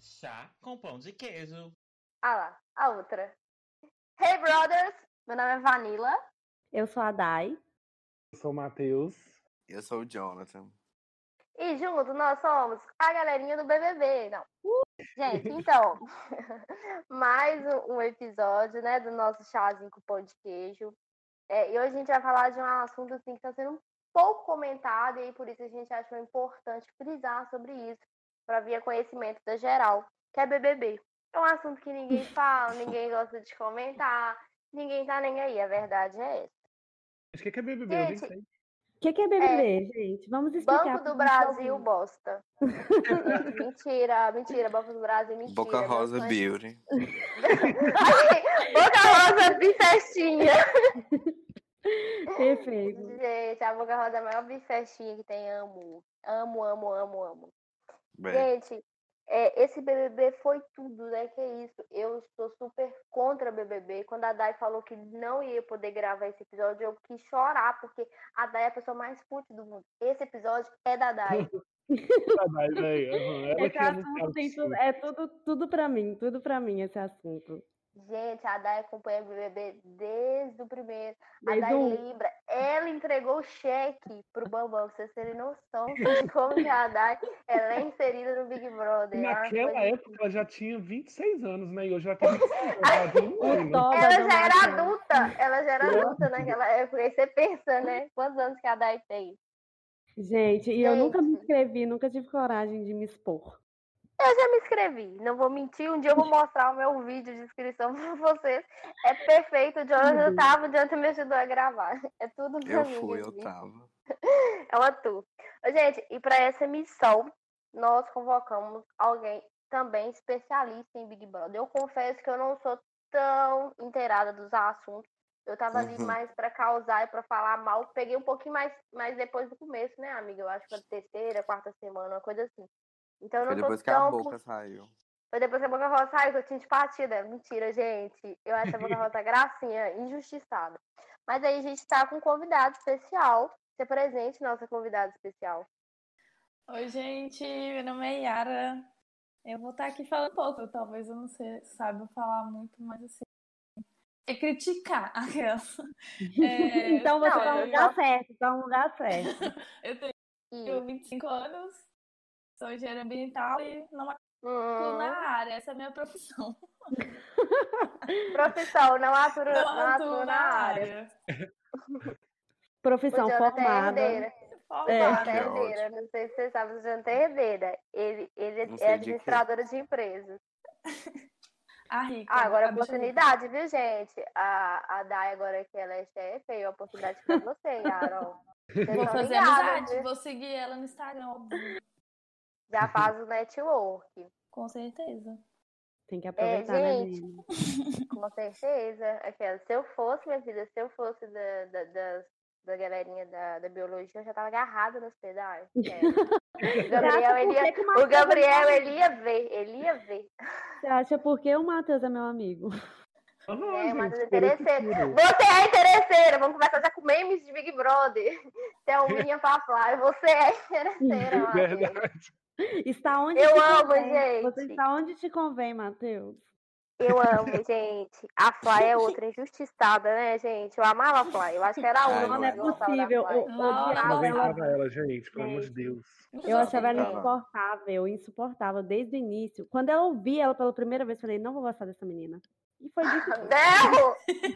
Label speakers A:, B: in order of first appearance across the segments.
A: chá com pão de queijo.
B: Ah lá, a outra. Hey, brothers! Meu nome é Vanilla.
C: Eu sou a Dai.
D: Eu sou o Matheus.
E: Eu sou o Jonathan.
B: E juntos nós somos a galerinha do BBB. Não. Uh, gente, então, mais um episódio, né, do nosso chazinho com pão de queijo. É, e hoje a gente vai falar de um assunto assim, que está sendo um pouco comentado e por isso a gente achou importante frisar sobre isso para vir a conhecimento da geral, que é BBB. É um assunto que ninguém fala, ninguém gosta de comentar, ninguém tá nem aí, a verdade é essa.
D: Mas o que que é BBB? Eu nem
C: Gente,
D: sei.
C: O que, que é BBB, gente? Vamos explicar. é
B: Banco
C: pro
B: do Brasil,
C: ouvinte.
B: bosta. mentira, mentira, Banco do Brasil, mentira.
E: Boca
B: meu
E: Rosa
B: sonho-
E: Beauty.
B: Boca Rosa bifestinha.
C: Perfeito.
B: Gente, a Boca Rosa é a maior bifestinha que tem, amo. Amo, amo, amo, amo.
E: Bem,
B: Gente, é, esse BBB foi tudo, né? Que é isso. Eu estou super contra BBB. Quando a Dai falou que não ia poder gravar esse episódio, eu quis chorar, porque a Dai é a pessoa mais fútil do mundo. Esse episódio é da Dai.
D: Ah, vai, vai, aham,
B: É
D: ela
C: Esse
D: que é
B: um
C: É
D: ama
C: assunto
D: o
C: tem
D: Celso.
C: tudo, é tudo, tudo pra mim, tudo pra mim esse assunto.
B: Gente, a Dai acompanha o BBB desde o primeiro. A
C: Desde
B: Dai
C: um-
B: Libra, ela entregou o cheque pro Bambam, pra vocês terem noção de como que a Dai ela é inserida no Big Brother. É uma coisa
D: Naquela época ela já tinha 26 anos, né? E hoje ela tem 26 anos. ela tem um ano.
C: dó da
B: Ela já
C: Dona
B: era
C: Raquel.
B: adulta, ela já era adulta naquela época. Aí você pensa, né? Quantos anos que a Dai tem?
C: Gente, e eu nunca me
B: Gente.
C: inscrevi, nunca tive coragem de me expor.
B: Eu já me inscrevi, não vou mentir. Um dia eu vou mostrar o meu vídeo de inscrição pra vocês. É perfeito, o Jonathan
C: Uhum.
B: tava, o Jonathan me ajudou a gravar. É tudo pra
E: eu
B: mim.
E: fui, eu
B: gente.
E: tava.
B: É uma tu. Ô, Gente, e para essa missão, nós convocamos alguém também especialista em Big Brother. Eu confesso que eu não sou tão inteirada dos assuntos. Eu tava ali
E: Uhum.
B: mais para causar e para falar mal. Peguei um pouquinho mais, mais depois do começo, né, amiga? Eu acho que foi terceira, quarta semana, uma coisa assim. Então eu
E: Foi
B: não
E: depois
B: tô
E: que a
B: tão
E: boca saiu.
B: foi depois que a Boca Rosa saiu, que eu tinha antipatida. Mentira, gente. Eu acho a Boca Rosa é gracinha, injustiçada. Mas aí a gente tá com um convidado especial. Você é presente, nossa convidada especial.
F: Oi, gente, meu nome é Yara. Eu vou estar aqui falando um pouco, talvez eu não sei, saiba falar muito, mas assim. É criticar aquelas. É,
C: então você
B: não,
C: tá no
B: eu
C: lugar certo, tá no lugar certo.
F: Eu
B: E,
F: tenho 25 anos, sou engenheira ambiental e não atuo
B: hum,
F: na área, essa é a minha profissão.
B: profissão, não atua,
F: Não
B: não atua na área.
C: Profissão
B: o Jonathan
C: formada.
B: é herdeira.
F: Formada.
B: O Jonathan é
E: Que
B: herdeira. Não sei se vocês sabem, o Jonathan é herdeira. Ele, ele
E: Não sei
B: é
E: de quê.
B: administradora de, empresas.
F: A rica.
B: Ah, agora é
F: a bicha rica.
B: oportunidade, viu, gente? A, a Dai, agora que ela é chefe, aí é oportunidade pra você, Aaron. Vocês
F: Vou
B: são
F: fazer
B: ligadas,
F: amizade,
B: viu?
F: vou seguir ela no Instagram, óbvio,
B: Já faz o network.
F: com certeza.
C: Tem que aproveitar, né,
B: É, gente.
C: menina?
B: Com certeza. Aquela, se eu fosse, minha filha, se eu fosse da, da, das- da galerinha da, da biologia, eu já tava agarrada nos pedais. sério. O Gabriel,
C: Graça,
B: ele ia,
C: por que que
B: o
C: Matheus é
B: Gabriel,
C: meu
B: ele ia ver, ele ia ver.
C: Você acha porque o Matheus é meu amigo?
D: Aham,
B: É, mas
D: gente,
B: é
D: por isso
B: interesseira.
D: tudo.
B: Você é interesseira, vamos começar já com memes de Big Brother. Thelminha pra Flávia, você é interesseira, Matheus.
D: Verdade.
C: Está onde
B: Eu
C: te
B: amo,
C: convém. Você
B: gente.
C: está onde te convém, Matheus.
B: Eu amo, gente. A Flá é outra injustiçada, né, gente? Eu amava a Flá. Eu acho que era a
E: Ai,
B: única
C: não
E: não
B: que
C: é
E: é
B: gostava da
C: possível.
B: Fly.
C: Eu,
F: Não,
D: Eu
C: odiava ela.
D: aguentava ela, gente, pelo amor de Deus.
C: Eu achava ela
E: Tava.
C: insuportável, insuportável desde o início. Quando eu ouvi ela pela primeira vez, eu falei, não vou gostar dessa menina. E foi dito. e feito.
B: Ferro!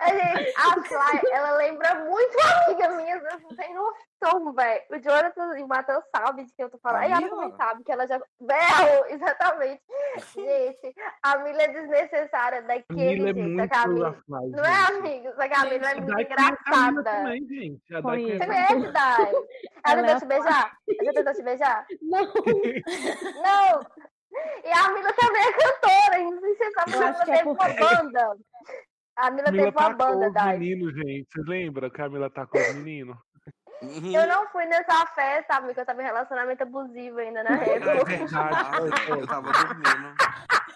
B: A gente, a Fly, ela lembra muito uma amiga minha, vocês não tem noção, velho. O Jonathan e o Matheus sabem de quem eu tô falando.
E: A
B: E ela
E: Mila?
B: também sabe que ela já. Berro, exatamente. Gente, a Mila é desnecessária
D: A
B: daquele
D: Mila é
B: jeito. Só
D: muito
B: que a Mila...
D: aflai,
B: Não é amiga, só que a Mila é
F: Gente,
D: A
B: muito
D: Dai conhece a Mila
B: engraçada.
D: também, gente. A Dai
C: Conheço.
B: Você
D: conhece.
B: conhece, Dai? Ela
C: Ela é
B: tentou te beijar? Ela já tentou te beijar?
C: Não,
B: Não! E a Mila também é cantora, hein? não sei se você sabe,
C: Eu
B: ela
C: acho que
B: teve
C: é
B: uma
C: porque-
B: banda. A Mila,
D: A Mila tá
B: teve é uma
D: tacou
B: banda,
D: os
B: Dai.
D: meninos, gente. Vocês lembram que a Mila tacou os meninos?
B: Eu não fui nessa festa, amiga. Eu tava em relacionamento abusivo ainda na época.
E: Nossa, Ah, eu tava dormindo.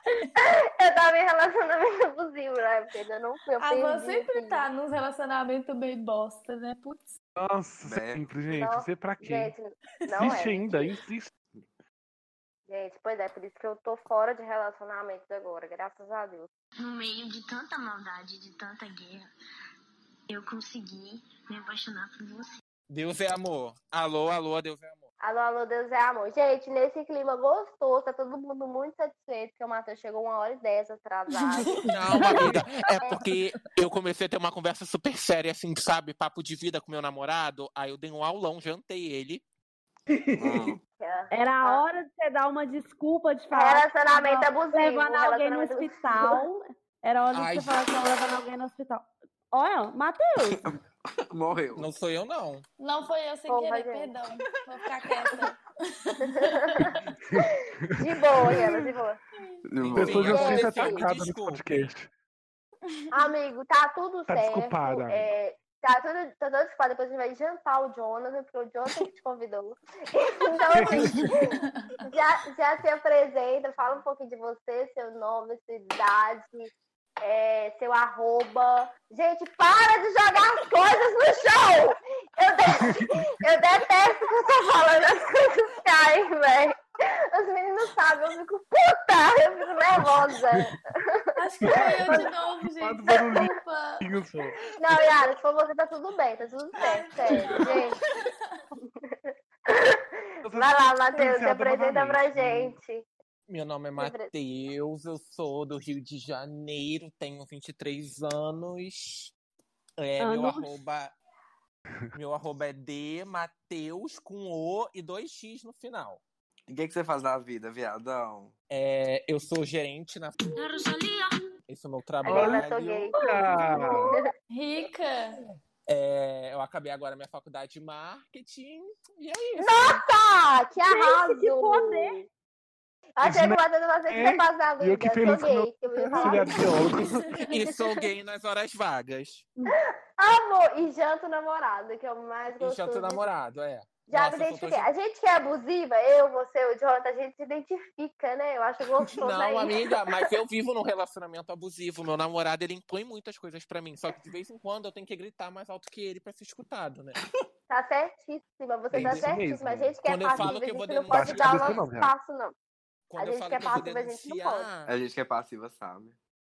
B: Eu tava em relacionamento abusivo na época, ainda não fui. Eu
F: A Van
B: perdi,
F: Ah, sempre
B: assim.
F: tá nos relacionamentos bem bosta, né? Putz.
D: Nossa,
E: Né?
D: sempre, gente.
B: Nossa,
D: Você pra quê?
B: Gente, não
D: Existe
B: é.
D: ainda, existe.
B: Gente, pois é, por isso que eu tô fora de relacionamentos agora, graças a Deus.
G: No meio de tanta maldade, de tanta guerra, eu consegui me apaixonar por você.
H: Deus é amor. Alô, alô, Deus é amor.
B: Alô, alô, Deus é amor. Gente, nesse clima gostoso, tá todo mundo muito satisfeito que o Matheus chegou uma hora e dez atrasado.
H: Não, amiga, é porque eu comecei a ter uma conversa super séria, assim, sabe? Papo de vida com meu namorado. Aí eu dei um aulão, jantei ele.
E: Hum.
C: Era a hora de você dar uma desculpa de falar.
B: Relacionamento abusivo.
C: levando alguém no
B: relacionamento abusivo.
C: hospital. Era hora
H: Ai,
C: de você falar que tava levando alguém no hospital. Olha, Matheus,
E: Ah, Morreu.
H: Não sou eu, não.
F: Não foi eu sem
B: Porra,
F: querer,
B: gente.
F: perdão. Vou ficar quieta.
B: De boa, Rihanna, de boa.
E: Não
D: As pessoas já
B: Sim,
D: se
B: sim,
D: sentem
H: me
D: atacadas no
H: desculpe.
D: podcast.
B: Amigo, tá tudo
D: Tá
B: certo.
D: desculpada, amiga.
B: é, tá tudo, tá tudo desculpada. Depois a gente vai jantar o Jonathan, porque o Jonathan que te convidou. Então, assim, já, já se apresenta, fala um pouquinho de você, seu nome, sua idade, é, seu arroba. Gente, para de jogar as coisas no chão! Eu, de- eu detesto que eu tô falando as coisas caem, velho. Os meninos sabem, eu fico puta, eu fico nervosa.
F: Acho que foi eu de novo, gente.
D: Quando barulhinho.
F: Desculpa.
D: Isso.
B: Não, Yara, se for você, tá tudo bem, tá tudo certo, sério, gente. Vai lá, Matheus, se apresenta pra gente.
H: Meu nome é Matheus, eu sou do Rio de Janeiro, tenho 23 anos. É, meu
C: Anos.
H: arroba. Meu arroba é D, Matheus com O e 2x no final.
E: O que, que você faz na vida, viadão?
H: É, eu sou gerente na.
I: É
G: Quero salir,
H: Esse é o meu
B: Agora
H: trabalho.
B: eu sou gay.
D: Tá Ah,
F: Rica.
H: É, eu acabei agora minha faculdade de marketing. E é isso.
B: Tá, que arraso!
C: que poder.
B: Achei que é o Matheus não fazia o que você faz na vida.
D: é? eu que feliz
B: sou gay. que né? eu ia falar.
D: auxiliar de biólogo.
H: E sou gay nas horas vagas.
B: Amo! E janto namorado, que é o mais
H: E
B: gostoso.
H: chato namorado, é.
B: Já
H: Nossa,
B: me
H: eu sou
B: identifiquei. A gente que é abusiva, eu, você, o Jonathan, a gente se identifica, né? Eu acho gostoso aí.
H: Não, amiga, mas eu vivo num relacionamento abusivo. Meu namorado, ele impõe muitas coisas pra mim. Só que de vez em quando eu tenho que gritar mais alto que ele pra ser escutado, né?
B: Tá certíssima, você
D: É
B: tá
D: isso
B: certíssima. A
D: mesmo.
B: gente que é
H: Quando eu
B: passiva,
H: falo
B: a
H: que eu
B: gente
H: vou
B: não
H: denunciar-
B: pode dar o
D: Acho que
B: nosso
D: é não, já.
B: espaço, não.
H: Quando
B: A
H: eu
B: gente
H: falo
B: que é
H: que eu vou
B: passiva, a gente não
H: denunciar,
E: A gente que é passiva sabe.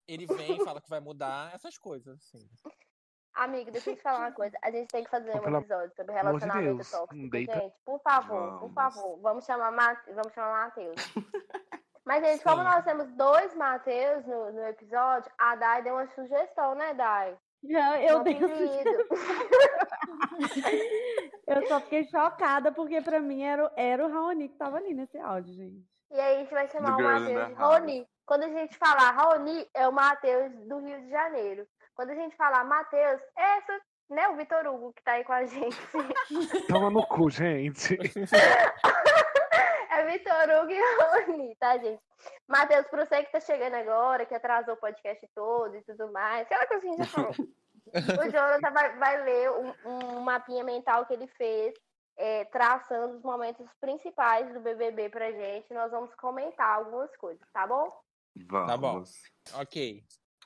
H: ele vem e fala que vai mudar, essas coisas, assim.
B: Amigo, deixa eu te falar uma coisa. A gente tem que fazer
D: Oh,
B: um
D: pelo
B: episódio sobre
D: amor de
B: relacionamento
D: Deus, um
B: tóxico.
D: não deita.
B: Gente, por favor, por
E: Vamos.
B: favor. Vamos chamar, Ma... vamos chamar Matheus. Mas, gente, como
H: Sim.
B: nós temos dois Matheus no, no episódio, a Dai deu uma sugestão, né, Dai?
C: já- eu,
B: Um
C: dei um
B: apelido.
C: Eu só fiquei chocada, porque pra mim era, o- era o Raoni que tava ali nesse áudio, gente.
B: E aí a gente vai chamar
E: Do né?
B: o
E: Girl in
B: Matheus
E: the
B: de
E: House.
B: Rony. Quando a gente falar Rony, é o Matheus do Rio de Janeiro. Quando a gente falar Matheus, é essa, né, o Vitor Hugo que tá aí com a gente.
D: Toma no cu, gente.
B: É Vitor Hugo e Rony, tá, gente? Matheus, pra você que tá chegando agora, que atrasou o podcast todo e tudo mais, aquela coisa que a gente já falou. o Jonathan vai, vai ler um, um mapinha mental que ele fez, é, traçando os momentos principais do BBB pra gente. Nós vamos comentar algumas coisas, tá bom?
E: Vamos.
H: bom. Ok.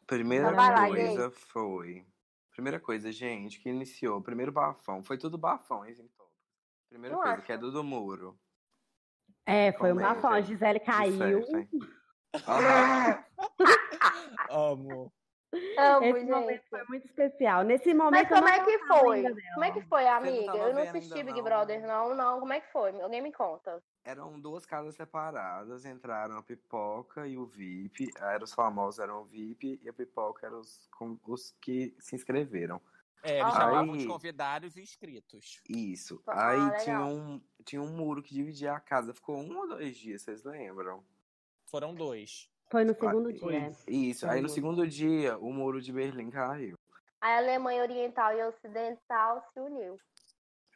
E: Primeira
B: Então vai lá,
E: coisa foi. Primeira coisa, gente, que iniciou. Primeiro bafão. Foi tudo bafão, hein, em todo. Primeira
B: Eu
E: coisa,
B: acho.
E: que é do, do muro.
C: É, foi uma
E: Comenta.
C: fã. A Gisele caiu.
E: Dissertem. Ah,
H: Amo.
B: Amo,
C: Esse
B: gente.
C: momento foi muito especial. Nesse
B: Mas
C: momento. eu
B: como
C: não
B: é que
C: gostava
B: foi?
C: ainda dela.
B: Como é que foi, amiga?
E: tava
B: Eu não
E: vendo
B: assisti
E: ainda,
B: Big
E: não,
B: Brother,
E: né?
B: não, não. Como é que foi? Alguém me conta.
E: eram duas casas separadas, entraram a pipoca e o VIP. Ah, Eram os famosos eram o VIP e a pipoca eram os, com- os que se inscreveram.
H: É, eles
B: Ai.
H: chamavam os convidados e inscritos.
E: Isso.
B: Ah,
E: Aí
B: legal.
E: tinha um, tinha um muro que dividia a casa. Ficou um ou dois dias, vocês lembram?
H: Foram dois.
C: Foi no segundo
E: Ah,
C: dia.
E: Isso. Aí no
C: Foi.
E: segundo dia, o muro de Berlim caiu.
B: A Alemanha Oriental e Ocidental se uniu.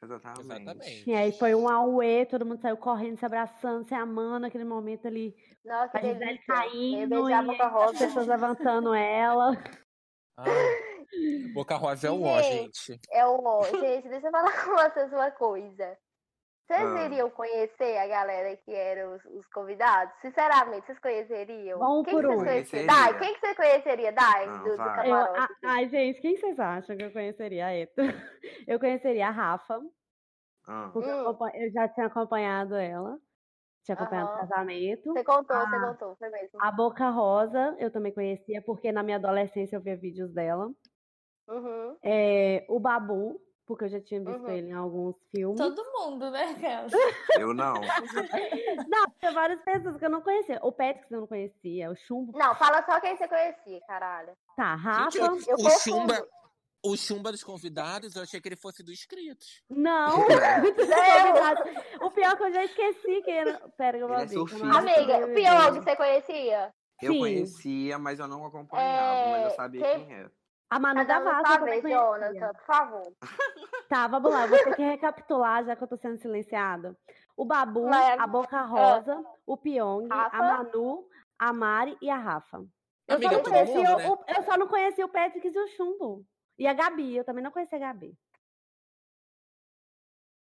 E: Exatamente.
H: Exatamente.
C: E aí foi um auê, todo mundo saiu correndo, se abraçando, se amando, aquele momento ali.
B: Nossa, que
C: A Gisele
B: delícia. Eu
C: caindo e
B: beijava a boca
C: as
B: rosa.
C: pessoas levantando ela.
H: Ai, Boca Rosa é o ó, gente.
B: É o ó. Gente, deixa eu falar com vocês uma coisa. Vocês
E: Ah.
B: iriam conhecer a galera que eram os, os convidados? Sinceramente, vocês conheceriam?
C: Bom
B: quem
C: por
B: que vocês
C: um.
B: conheceriam?
E: Conheceria.
B: Dai, quem que você conheceria, Dai,
E: Ah,
B: do, do
E: vai.
C: Eu,
B: camarote?
C: a- ai, gente, quem vocês acham que eu conheceria? Aí, Eu conheceria a Rafa,
E: Ah.
C: porque eu
B: Hum.
C: acompa- eu já tinha acompanhado ela. Tinha acompanhado o
B: Aham.
C: casamento.
B: Você contou, você
C: Ah.
B: contou, foi mesmo.
C: A Boca Rosa, eu também conhecia, porque na minha adolescência eu via vídeos dela.
B: Uhum.
C: É, o Babu, porque eu já tinha visto
B: Uhum.
C: ele em alguns filmes.
F: Todo mundo, né, Aquelas?
E: Eu não.
C: Não, tinha várias pessoas que eu não conhecia. O Patrick eu não conhecia, o Chumbo.
B: Não, fala só quem você conhecia, caralho.
C: Tá, Rafa.
H: Gente,
B: Ah, um Eu
H: o
B: confundo.
H: Chumba. O Chumba dos convidados, eu achei que ele fosse dos inscritos.
C: Não,
E: Né?
C: muito convidado. O pior é que eu já esqueci que era. Pera, que eu vou
E: Ele é
C: abrir. que eu não
E: surfista.
C: abri o é
B: Amiga,
C: nome
B: o pior
C: dele.
B: que você conhecia?
E: Eu
C: Sim.
E: conhecia, mas eu não acompanhava,
B: É,
E: mas eu sabia
B: quem-
E: quem era.
C: A Manu
B: Cada um
C: Gavassi eu também
B: sabe,
C: conhecia.
B: Jonathan, por favor.
C: Tá, vamos lá, eu vou ter que recapitular, já que eu tô sendo silenciada. O Babu,
B: Leva.
C: a Boca Rosa, o Pyong,
B: Rafa.
C: a Manu, a Mari e a Rafa. Eu só,
H: Amiga,
C: não
H: todo mundo,
C: conhecia
H: né?
C: o, o- eu só não conhecia o Patrick e o Chumbo. E a Gabi, eu também não conhecia a Gabi.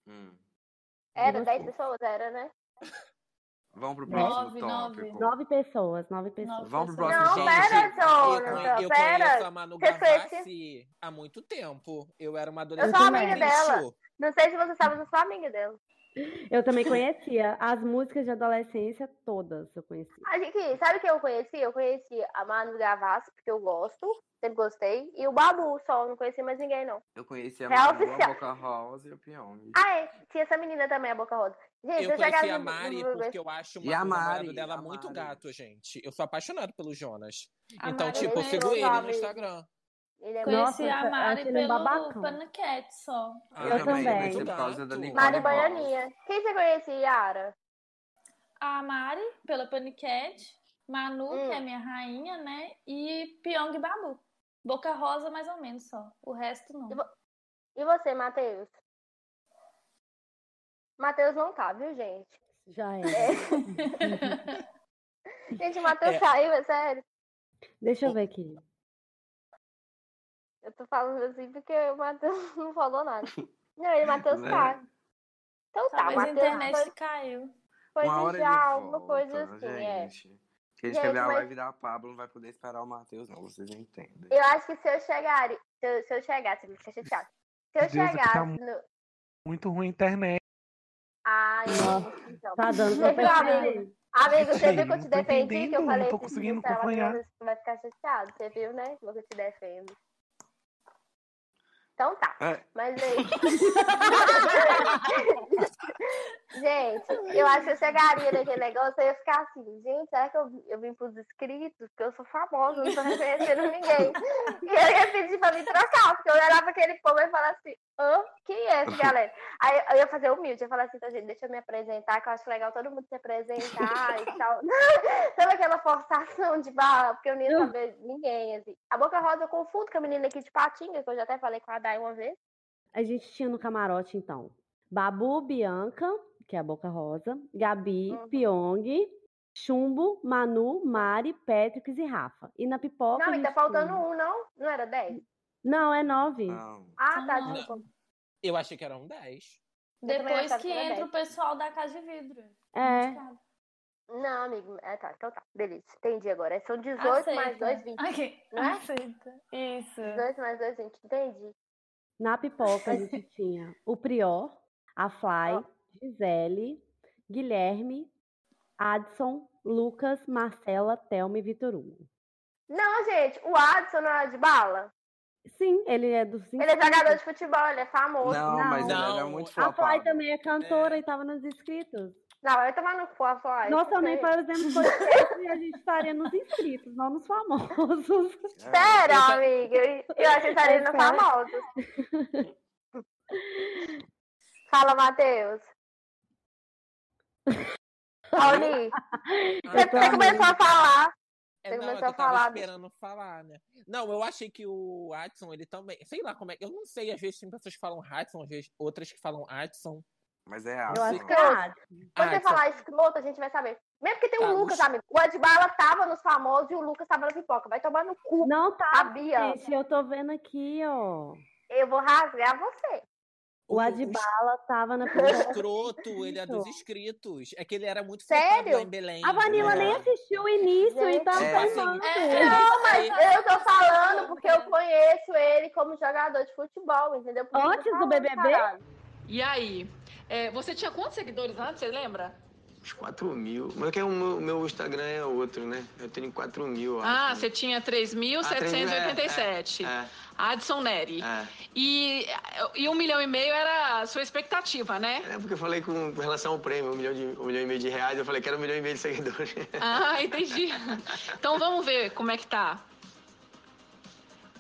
E: Hum.
B: Era
C: você?
B: 10 pessoas, era, né?
E: Vamos pro
C: Nove,
E: próximo
F: nove.
E: tópico.
C: Nove pessoas, nove pessoas.
F: Nove.
E: Vamos pro próximo
B: Não,
E: tópico.
B: pera,
H: Eu, conhe-
B: Jonathan,
H: eu conheço
B: então, pera.
H: a Manu
B: Você
H: Gavassi há muito tempo. Eu era uma adolescente.
C: sou amiga
B: dela.
H: bicho.
B: Não sei se você sabe, mas eu sou amiga dela.
C: Eu também conhecia as músicas de adolescência todas, eu conhecia.
B: A gente, sabe quem eu conheci? Eu conheci a Manu Gavassi, porque eu gosto, sempre gostei, e o Babu só, eu não conheci mais ninguém, não.
E: Eu conheci a
B: É
E: Manu, a
B: oficial.
E: Boca Rosa e o Pyong.
B: Ah, é, tinha essa menina também, a Boca Rosa. Gente,
H: Eu
B: eu já
H: conheci
B: quero-
H: a Mari porque eu acho
E: E
H: uma
E: a
H: coisa namorado
E: Mari,
H: dela
E: a
H: muito
E: Mari.
H: gato, gente. Eu sou apaixonado pelo Jonas.
F: A
H: então,
F: Mari
H: tipo, eu
B: também,
H: sigo
B: eu
H: ele
B: amo
H: no
B: ele.
H: Instagram.
B: Ele é
C: Conheci
B: muito-
F: Conheci
C: Nossa,
F: a Mari
C: aquele é um
F: pelo
C: babacão.
F: Paniquete só.
H: Ah,
C: Eu também.
E: conheci
H: muito
E: é por causa da
H: gato.
E: Nicole
B: Mari
E: Bolas.
B: Baianinha. Quem você conhecia, Yara?
F: A Mari pelo Paniquete. Manu,
B: Hum.
F: que é minha rainha, né? E Pyong e Babu. Boca Rosa, mais ou menos só. O resto não.
B: E vo- E você, Matheus? Matheus não tá, viu, gente?
C: Já é.
B: Gente, o Matheus
H: É.
B: saiu, é sério.
C: Deixa eu ver aqui.
B: Eu tô falando assim porque o Matheus não falou nada. Não, ele, Matheus
E: Né?
B: tá. Então tá,
F: Talvez a
B: Matheus
F: internet
B: foi,
F: caiu.
B: foi
E: uma hora ele
B: vigiar alguma
E: volta,
B: coisa assim, é.
E: gente. Quem
B: Gente,
E: escrever a
B: mas-
E: live da Pablo não vai poder esperar o Matheus, não. Vocês entendem.
B: Eu acho que se eu chegar, se eu, se eu chegasse, eu vou ficar chateada. Se eu
D: Deus, aqui tá
B: chegasse
D: muito-
B: no...
D: Muito ruim a internet.
B: Ai,
C: Nossa,
B: então.
C: Tá dando
B: Você
C: pra
B: viu,
C: perceber.
B: amigo? Amigo, você viu
D: Gente,
B: que eu
D: não
B: te
D: tô
B: defendi? Que eu
D: entendendo,
B: falei
D: não tô
B: que se
D: conseguindo
B: você ela
D: acompanhar.
B: vai ficar chateado. Você viu, né? Que eu te defendo. Então tá.
E: É.
B: Mas aí. gente, eu acho que eu chegaria naquele negócio e eu ia ficar assim, gente, será que eu, eu vim pros inscritos? Porque eu sou famosa, não tô reconhecendo ninguém. E eu ia pedir pra me trocar, porque eu olhava pra aquele povo e falava assim, hã? Quem é esse galera? Aí eu ia fazer humilde, eu ia falar assim, então, gente, deixa eu me apresentar, que eu acho legal todo mundo se apresentar e tal. Sabe aquela forçação de barra? Porque eu não ia
C: Hum.
B: saber ninguém, assim. A Boca Rosa eu confundo com a menina aqui de Patinga, que eu já até falei com a Dai uma vez.
C: A gente tinha no camarote, então, Babu, Bianca, que é a Boca Rosa, Gabi,
B: Uhum.
C: Pyong, Chumbo, Manu, Mari, Patrick e Rafa. E na pipoca.
B: Não,
C: a
B: e tá
C: gente
B: faltando
C: tinha-
B: um, não? Não era dez?
C: Não, é nove.
E: Não.
B: Ah, tá,
F: Não.
B: desculpa.
H: Eu achei que um eram 10.
B: também
F: Depois
B: achava
F: que
B: que era
F: entra
B: dez.
F: o pessoal da Casa de Vidro.
C: É.
F: Indicado.
B: Não, amigo. É, tá, então tá. Beleza, entendi agora.
F: Ah,
B: São 18 mais
F: Aceita.
B: 2, 20.
F: Ok,
B: Não é?
F: Aceita. Isso.
B: 18 mais 2, 20. Entendi.
C: Na pipoca a gente tinha o Prior, a Fly,
B: Ó.
C: Gisele, Guilherme, Adson, Lucas, Marcela, Thelma e Vitor Hugo.
B: Não, gente, o Adson não era de bala?
C: Sim, ele é dos
B: Ele é
C: inscritos.
B: jogador de futebol, ele é
E: Não,
B: famoso.
E: mas ele
H: Não.
E: era muito
C: A Fly
E: flopado.
C: também é cantora
H: É.
C: e estava nos inscritos.
B: Não, eu tomar no cu, a Fly.
C: Nossa, nem
B: Sério,
C: por exemplo, podcast e a gente estaria nos inscritos, não nos famosos.
E: É.
B: Sério,
H: Eu sa-
B: amiga. eu- Eu achei que estaria no
C: Sério.
B: famoso. Fala, Matheus. Pauli, você,
H: Ah,
C: tô
B: você começou a falar.
H: É,
B: Você
H: não,
B: começou
H: é que
B: a
H: eu tava
B: falar do-
H: esperando falar, né? Não, eu achei que o Hudson, ele também. Sei lá como é. Eu não sei, às vezes tem pessoas que falam Hudson, às vezes outras que falam Hudson.
E: Mas é
C: Eu acho
E: assim.
C: que é Adson.
B: Quando você
H: Hudson.
B: falar escroto, a gente vai saber. Mesmo que tem
H: Tá,
B: o Lucas,
H: o-
B: amigo. O Adbala tava nos famosos e o Lucas tava na pipoca. Vai tomar no cu,
C: Não tá,
B: sabia?
C: gente. Eu tô vendo aqui, ó.
B: Eu vou rasgar você.
C: O Adbala tava na primeira.
H: escroto, ele é dos inscritos. É que ele era muito
B: Sério?
H: flopado lá em Belém.
C: A Vanilla
E: É.
C: nem assistiu o início e tá
B: Gente,
H: assim,
E: é,
C: filmando.
F: É,
B: Não, mas
H: É.
B: eu tô falando porque eu conheço ele como jogador de futebol, entendeu? Por isso que eu
C: Antes
B: tô
C: do
B: falando,
C: BBB?
B: caralho.
J: E aí? É, você tinha quantos seguidores antes, você lembra? Uns 4 mil. Mas é que o meu, meu Instagram é outro, né? Eu tenho 4 mil. eu
K: Ah,
J: acho. Ah,
K: você tinha 3.787.
J: É,
K: Adson Neri.
J: é.
K: E, e um milhão e meio era a sua expectativa, né?
J: É porque eu falei com com relação ao prêmio, um milhão, de, um milhão e meio de reais, eu falei que era um milhão e meio de seguidores.
K: Ah, entendi. Então vamos ver como é que tá.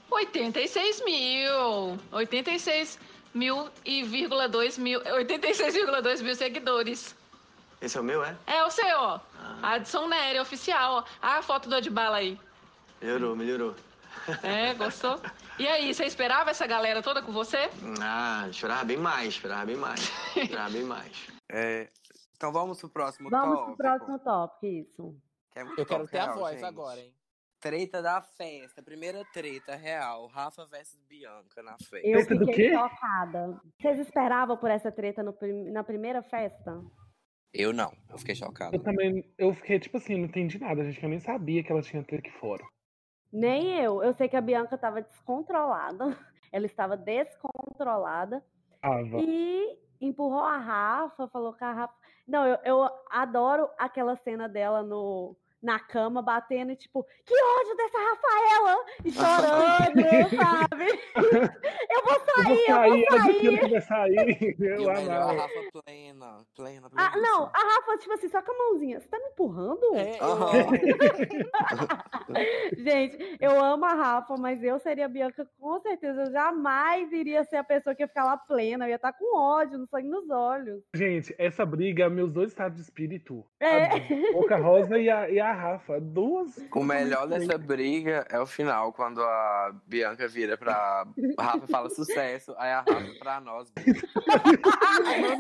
K: 86 mil. 86 mil e vírgula dois mil. 86,2 mil seguidores.
J: Esse é o meu, é?
K: É o seu, ó. Adson Nery, oficial. ó. Ah, a foto do Adbala aí.
J: Melhorou, melhorou.
K: É, gostou? E aí, você esperava essa galera toda com você?
J: Ah, chorava bem mais, chorava bem mais. Chorava bem mais.
E: É, então vamos pro próximo
C: Vamos pro
E: tópico.
C: próximo tópico, isso.
E: que é muito
H: Eu quero
E: tópico
H: ter a
E: real,
H: voz
E: gente.
H: agora, hein?
E: Treta da festa. Primeira treta real. Rafa versus Bianca na festa.
C: Eu
D: Treta do
C: fiquei
D: quê?
C: chocada. Vocês esperavam por essa treta no prim- na primeira festa?
E: Eu não. Eu fiquei chocado.
D: Eu também, eu fiquei tipo assim, não entendi nada, gente, que eu nem sabia que ela tinha treta aqui fora.
C: Nem eu. Eu sei que a Bianca estava descontrolada. Ela estava descontrolada.
D: Tava.
C: E empurrou a Rafa, falou que a Rafa. Não, eu, eu adoro aquela cena dela no, na cama, batendo e tipo, que ódio dessa Rafaela! E chorando, sabe? Eu vou
D: Eu vou
C: sair, Tá eu vou
D: sair, ela disse que
C: sair.
D: não vai sair.
E: E
D: Eu
E: o melhor, a
D: amava.
E: Rafa plena. Plena, plena.
C: Ah, não, a Rafa, tipo assim, só com a mãozinha. Você tá me empurrando?
H: É,
C: ah, Gente, eu amo a Rafa, mas eu seria a Bianca, com certeza. Eu jamais iria ser a pessoa que ia ficar lá plena. Eu ia estar com ódio, no sangue nos olhos.
D: Gente, essa briga é meus dois estados de espírito.
C: É.
D: A Boca Rosa e a, e a Rafa. Duas.
C: ah,
E: O melhor
D: completamente-
E: dessa briga é o final, quando a Bianca vira pra Rafa e fala sucesso, aí a Rafa pra nós. bicho.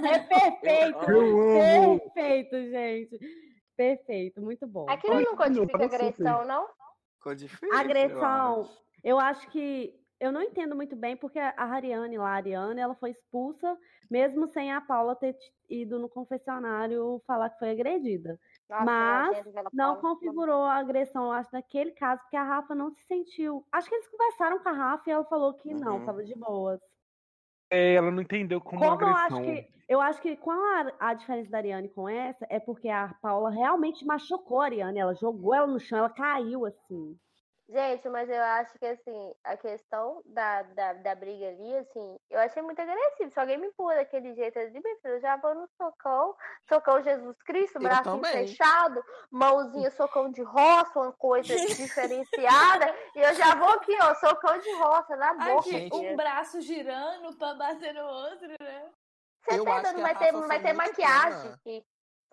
C: É perfeito.
D: Eu amo.
C: Perfeito, gente. Perfeito, muito bom.
B: Aquilo É não codifica
D: Olha, eu
B: agressão, não?
E: Ficou difícil. eu
C: Agressão.
E: acho.
C: Eu acho que. Eu não entendo muito bem porque a Ariane lá, a Ariane, ela foi expulsa, mesmo sem a Paula ter t- ido no confessionário falar que foi agredida.
B: Nossa,
C: Mas
B: nojento, aquela
C: Não
B: palavra.
C: configurou a agressão, eu acho, naquele caso, porque a Rafa não se sentiu. Acho que eles conversaram com a Rafa e ela falou que não,
E: Uhum.
C: tava de boas.
D: É, ela não entendeu como,
C: Como eu acho
D: agressão.
C: que. Eu acho que qual a, a diferença da Ariane com essa é porque a Paula realmente machucou a Ariane. Ela jogou ela no chão, ela caiu assim.
B: Gente, mas eu acho que assim, a questão da, da, da briga ali, assim, eu achei muito agressivo. Se alguém me empurra daquele jeito ali, meu filho, eu já vou no socão, socão Jesus Cristo,
H: Eu
B: braço
H: também.
B: fechado, mãozinha, socão de roça, uma coisa diferenciada, e eu já vou aqui, ó, socão de roça na
F: Ai,
B: boca.
F: gente,
B: filha.
F: um braço girando pra bater no outro, né?
B: Você
H: eu
B: tá
H: acho
B: doido,
H: que a
B: vai
H: Rafa
B: ter,
H: foi
B: vai ter
H: muito né?
B: maquiagem.
H: plena.
B: que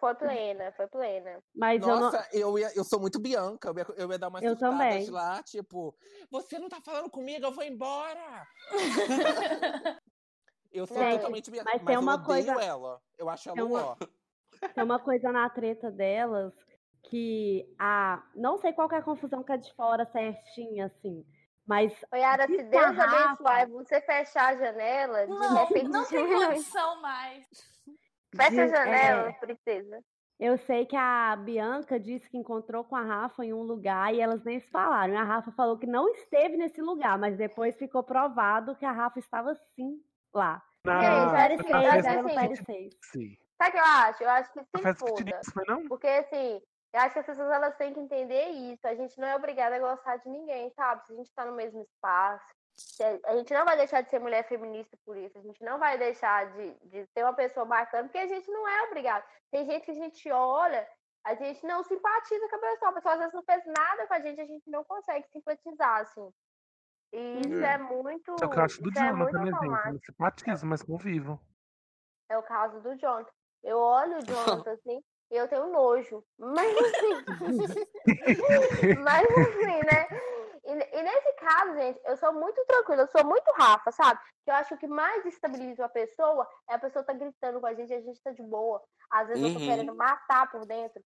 B: Foi plena, foi plena.
C: Mas eu
H: Nossa, eu, ia, eu sou muito Bianca. Eu ia, eu ia dar umas
C: Eu
H: surtadas
C: também.
H: lá, tipo, você não tá falando comigo, eu vou embora. eu sou
C: Gente,
H: totalmente Bianca.
C: mas
H: Mas,
C: tem uma
H: eu odeio
C: coisa-
H: ela. Eu acho ela
C: Tem uma-
H: ó.
C: não. Tem uma coisa na treta delas que a. Não sei qual que é a confusão que é de fora certinha, assim. Mas
B: Yara, se
C: Diz
B: Deus
C: pra Rafa.
B: abençoar e você fechar a janela, de
F: Não,
B: repente
F: não tem condição mais.
B: Fecha a
C: Gente, é.
B: janela, princesa.
C: Eu sei que a Bianca disse que encontrou com a Rafa em um lugar e elas nem se falaram. E A Rafa falou que não esteve nesse lugar, mas depois ficou provado que a Rafa estava sim lá.
D: Na-
B: Gente,
C: Era no
B: sério,
D: na
B: sim,
C: série 6,
D: festa-
C: era no
B: assim,
C: série 6.
D: Sim.
B: Sabe o que eu acho? Eu acho que
D: Na
B: se
D: festa que
B: foda.
D: tinha isso, foi não?
B: Porque, assim, eu acho que as pessoas elas têm que entender isso. A gente não é obrigada a gostar de ninguém, sabe? Se a gente tá no mesmo espaço. se A a gente não vai deixar de ser mulher feminista por isso. A gente não vai deixar de, de ser uma pessoa bacana, porque a gente não é obrigada. Tem gente que a gente olha, a gente não simpatiza com a pessoa. A pessoa às vezes não fez nada com a gente, a gente não consegue simpatizar, assim. E isso é,
E: É.
B: muito.
D: É o que eu acho do
B: isso é
D: Jonathan,
B: muito
D: né, gente?
B: automático.
D: Não simpatiza, mas convivo.
B: É o caso do Jonathan. Eu olho o Jonathan assim e eu tenho nojo. Mas assim. mas assim, né? E, e nesse caso, gente, eu sou muito tranquila, eu sou muito Rafa, sabe? Que eu acho que o que mais estabiliza a pessoa é a pessoa tá gritando com a gente e a gente tá de boa. Às vezes eu tô
E: Uhum.
B: querendo matar por dentro.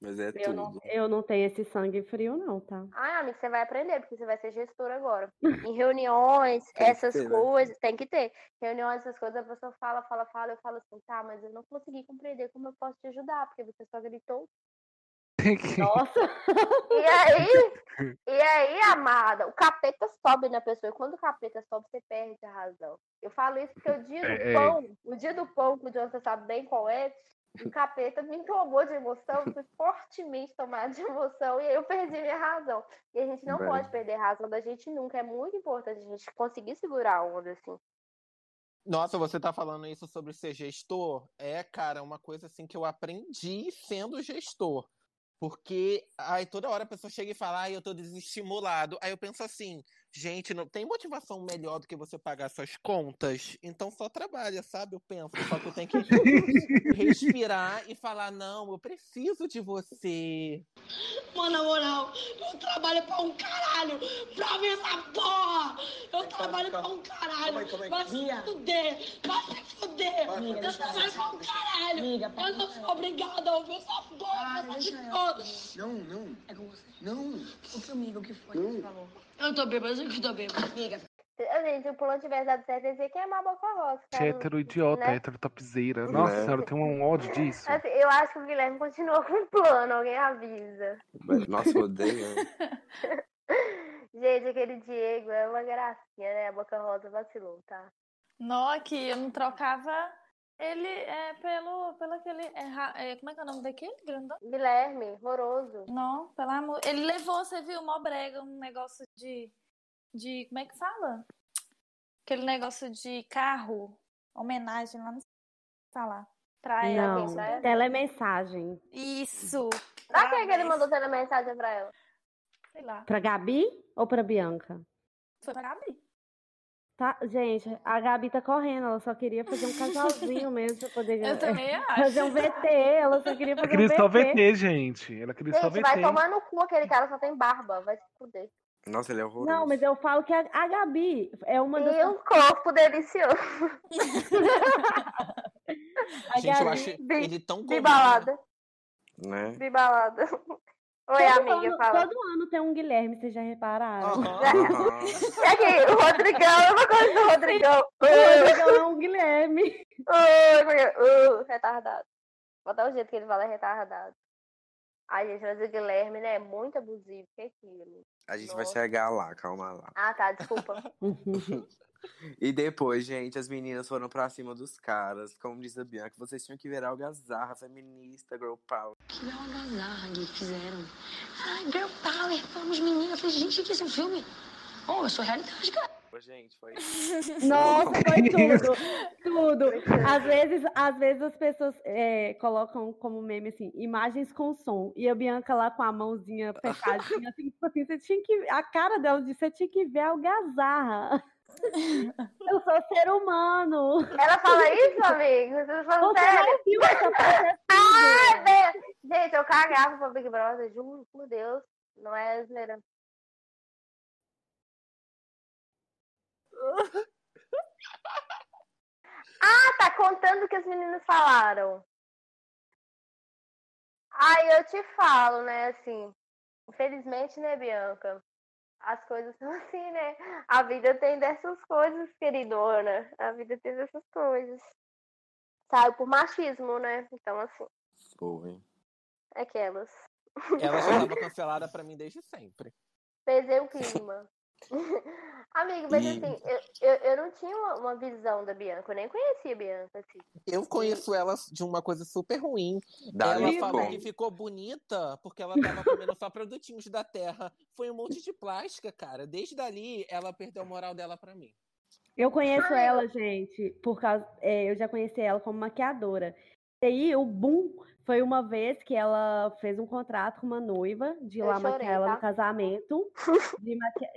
E: Mas é
C: Eu não,
E: tudo.
C: eu não tenho esse sangue frio, não, tá?
B: Ai, amigo, você vai aprender, porque você vai ser gestora agora. Em reuniões,
E: Tem que
B: essas
E: ter, né?
B: coisas, tem que ter. Reuniões, essas coisas, a pessoa fala, fala, fala, eu falo assim, tá, mas eu não consegui compreender como eu posso te ajudar, porque você só gritou.
C: Nossa,
B: E aí, e aí, amada, o capeta sobe na pessoa. E quando o capeta sobe, você perde a razão. Eu falo isso porque o dia do
D: É, é.
B: pão, o dia do pão, que o Jonathan sabe bem qual é, O capeta me tomou de emoção, fui fortemente tomada de emoção e aí eu perdi minha razão. E a gente não
E: Bem.
B: pode perder a razão da gente nunca. É muito importante a gente conseguir segurar a onda, assim.
H: Nossa, você tá falando isso sobre ser gestor? É, cara, uma coisa assim que eu aprendi sendo gestor. Porque aí toda hora a pessoa chega e fala, ai, eu tô desestimulado. Aí eu penso assim, gente, não tem motivação melhor do que você pagar suas contas? Então só trabalha, sabe? Eu penso, só que eu tenho que respirar e falar, não, eu preciso de você.
L: Mano, na moral, eu trabalho pra um caralho pra ver essa porra! Eu trabalho pra um caralho!
I: Calma aí, calma aí.
L: Vai se
I: Mia.
L: fuder! Vai se fuder!
I: Amiga,
L: eu
I: deixa
L: trabalho
I: ela.
L: pra um caralho!
I: Amiga,
L: eu não sou obrigada a ouvir essa
I: Ah,
L: porra! essa de todos!
I: Não, não. É com você. Não. O que, amiga, o que foi?
L: Não.
I: Falou.
L: Eu tô bêbada, eu sei que eu tô bêbada, amiga.
B: Eu, Gente, o plano tivesse dado certo, ia dizer que é uma boca rosa. cara.
D: Hétero idiota,
B: Né? é
D: hétero topzeira. Nossa
E: Né?
D: senhora, eu tenho um ódio disso.
B: Assim, eu acho que o Guilherme continua com o plano, alguém avisa.
E: Nossa, eu odeio.
B: Gente, aquele Diego é uma gracinha, né? A boca rosa vacilou, tá?
F: Nó, que eu não trocava ele é pelo, pelo aquele. é ra- é, como é que é o nome daquele? Grandão?
B: Guilherme, horroroso.
F: Não, pelo amor. Ele levou, você viu, mó brega, um negócio de. de como é que fala? Aquele negócio de carro, homenagem lá, não sei falar. Pra ela.
C: Não, telemessagem.
F: Isso!
B: Pra que que ele mandou telemessagem pra ela?
F: Sei lá.
C: Pra Gabi ou pra Bianca?
F: Foi pra Gabi.
C: Tá, gente, a Gabi tá correndo, ela só queria fazer um casalzinho mesmo pra poder
F: Eu também acho.
C: fazer um VT, ela só queria
D: Ela
C: fazer
D: queria só
C: um VT.
D: VT, gente. Ela queria só
B: Gente,
D: VT.
B: vai tomar no cu aquele cara, só tem barba, vai se fuder.
E: Nossa, ele é horroroso.
C: Não, mas eu falo que a, a Gabi é uma das.
B: E um corpo delicioso.
C: A
H: Gente, eu
C: Gabi-
H: acho ele tão
B: De
H: gourmet.
B: balada,
E: Né?
B: de balada. Oi,
C: todo
B: amiga,
C: ano,
B: fala.
C: Todo ano tem um Guilherme, vocês já repararam?
B: É que o Rodrigão, eu não gosto do Rodrigão.
C: O Rodrigão é um Guilherme.
B: Oi, porque- uh, retardado. Vou dar o jeito que ele fala, é retardado. Ai, gente, mas o Guilherme, né, é muito abusivo. Que aquilo?
E: A gente vai chegar lá, calma lá.
B: Ah, tá, desculpa.
E: E depois, gente, as meninas foram pra cima dos caras. Como diz a Bianca, vocês tinham que ver a algazarra feminista, girl power.
I: Que bela algazarra que fizeram. Ai, Girl Power, vamos meninas. Eu falei, gente, o que é esse filme? Oh, eu sou realidade, cara.
E: Gente, foi.
C: Nossa, foi tudo. Tudo. Às vezes, às vezes as pessoas é, colocam como meme assim, imagens com som. E a Bianca lá com a mãozinha fechadinha, assim, tipo assim, você tinha que. A cara dela disse, você tinha que ver a algazarra. Eu sou ser humano.
B: Ela fala isso, amigo? Você tá falando
C: Você
B: sério?
C: não viu essa parte
B: Ai, meu- Gente, eu cagava pro Big Brother, juro por Deus. Não é zoeira. Ah, tá contando o que as meninas falaram. Aí eu te falo, né, assim. Infelizmente, né, Bianca? As coisas são assim, né? A vida tem dessas coisas, queridona. A vida tem dessas coisas. Saiu por machismo, né? Então, assim,
E: Foi.
B: aquelas.
H: Ela já tava cancelada pra mim desde sempre.
B: Pesei o clima. Amigo, mas
H: E-
B: assim, eu, eu, eu não tinha uma, uma visão da Bianca, eu nem conhecia a Bianca, assim.
H: Eu conheço ela de uma coisa super ruim.
E: Da
H: ela
E: Lincoln.
H: falou que ficou bonita porque ela tava comendo só produtinhos da terra. Foi um monte de plástica, cara. Desde dali, ela perdeu a moral dela pra mim.
C: Eu conheço ela, gente, por causa. é, eu já conheci ela como maquiadora. E aí, o boom foi uma vez que ela fez um contrato com uma noiva de ir
B: Eu
C: lá maquiar
B: chorei,
C: ela no
B: tá?
C: casamento. De maquiar...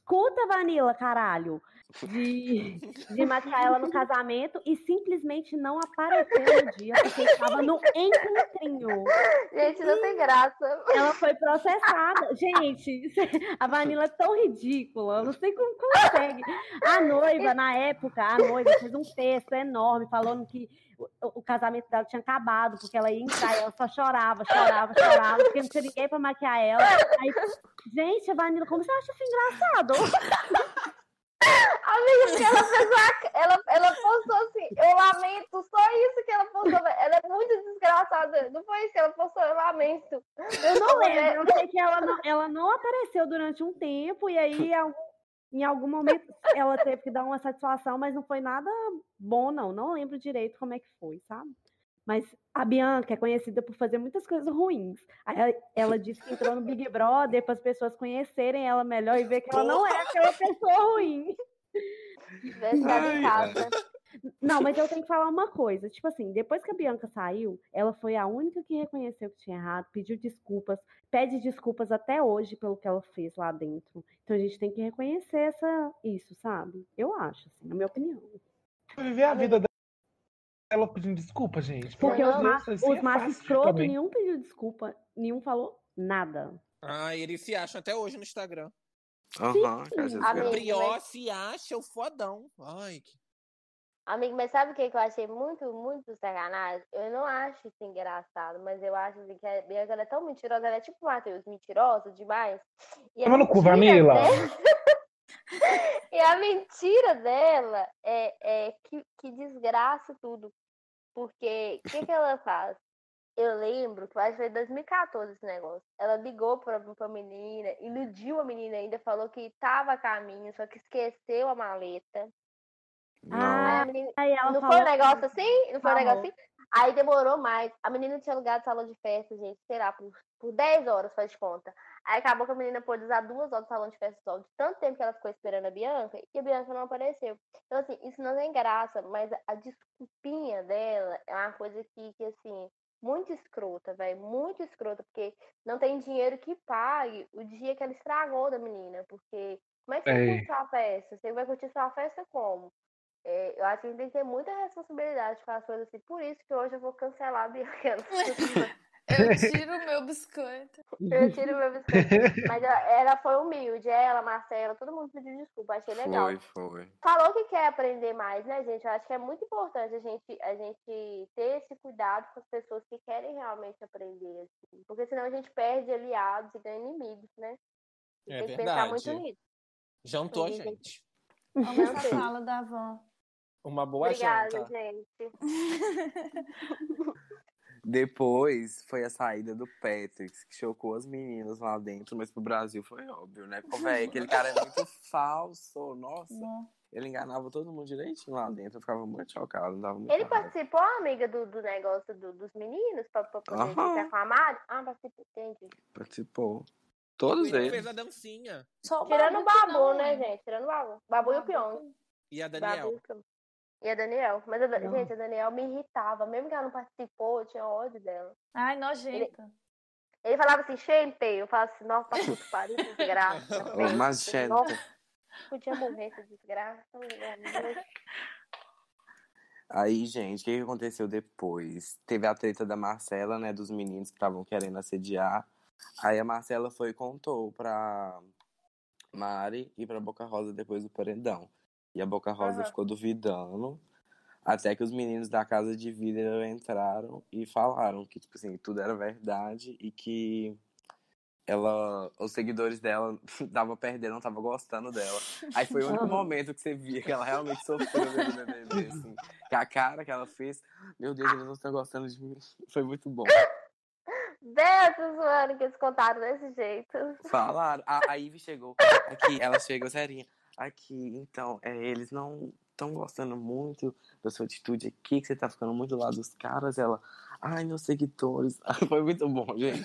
C: Escuta, Vanilla, caralho! De, de maquiar ela no casamento e simplesmente não apareceu no dia porque estava no encontrinho.
B: Gente, não tem graça.
C: Ela foi processada. Gente, a Vanilla é tão ridícula. Eu não sei como consegue. A noiva, na época, a noiva fez um texto enorme falando que o, o casamento dela tinha acabado, porque ela ia entrar e ela só chorava, chorava, chorava, porque não tinha ninguém pra maquiar ela. Aí, gente, a Vanilla, como você acha isso engraçado?
B: Amiga, porque ela fez uma- ela, ela postou assim, eu lamento, só isso que ela postou. velho. Ela é muito desgraçada. Não foi isso que ela postou, eu lamento.
C: Eu não lembro. Eu sei que ela é não, ela não apareceu durante um tempo, e aí em algum- em algum momento ela teve que dar uma satisfação, mas não foi nada bom, não. Não lembro direito como é que foi, sabe? Mas a Bianca é conhecida por fazer muitas coisas ruins. Aí ela, ela disse que entrou no Big Brother para as pessoas conhecerem ela melhor e ver que ela não é aquela pessoa ruim.
B: Verdade, casa.
C: Não, mas eu tenho que falar uma coisa. Tipo assim, depois que a Bianca saiu, ela foi a única que reconheceu que tinha errado, pediu desculpas, pede desculpas até hoje pelo que ela fez lá dentro. Então a gente tem que reconhecer essa, isso, sabe? Eu acho, assim, na minha opinião.
D: Viver a vida dela pedindo desculpa, gente.
C: Porque
D: Pelo
C: os,
D: amor de
C: ma
D: Deus, assim
C: os
D: é
C: machos
D: fácil
C: escroto,
D: também.
C: nenhum pediu desculpa, nenhum falou nada.
H: Ah, eles se acham até hoje no Instagram.
E: Aham,
B: Sim.
E: cara, vocês
B: Amigo,
E: viram?
H: Prió
B: mas-
H: se acha o fodão. Ai, que...
B: Amigo, mas sabe o que que eu achei muito, muito sacanagem? Eu não acho isso engraçado, mas eu acho assim, que a Bianca ela é tão mentirosa, ela é tipo o Matheus, mentirosa demais. E a
D: Toma no cu,
B: mentira dela-
D: Vanilla.
B: e a mentira dela é, é que, que desgraça tudo. Porque o que, que ela faz? Eu lembro que eu acho que foi em 2014 esse negócio. Ela ligou pra, pra menina, iludiu a menina ainda, falou que tava a caminho, só que esqueceu a maleta. Aí
E: Não.
B: a menina-
C: Aí ela
B: não foi
C: falou
B: um negócio assim? Não foi um
C: Falou.
B: negócio assim? Aí demorou mais. A menina tinha alugado salão de festa, gente, sei lá, por, por 10 horas, faz de conta. Aí acabou que a menina pôde usar duas horas do salão de festa só, de tanto tempo que ela ficou esperando a Bianca, e a Bianca não apareceu. Então, assim, isso não tem graça, mas a desculpinha dela é uma coisa que, que assim, muito escrota, velho, muito escrota, porque não tem dinheiro que pague o dia que ela estragou da menina, porque como é que você
D: Ei.
B: curte sua festa? Você vai curtir sua festa como? É, eu acho que a gente tem que ter muita responsabilidade com as coisas assim. Por isso que hoje eu vou cancelar a Bianca.
F: Eu tiro o meu biscoito.
B: eu tiro meu biscoito. Mas ela, ela foi humilde, ela, Marcela, todo mundo pediu desculpa, achei legal.
E: Foi, foi.
B: Falou que quer aprender mais, né, gente? Eu acho que é muito importante a gente, a gente ter esse cuidado com as pessoas que querem realmente aprender. assim. Porque senão a gente perde aliados e ganha inimigos, né?
H: É
B: tem que pensar muito
H: verdade.
B: nisso.
H: Jantou a
B: Sim, sim.
H: gente.
F: Amo essa
B: Jantei.
F: fala da van.
H: Uma boa tá?
B: Obrigada,
H: janta.
B: gente.
E: Depois foi a saída do Patrick, que chocou as meninas lá dentro, mas pro Brasil foi óbvio, né? Pô, véi, aquele cara é muito falso, nossa.
F: Não.
E: Ele enganava todo mundo direitinho lá dentro, eu ficava muito chocado, dava muito
B: Ele
E: raiva.
B: participou, amiga, do, do negócio do- dos meninos pra, pra poder
E: Aham.
B: ficar com a Mari? Ah, participou, entendi.
E: Participou. Todos
H: Ele fez
E: eles.
H: a dancinha.
F: Só o
B: Tirando o
F: Babu que
B: Babu,
F: não,
B: né, gente? Tirando o Babu. Babu e o
F: Babu
B: Pyong.
F: que-
H: E a
B: Babu e
H: Daniel.
B: o Pyong. E a Daniel. Mas, a, Da-
C: Não.
B: gente, a Daniel me irritava. Mesmo que ela não participou, eu tinha ódio dela.
F: Ai, nojenta.
B: Ele falava assim, gente, eu falava assim, nossa, pra puto pariu, que desgraça.
E: Ô,
B: feio,
E: mas,
B: esse
E: gente,
B: novo, Podia morrer essa desgraça. meu
E: Aí, gente, o que que aconteceu depois? Teve a treta da Marcela, né? Dos meninos que estavam querendo assediar. Aí a Marcela foi e contou pra Mari e pra Boca Rosa depois do paredão. E a Boca Rosa
B: Aham.
E: ficou duvidando. Até que os meninos da casa de vidro entraram e falaram que, tipo assim, tudo era verdade e que ela, os seguidores dela tava perdendo, não tava gostando dela. Aí foi o único
C: Aham.
E: momento que você via que ela realmente sofreu dentro do BBB, assim. Que a cara que ela fez, meu Deus, eles não estão gostando de mim. Foi muito bom.
B: Deus, tô zoando que eles contaram desse jeito.
E: Falaram. A, a Ivy chegou aqui, ela chegou serinha. Aqui, então, é, eles não estão gostando muito da sua atitude aqui, que você tá ficando muito do lado dos caras. Ela, ai, meus seguidores. Foi muito bom, gente.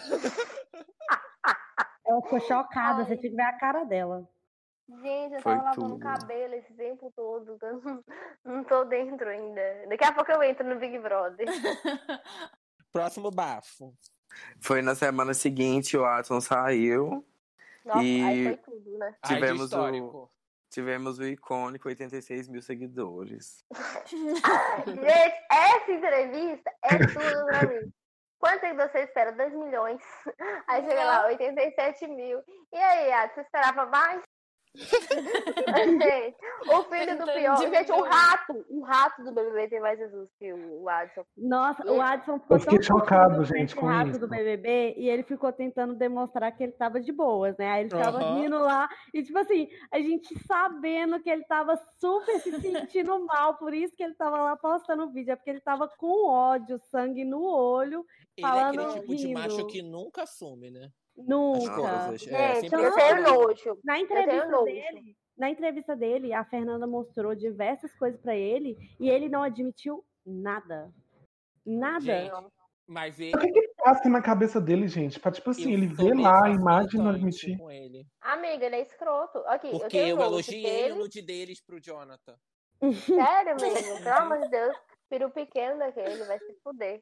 C: Ela ficou chocada, você
B: Ai.
C: tinha que ver a cara dela.
B: Gente, eu
E: Foi
B: tava lavando o
E: tudo.
B: cabelo esse tempo todo. que Eu não, não tô dentro ainda. Daqui a pouco eu entro no Big Brother.
H: Próximo bafo.
E: Foi na semana seguinte, o Watson saiu.
B: Nossa, aí
E: E-
B: foi tudo, né?
H: Ai, de
E: Tivemos o-
H: histórico.
E: Tivemos o icônico 86 mil seguidores.
B: Gente, essa entrevista é tudo pra mim. Quanto é que você espera? 2 milhões. Aí chega lá, 87 mil. E aí, Ad, você esperava mais? Gente, o filho do
F: Tentando
B: pior. Gente, o
F: diminuir.
B: rato. O rato do BBB tem mais Jesus que o Adson.
C: Nossa,
B: Eu-
C: o Adson ficou
D: eu fiquei
C: tão
D: chocado,
C: confuso
D: gente,
C: esse
D: com
C: rato
D: isso.
C: do BBB e ele ficou tentando demonstrar que ele tava de boas, né? Aí ele ficava
H: Aham.
C: rindo lá e, tipo assim, a gente sabendo que ele tava super se sentindo mal, por isso que ele tava lá postando o vídeo, é porque ele tava com ódio, sangue no olho,
H: Ele é aquele
C: Falando
H: tipo de macho
C: rindo.
H: que nunca assume, né? As
C: nunca.
H: coisas. É,
B: Gente,
H: sempre
B: eu
H: assume.
B: tenho nojo.
C: Na
B: Eu tenho
C: entrevista
B: nojo.
C: dele, na entrevista dele, a Fernanda mostrou diversas coisas pra ele e ele não admitiu nada. Nada.
H: Gente, mas ele,
D: O que, que ele passa na cabeça dele, gente? Pra, tipo assim,
H: Eu
D: ele
H: sou
D: vê
H: meio
D: lá a imagem e não
H: relutante
D: admitir.
H: com ele.
B: Amiga, ele é escroto. Aqui, eu
H: Porque
B: tenho
H: eu
B: print
H: elogiei o
B: dele.
H: nude deles pro Jonathan.
B: Sério, mesmo? Pelo amor de Deus. Piro pequeno daquele, vai se fuder.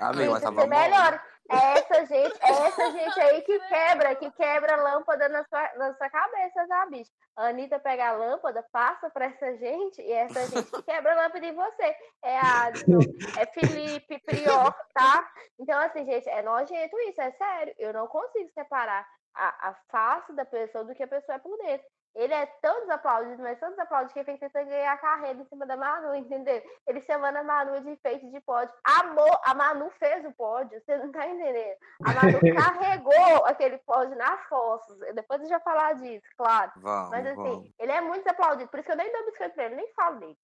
E: Amigo, Ah, mas
B: Tem que
E: tava
B: ser
E: bom.
B: melhor. É essa gente, é essa gente aí que quebra, que quebra a lâmpada na sua, na sua cabeça, tá, bicho? A Anitta pega a lâmpada, passa pra essa gente, e essa gente que quebra a lâmpada em você. É Adson, é Felipe, Prior, tá? Então, assim, gente, é nojento isso, é sério. Eu não consigo separar a, a face da pessoa do que a pessoa é por dentro. Ele é tão desaplaudido, mas tão desaplaudido que ele tem que tentar ganhar a carreira em cima da Manu, entendeu? Ele chamando a Manu de enfeite de pódio. Amor, a Manu fez o pódio, você não tá entendendo. A Manu carregou aquele pódio nas costas. Depois eu já falar disso, claro.
E: Vamos,
B: mas assim,
E: vamos.
B: ele é muito desaplaudido, por isso que eu nem dou biscoito pra ele, nem falo dele.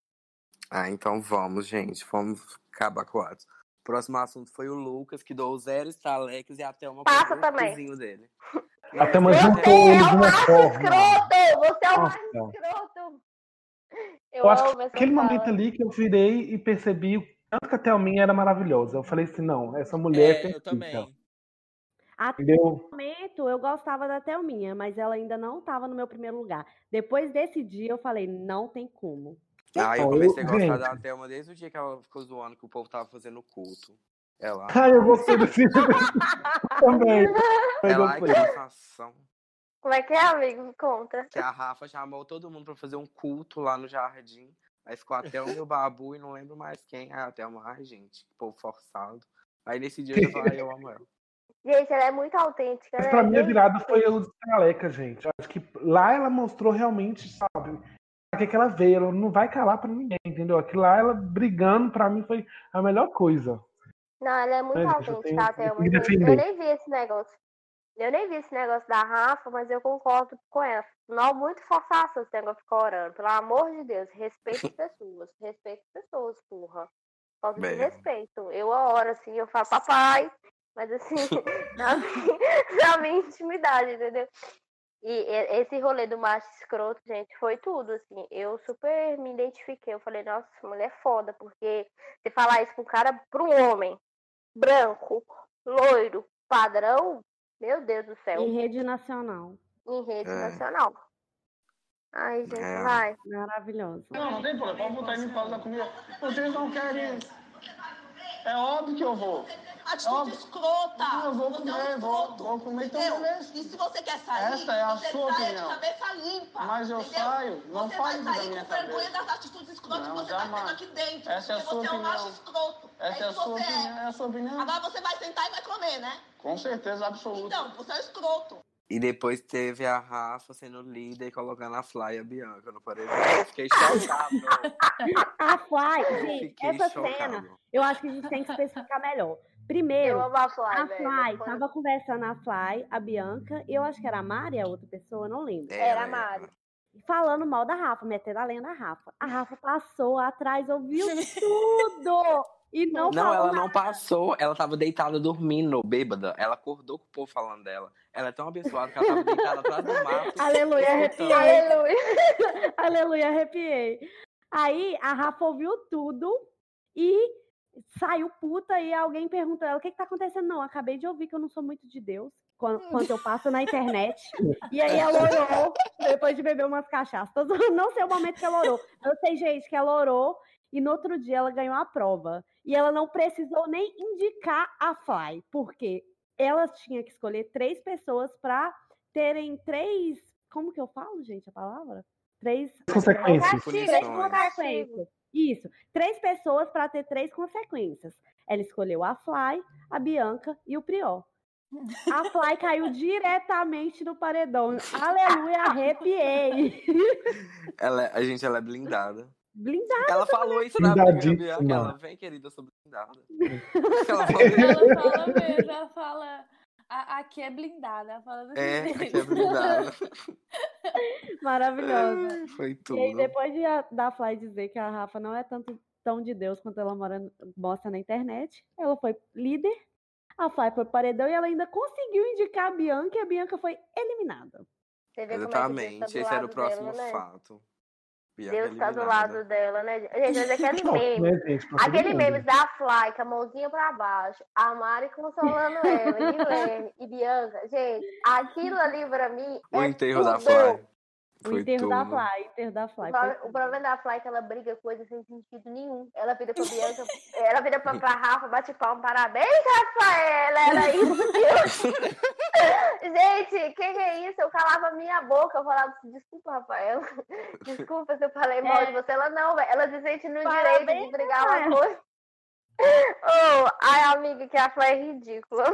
E: Ah, então vamos, gente. Vamos acabar com o ato. Próximo assunto foi o Lucas, que dou zero estaleques e até uma
B: Passa também.
E: um dele.
D: A Thelma
E: Você
D: juntou um.
E: é
D: eles
E: o
D: de uma
E: mais
D: forma.
B: Escroto! Você é o mais
D: Nossa.
B: escroto! Eu,
D: Eu acho
B: amo
D: que
B: essa
D: aquele
B: fala.
D: momento ali que eu virei e percebi o tanto que a Thelminha era maravilhosa. Eu falei assim, não, essa mulher é
H: É, eu
D: perfeita.
H: também.
C: Até
D: Entendeu?
C: o momento eu gostava da Thelminha, mas ela ainda não estava no meu primeiro lugar. Depois desse dia eu falei, não tem como.
E: Ah, eu
D: Então,
E: comecei a
D: eu-
E: gostar
D: gente.
E: da Thelma desde o dia que ela ficou zoando que o povo tava fazendo culto. Ela.
D: Ai, eu gostei desse também. Eu
E: Ela, ai, que
D: gostei.
E: sensação.
B: Como é que é, amigo? Me conta.
E: Que a Rafa chamou todo mundo pra fazer um culto lá no jardim. Aí ficou até o meu babu e não lembro mais quem. Ah, até uma, ai, gente, que povo forçado. Aí nesse dia eu já falei, ai, eu amo ela.
B: Gente, ela é muito autêntica,
D: Mas
B: né?
D: pra mim a
B: Gente,
D: virada foi o Caleca, gente. Eu Acho que lá ela mostrou realmente, sabe, pra que, que ela veio. Ela não vai calar pra ninguém, entendeu? Aquilo lá ela brigando, pra mim foi a melhor coisa.
B: Não, ela é muito
D: Mas, bicho, eu tenho-
B: autêntica,
D: eu
B: Thelma.
D: tenho que
B: gente. Eu
D: defender.
B: nem vi esse negócio. Eu nem vi esse negócio da Rafa, mas eu concordo com ela. Não muito forçaça esse negócio de ficar orando. Pelo amor de Deus, respeita as pessoas. Respeita as pessoas, porra. Falta de
E: Bem.
B: respeito. Eu oro assim, eu falo, papai. Mas assim, na minha, na minha intimidade, entendeu? E e- esse rolê do macho escroto, gente, foi tudo, assim. Eu super me identifiquei. Eu falei, nossa, essa mulher é foda, porque você falar isso pra um cara, pra um homem, branco, loiro, padrão, meu Deus do céu,
C: Em rede nacional.
B: em rede
C: É.
B: nacional. Ai, gente,
C: É.
B: vai.
C: Maravilhosa.
B: Ah,
L: Não, não tem problema. Pode botar ele em pausa comigo. Vocês não querem isso. É óbvio que eu vou. É
M: Atitude escrota.
L: Não, eu vou
M: Você é um
L: comer, vou, vou comer
M: Entendeu?
L: também.
M: E se você quer sair,
L: Essa é a
M: você
L: sua
M: saia
L: opinião.
M: de cabeça limpa.
L: Mas eu
M: entendeu?
L: saio, não
M: você
L: fale da
M: vai sair
L: minha
M: com vergonha
L: cabeça.
M: das atitudes escrotas
L: Não,
M: que você tá
L: jamais.
M: tendo aqui dentro.
L: Essa é a
M: porque
L: sua
M: você é um macho
L: opinião.
M: escroto.
L: Essa
M: é
L: é
M: isso
L: a
M: que
L: sua
M: você
L: opinião, é a sua opinião.
M: Agora você vai sentar e vai comer, né?
L: Com certeza absoluta.
M: Então, você é um escroto.
E: E depois teve a Rafa sendo líder e colocando a Fly e a Bianca no paredão. Eu Fiquei chocado.
C: A Fly,
E: Eu
C: gente,
E: fiquei
C: essa
E: chocado.
C: cena, eu acho que a gente tem que especificar melhor. Primeiro,
B: Eu amo a Fly,
C: a
B: velho,
C: Fly
B: foi-
C: tava conversando a Fly, a Bianca, e eu acho que era a Mari, a outra pessoa, eu não
E: É,
C: lembro.
B: Era a Mari.
C: Falando mal da Rafa, metendo a lenha na Rafa. A Rafa passou atrás, ouviu tudo! E não,
E: Não,
C: falou
E: ela
C: nada.
E: não passou. Ela tava deitada dormindo, bêbada. Ela acordou com o povo falando dela. Ela é tão abençoada que ela tava deitada atrás do mato.
C: Aleluia, arrepiei.
E: escutando.
B: tá
C: Aleluia. Aleluia, arrepiei. Aí a Rafa ouviu tudo e saiu puta e alguém perguntou a ela, o que que tá acontecendo? Não, acabei de ouvir que eu não sou muito de Deus, quan- quando eu passo na internet. E aí ela orou, depois de beber umas cachaças. Tô zoando, Não sei o momento que ela orou. Eu sei, gente, que ela orou e no outro dia ela ganhou a prova. E ela não precisou nem indicar a Fly, porque ela tinha que escolher três pessoas para terem três. Como que eu falo, gente, a palavra? Três
D: Consequências.
C: Três
D: Punições.
C: consequências. Isso. Três pessoas para ter três consequências. Ela escolheu a Fly, a Bianca e o Prior. A Fly caiu diretamente no paredão. Aleluia, arrepiei.
E: Ela, a gente, ela é blindada.
C: Blindada.
E: Ela falou isso na briga da Bianca. Ela vem, querida, eu sou blindada. Ela falou
F: Ela
E: isso.
F: fala mesmo, ela fala. "A- aqui é blindada, ela fala desse
E: É,
F: jeito.
E: aqui é blindada.
C: Maravilhosa.
E: Foi
C: E aí,
E: tudo.
C: depois de a, da Fly dizer que a Rafa não é tanto tão de Deus quanto ela mora- mostra na internet, ela foi líder, a Fly foi pro paredão e ela ainda conseguiu indicar a Bianca e a Bianca foi eliminada.
B: Você vê como é que Deus tá
E: Exatamente.
B: do
E: Esse era o
B: lado dela,
E: próximo
B: né?
E: fato. Pior que
B: Deus tá do
E: eliminada.
B: lado dela, né? gente? Gente, mas aquele
E: Não,
B: meme.
D: tá
E: né, gente? Pra todo
B: aquele
E: mundo.
B: meme da Fly, com a mãozinha pra baixo, a Mari consolando ela, e Guilherme e Bianca. Gente, aquilo ali pra mim.
E: O
B: é
E: enterro da
B: tudo.
E: Fly.
C: O
E: Foi
C: enterro da
E: tudo.
C: Fly, o enterro da Fly.
B: O
C: foi-
B: pro- o problema da Fly é que ela briga coisa sem sentido nenhum. Ela vira pra Bianca, ela vira pra, pra Rafa, bate palma, parabéns, Rafaela! Era isso, viu? Gente, que que é isso? Eu calava a minha boca, eu falava assim, desculpa, Rafaela. Desculpa se eu falei mal de você. Ela não, velho. Ela se sente no direito de
C: É. Parabéns, né?
B: brigar
C: Rafaela.
B: uma coisa. Oh, ai, amiga, que a Fly é ridícula.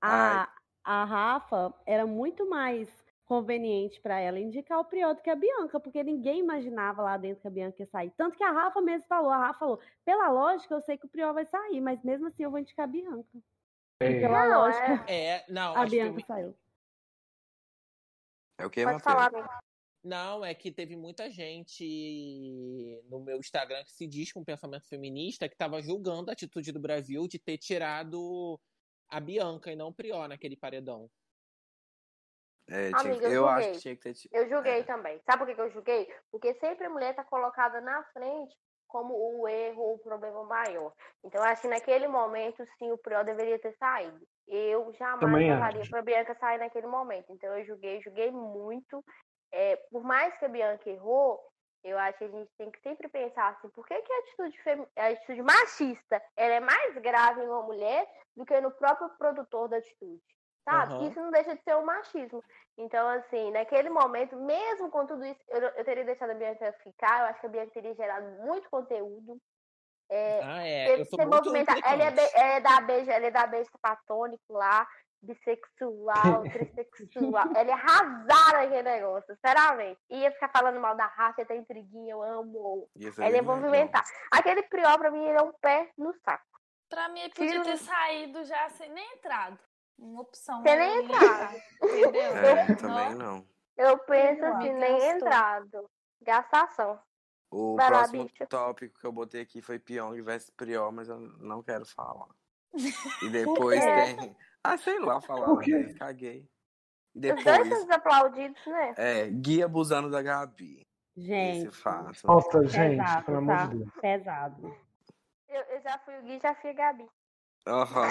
C: A, a Rafa era muito mais conveniente para ela indicar o Prioto que a Bianca, porque ninguém imaginava lá dentro que a Bianca ia sair. Tanto que a Rafa mesmo falou, a Rafa falou, pela lógica eu sei que o Prior vai sair, mas mesmo assim eu vou indicar a Bianca. E pela
B: Não,
C: lógica,
H: É, não,
C: a
H: acho que
C: Bianca
H: teve-
C: saiu.
E: É o que,
B: Pode
E: Matheus?
B: falar, amiga.
H: Não, é que teve muita gente no meu Instagram que se diz com pensamento feminista que tava julgando a atitude do Brasil de ter tirado a Bianca e não o Prior naquele paredão.
E: É, tinha que-
B: Amiga, eu,
E: eu
B: julguei.
E: acho que tinha que ter tido.
B: Eu julguei também. Sabe por que que eu julguei? Porque sempre a mulher tá colocada na frente como o erro, o problema maior. Então, eu acho que naquele momento, sim, o Prior deveria ter saído. Eu jamais
D: Também
B: falaria pra Bianca sair naquele momento. Então, eu julguei, julguei muito. É, por mais que a Bianca errou, eu acho que a gente tem que sempre pensar assim, por que, que a, atitude femi- a atitude machista ela é mais grave em uma mulher do que no próprio produtor da atitude? Sabe?
N: Aham.
B: Isso não deixa de ser um machismo. Então, assim, naquele momento, mesmo com tudo isso, eu, eu teria deixado a Bianca ficar, eu acho que a Bianca teria gerado muito conteúdo. É,
H: Ah, é,
B: teve
H: eu
B: que
H: sou
B: ser
H: muito
B: movimentada. Ela é ia, be-
H: implicante.
B: ela ia dar beijo, ela ia dar beijo sapatônico lá, bissexual, trissexual. ela ia arrasar naquele negócio, sinceramente. Ia ficar falando mal da raça, ia ter intriguinha, eu amo.
E: Ia
H: Tá
E: ser
B: Ela é ia
E: bem legal.
B: movimentar. Aquele prior, pra mim, ele é um pé no saco.
F: Pra mim, ele podia
B: Tira-
F: ter saído já sem nem entrado. Uma opção. né?
B: Sem nem
F: Ele
B: entrado.
F: Entendeu?
E: É, também não.
B: Eu penso
F: Sei lá.
B: assim,
F: Me
B: nem
F: gastou.
B: entrado. Gastação.
E: O
B: Vai lá,
E: próximo
B: bicho.
E: tópico que eu botei aqui foi Pyong versus Prior, mas eu não quero falar. E depois
B: quê?
E: tem. Ah, sei lá falar,
D: Por
E: né?
D: quê?
E: velho? Caguei. E
H: É
B: Os dois
E: depois.
B: são desaplaudidos, né?
E: É, Gui abusando da Gabi.
C: Gente,
E: Esse fato.
D: Nossa, gente,
C: pesado,
D: pelo amor
C: tá?
D: de Deus.
C: Pesado.
B: Eu, eu já fui o Gui, já fui a Gabi.
E: Aham.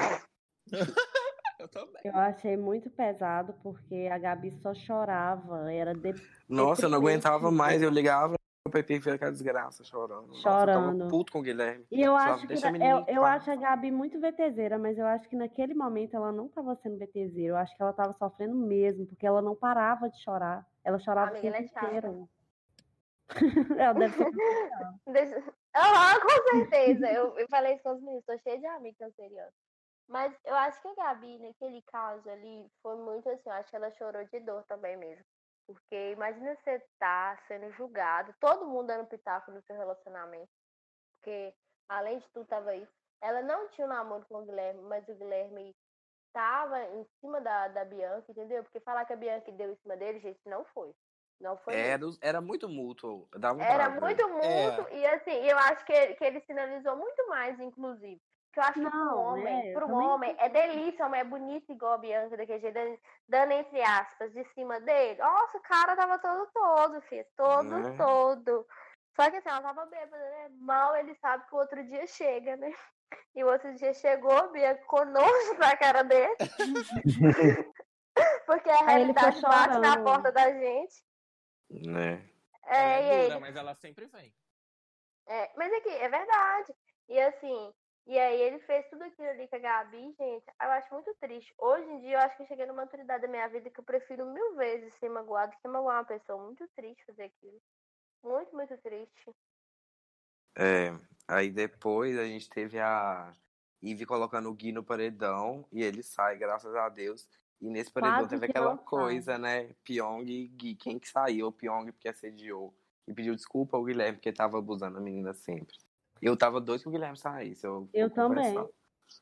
C: Eu achei muito pesado porque a Gabi só chorava, era de...
E: Nossa, eu não
C: deprimente.
E: aguentava mais. Eu ligava o PP ver aquela desgraça, chorando. Nossa, eu
C: Chorando.
E: tava puto com o Guilherme.
C: E eu
E: Falava,
C: acho que
E: Deixa
C: na-
E: a menina
C: eu,
E: em
C: eu
E: paz."
C: acho a Gabi muito VTZera, mas eu acho que naquele momento ela não estava sendo VTZera. Eu acho que ela estava sofrendo mesmo, porque ela não parava de chorar. Ela chorava
B: Amiga,
C: o
B: ela
C: tempo
B: é chata.
C: inteiro. Ela deve ser
B: Deixa- Aham, com certeza. Eu, eu falei isso com os meninos, tô cheia de amigos cancerianos. Mas eu acho que a Gabi, naquele caso ali, foi muito assim, eu acho que ela chorou de dor também mesmo. Porque imagina você tá sendo julgado, todo mundo dando pitaco no seu relacionamento. Porque, além de tudo, tava isso. Ela não tinha um namoro com o Guilherme, mas o Guilherme tava em cima da, da Bianca, entendeu? Porque falar que a Bianca deu em cima dele, gente, não foi. Não foi mesmo.
E: Era, era muito mútuo. Dava um
B: Era
E: trago.
B: muito, muito. E assim, eu acho que ele, que ele sinalizou muito mais, inclusive. Que eu acho que pro
C: Não,
B: homem,
C: é, eu
B: pro
C: também
B: homem, é delícia, homem é bonito igual a Bianca daquele jeito, dando- dando entre aspas, de cima dele. Nossa, o cara tava todo todo, filho. Todo,
E: Né?
B: todo. Só que assim, ela tava bêbada, né? Mal ele sabe que o outro dia chega, né? E o outro dia chegou, a Bianca com nojo na cara dele. Porque a
C: Aí ele ficou
B: realidade bate na
C: chorando.
B: porta da gente.
E: Né?
B: É, e
H: Ela é
B: aí
H: dura,
B: ele
H: mas ela sempre vem.
B: É, mas é que é verdade. E assim, e aí ele fez tudo aquilo ali com a Gabi, gente. Eu acho muito triste. Hoje em dia, eu acho que eu cheguei numa maturidade da minha vida que eu prefiro mil vezes ser magoado que magoar uma pessoa. Muito triste fazer aquilo. Muito, muito triste.
E: É. Aí depois a gente teve a Ivy colocando o Gui no paredão e ele sai, graças a Deus. E nesse paredão
C: Quase
E: teve
C: que
E: aquela
C: não sai.
E: coisa, né? Pyong e Gui. Quem que saiu? O Pyong porque assediou. E pediu desculpa ao Guilherme porque tava abusando da menina sempre. Eu tava doido que o Guilherme saísse. Eu,
C: Eu
E: vou confessar.
C: também.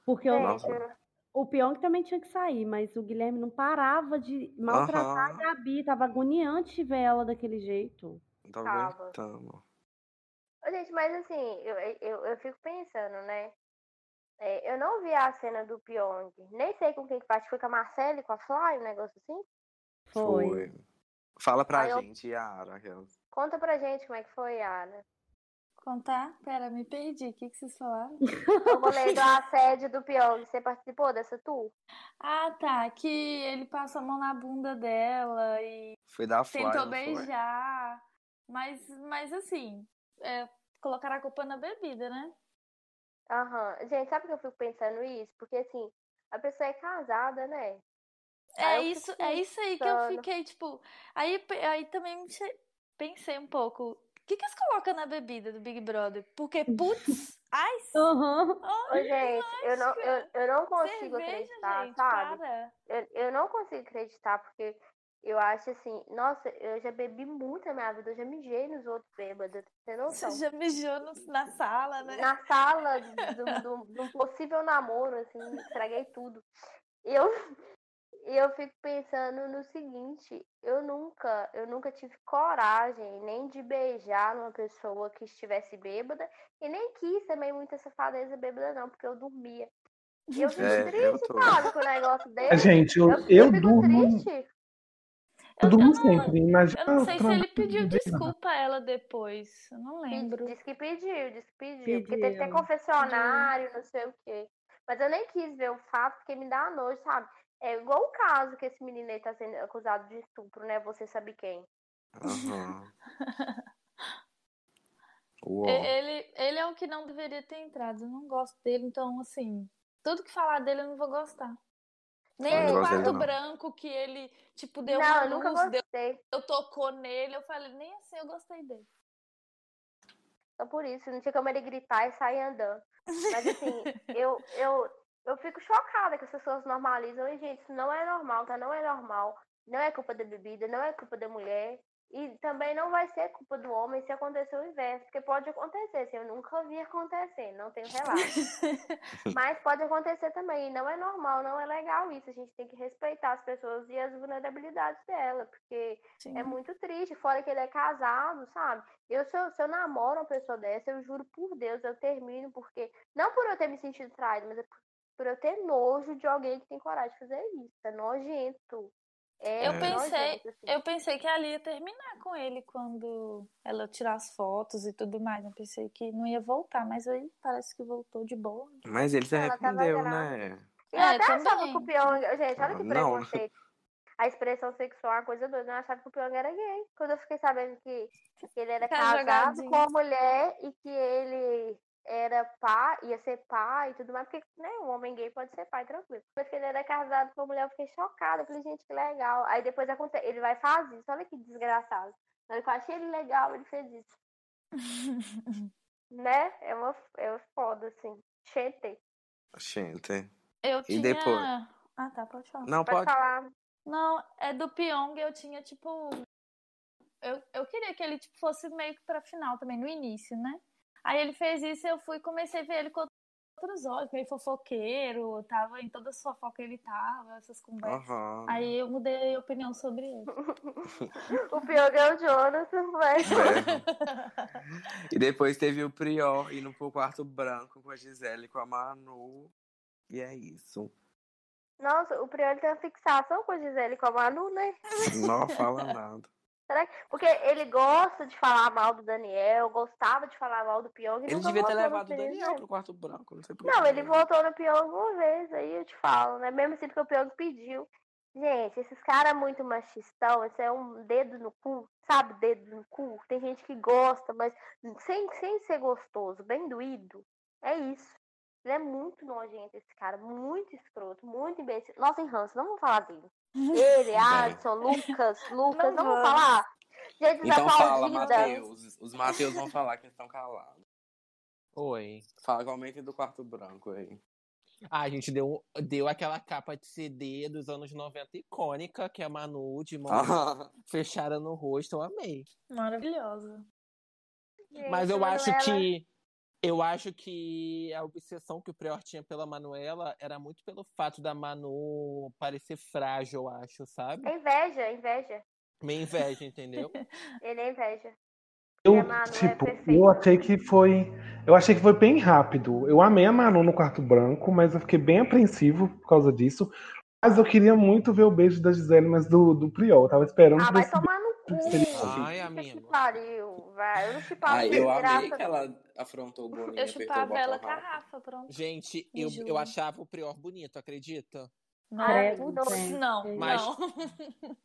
C: Porque
B: É.
C: o,
E: Nossa.
C: o Pyong também tinha que sair, mas o Guilherme não parava de maltratar
E: Aham.
C: a Gabi. Tava agoniante ver ela daquele jeito.
E: Não tava
B: Tava.
E: Tá aguentando.
B: Ô, Gente, mas assim, eu, eu, eu fico pensando, né? É, eu não vi a cena do Pyong. Nem sei com quem que parte. Foi com a Marcele, com a Fly, um negócio assim?
C: Foi.
E: Fala pra
B: Aí eu-
E: gente, Yara. aquelas.
B: Conta pra gente como é que foi, Ana.
F: Contar? Pera, me perdi. O que, que vocês falaram?
B: Eu vou ler do assédio do Pyong. Você participou dessa tour?
F: Ah, tá. Que ele passou a mão na bunda dela e
E: Foi da Fly,
F: tentou
E: não foi?
F: beijar. Mas, mas assim, é, colocaram a culpa na bebida, né?
B: Aham. Gente, sabe que eu fico pensando isso? Porque assim, a pessoa é casada, né?
F: É
B: Aí eu
F: isso,
B: fico assim,
F: é isso aí que eu
B: pensando.
F: fiquei, tipo. Aí, pe- aí também me che- pensei um pouco. O que, que eles colocam na bebida do Big Brother? Porque, putz, ai,
B: Ô, gente, eu não, eu, eu não consigo
F: Cerveja,
B: acreditar,
F: gente,
B: sabe? Então.
F: para.
B: Eu, eu não consigo acreditar, porque eu acho assim, nossa, eu já bebi muito na minha vida, eu já mijei nos outros bêbados, você não
F: Você já mijou no- na sala, né?
B: Na sala de um- de um- de um possível namoro, assim, estraguei tudo. E eu, e eu fico pensando no seguinte, eu nunca, eu nunca tive coragem nem de beijar uma pessoa que estivesse bêbada, e nem quis também muita safadeza bêbada, não, porque eu dormia. E eu fico
E: É, eu
B: triste,
E: tô.
B: sabe, com o negócio dele.
D: Gente, eu- eu
B: fico
D: durmo-
B: triste.
D: Eu durmo sempre, imagina.
F: Eu não sei se ele
D: transando
F: pediu
D: bêbada.
F: desculpa a ela depois. Eu não lembro.
B: Diz que pediu, diz que pediu. Porque teve até confessionário, não sei o quê. Mas eu nem quis ver o fato, porque me dá nojo, sabe? É igual o caso que esse menino aí tá sendo acusado de estupro, né? Você sabe quem.
E: Aham.
F: E-
E: Uó.
F: Ele, ele é o que não deveria ter entrado. Eu não gosto dele, então, assim, tudo que falar dele eu não vou gostar. Nem
E: Eu não
F: do
E: gosto dele,
F: quarto
E: não.
F: branco que ele, tipo, deu
B: Não,
F: uma
B: eu nunca
F: luz, deu,
B: gostei.
F: eu tocou nele, eu falei, nem assim eu gostei dele.
B: Então por isso, não tinha como ele gritar e sair andando. Mas assim, eu, eu, eu fico chocada que as pessoas normalizam. E, gente, isso não é normal, tá? Não é normal. Não é culpa da bebida, não é culpa da mulher. E também não vai ser culpa do homem se acontecer o inverso, porque pode acontecer, assim, eu nunca vi acontecer, não tenho relato. Mas pode acontecer também, e não é normal, não é legal isso. A gente tem que respeitar as pessoas e as vulnerabilidades dela, porque
F: Sim.
B: é muito triste. Fora que ele é casado, sabe? Eu, se, eu, se eu namoro uma pessoa dessa, eu juro por Deus, eu termino, porque. Não por eu ter me sentido traído, mas é por, por eu ter nojo de alguém que tem coragem de fazer isso. É nojento. É
F: Eu pensei,
B: nojento, assim.
F: eu pensei que ela ia terminar com ele quando ela tirar as fotos e tudo mais. Eu pensei que não ia voltar, mas aí parece que voltou de boa.
E: Mas ele se
B: Ela tava
E: arrependeu,
B: grávida.
E: né?
B: Eu
F: É,
B: até achava
F: também.
B: que o Pyong. Gente, olha que
E: Ah, Não.
B: preconceito. A expressão sexual é uma coisa doida. Eu achava que o Pyong era gay. Quando eu fiquei sabendo que, que ele era
F: Tá
B: casado
F: jogadinho.
B: com uma mulher e que ele era pai, ia ser pai e tudo mais, porque né, um homem gay pode ser pai, tranquilo. Mas que ele era casado com uma mulher, eu fiquei chocada. Eu falei, gente, que legal. Aí depois acontece, ele vai fazer isso. Olha que desgraçado. Na hora que eu achei ele legal, ele fez isso. Né? É uma, é uma foda, assim. Chete.
E: Gente.
F: Eu
E: E
F: tinha.
E: depois?
F: Ah, tá, pode falar.
E: Não, Pode pode.
B: falar.
F: Não, é do Pyong, eu tinha, tipo. Eu, eu queria que ele tipo, fosse meio que pra final também, no início, né? Aí ele fez isso e eu fui e comecei a ver ele com outros olhos, meio fofoqueiro, tava em toda a fofoca ele tava, essas conversas.
E: Aham.
F: Aí eu mudei a opinião sobre ele.
B: O Pyong é o Jonas, mas.
E: É. E depois teve o Prior indo pro quarto branco com a Gisele e com a Manu. E é isso.
B: Nossa, o Prioli tem uma fixação com a Gisele com a Manu, né?
E: Não fala nada.
B: Será que... Porque ele gosta de falar mal do Daniel, gostava de falar mal do Pyong. e
E: Ele
B: nunca
E: devia ter
B: voltou no
E: levado o
B: Feliz
E: Daniel
B: Ano.
E: pro quarto branco, não sei por
B: Não,
E: quê.
B: ele voltou no Pyong uma vez, aí eu te falo, né? Mesmo assim, porque o Pyong pediu. Gente, esses caras muito machistão, isso é um dedo no cu, sabe? Dedo no cu. Tem gente que gosta, mas sem, sem ser gostoso, bem doído. É isso. Ele é muito nojento, esse cara. Muito escroto, muito imbecil. Nossa, em Hans, não vamos falar dele. Ele, Adson, Lucas, Lucas, não, vamos
F: vamos.
B: falar. Gente
E: Então fala,
B: desaplaudida.
E: Matheus. Os Matheus vão falar que eles estão calados.
H: Oi.
E: Fala, comenta do quarto branco aí.
H: Ah, a gente deu, deu aquela capa de CD dos anos 90 icônica, que é a Manu de mão
E: Ah.
H: fechada no rosto, eu amei.
F: Maravilhosa.
H: Mas eu acho que eu acho que a obsessão que o Prior tinha pela Manuela era muito pelo fato da Manu parecer frágil, eu acho, sabe?
B: É inveja, é inveja.
H: Meio inveja, entendeu?
B: Ele é inveja.
D: Eu,
B: E a Manu
D: tipo,
B: é perfeita.
D: eu achei que foi. Eu achei que foi bem rápido. Eu amei a Manu no quarto branco, mas eu fiquei bem apreensivo por causa disso. Mas eu queria muito ver o beijo da Gisele, mas do, do Priol. Eu tava esperando tipo assim,
B: Ah,
D: por
B: vai
D: esse
B: tomar no
E: Ai, amigo.
B: Pariu, vai. Eu não chupava
H: Ah,
E: Ai,
B: sem
E: eu
B: é
E: amei
B: graça.
E: que ela afrontou o Boninho
F: Eu
E: e apertou o
F: chupava ela com
E: botão
F: a tá
E: rápido.
F: Rafa, pronto.
H: Gente,
F: Me
H: eu,
F: julgo.
H: eu achava o Prior bonito, acredita?
F: Ai, putz, não,
H: Mas,
F: não.
H: mas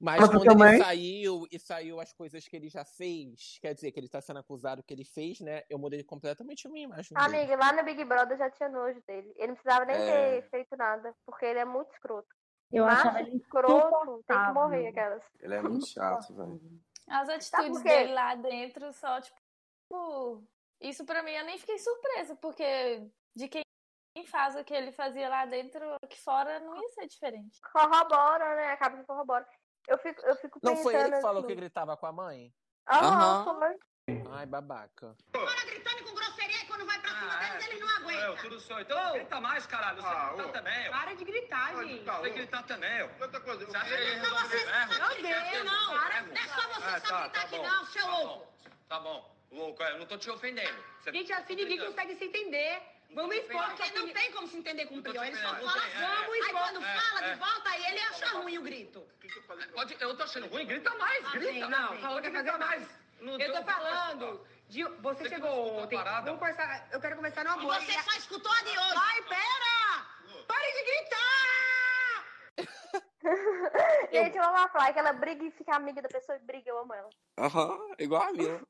D: Mas eu
H: quando
D: também.
H: ele saiu e saiu as coisas que ele já fez, quer dizer, que ele tá sendo acusado que ele fez, né? Eu mudei completamente a minha imagem. dele.
B: Amiga, lá no Big Brother eu já tinha nojo dele. Ele não precisava nem
H: É.
B: ter feito nada, porque ele é muito escroto.
C: Eu
B: Macho
C: achava ele
B: escroto, tem que
C: insuportável.
B: morrer, aquelas.
E: Ele é muito chato, velho.
F: As atitudes
B: por quê?
F: dele lá dentro só, tipo, tipo, isso pra mim eu nem fiquei surpresa, porque de quem faz o que ele fazia lá dentro, aqui fora não ia ser diferente.
B: Corrobora, né? Acaba que corrobora. Eu fico, eu fico
H: Não
B: pensando.
H: foi ele que falou
B: assim,
H: que gritava com a mãe?
B: Aham, foi.
H: Ai, babaca.
L: Ele não aguenta. Ah, É, tudo seu. Então, grita mais, caralho. Você gritar também. Para de gritar, gente. Você gritar também. Outra coisa. Você acha que assim? ele resolve
M: Meu Deus, não. Não é só você só
L: Ah, tá,
M: gritar
L: tá
M: aqui,
L: bom,
M: não, seu
L: tá
M: louco.
L: Tá bom. Louco, eu não tô te ofendendo. Você-
M: Gente, assim ninguém consegue se entender. Vamos
L: tô
M: expor.
L: entendendo.
M: Porque não tem como se entender com o
L: tô
M: Prior. Ele só
L: entendendo, não
M: fala,
L: tem, é,
M: vamos
L: é.
M: expor. Aí quando
L: É,
M: fala
L: é.
M: de volta, aí ele acha ruim o grito.
L: Pode, eu tô achando ruim, grita mais,
M: Ah,
L: grita.
M: gente, não, falou que
L: Pode
M: ia
L: gritar
M: fazer mais.
L: Não
M: Eu
L: tô-
M: tô falando de. Você
L: Você
M: chegou
L: escutou a
M: ontem.
L: parada?
M: Vamos conversar. Eu quero conversar no amor.
L: você
M: só escutou a de hoje. Ai, pera! Pare de gritar!
B: Gente, eu amo a Fly, que ela briga e fica amiga da pessoa e briga, eu amo ela.
E: Aham, igual a né? Mila.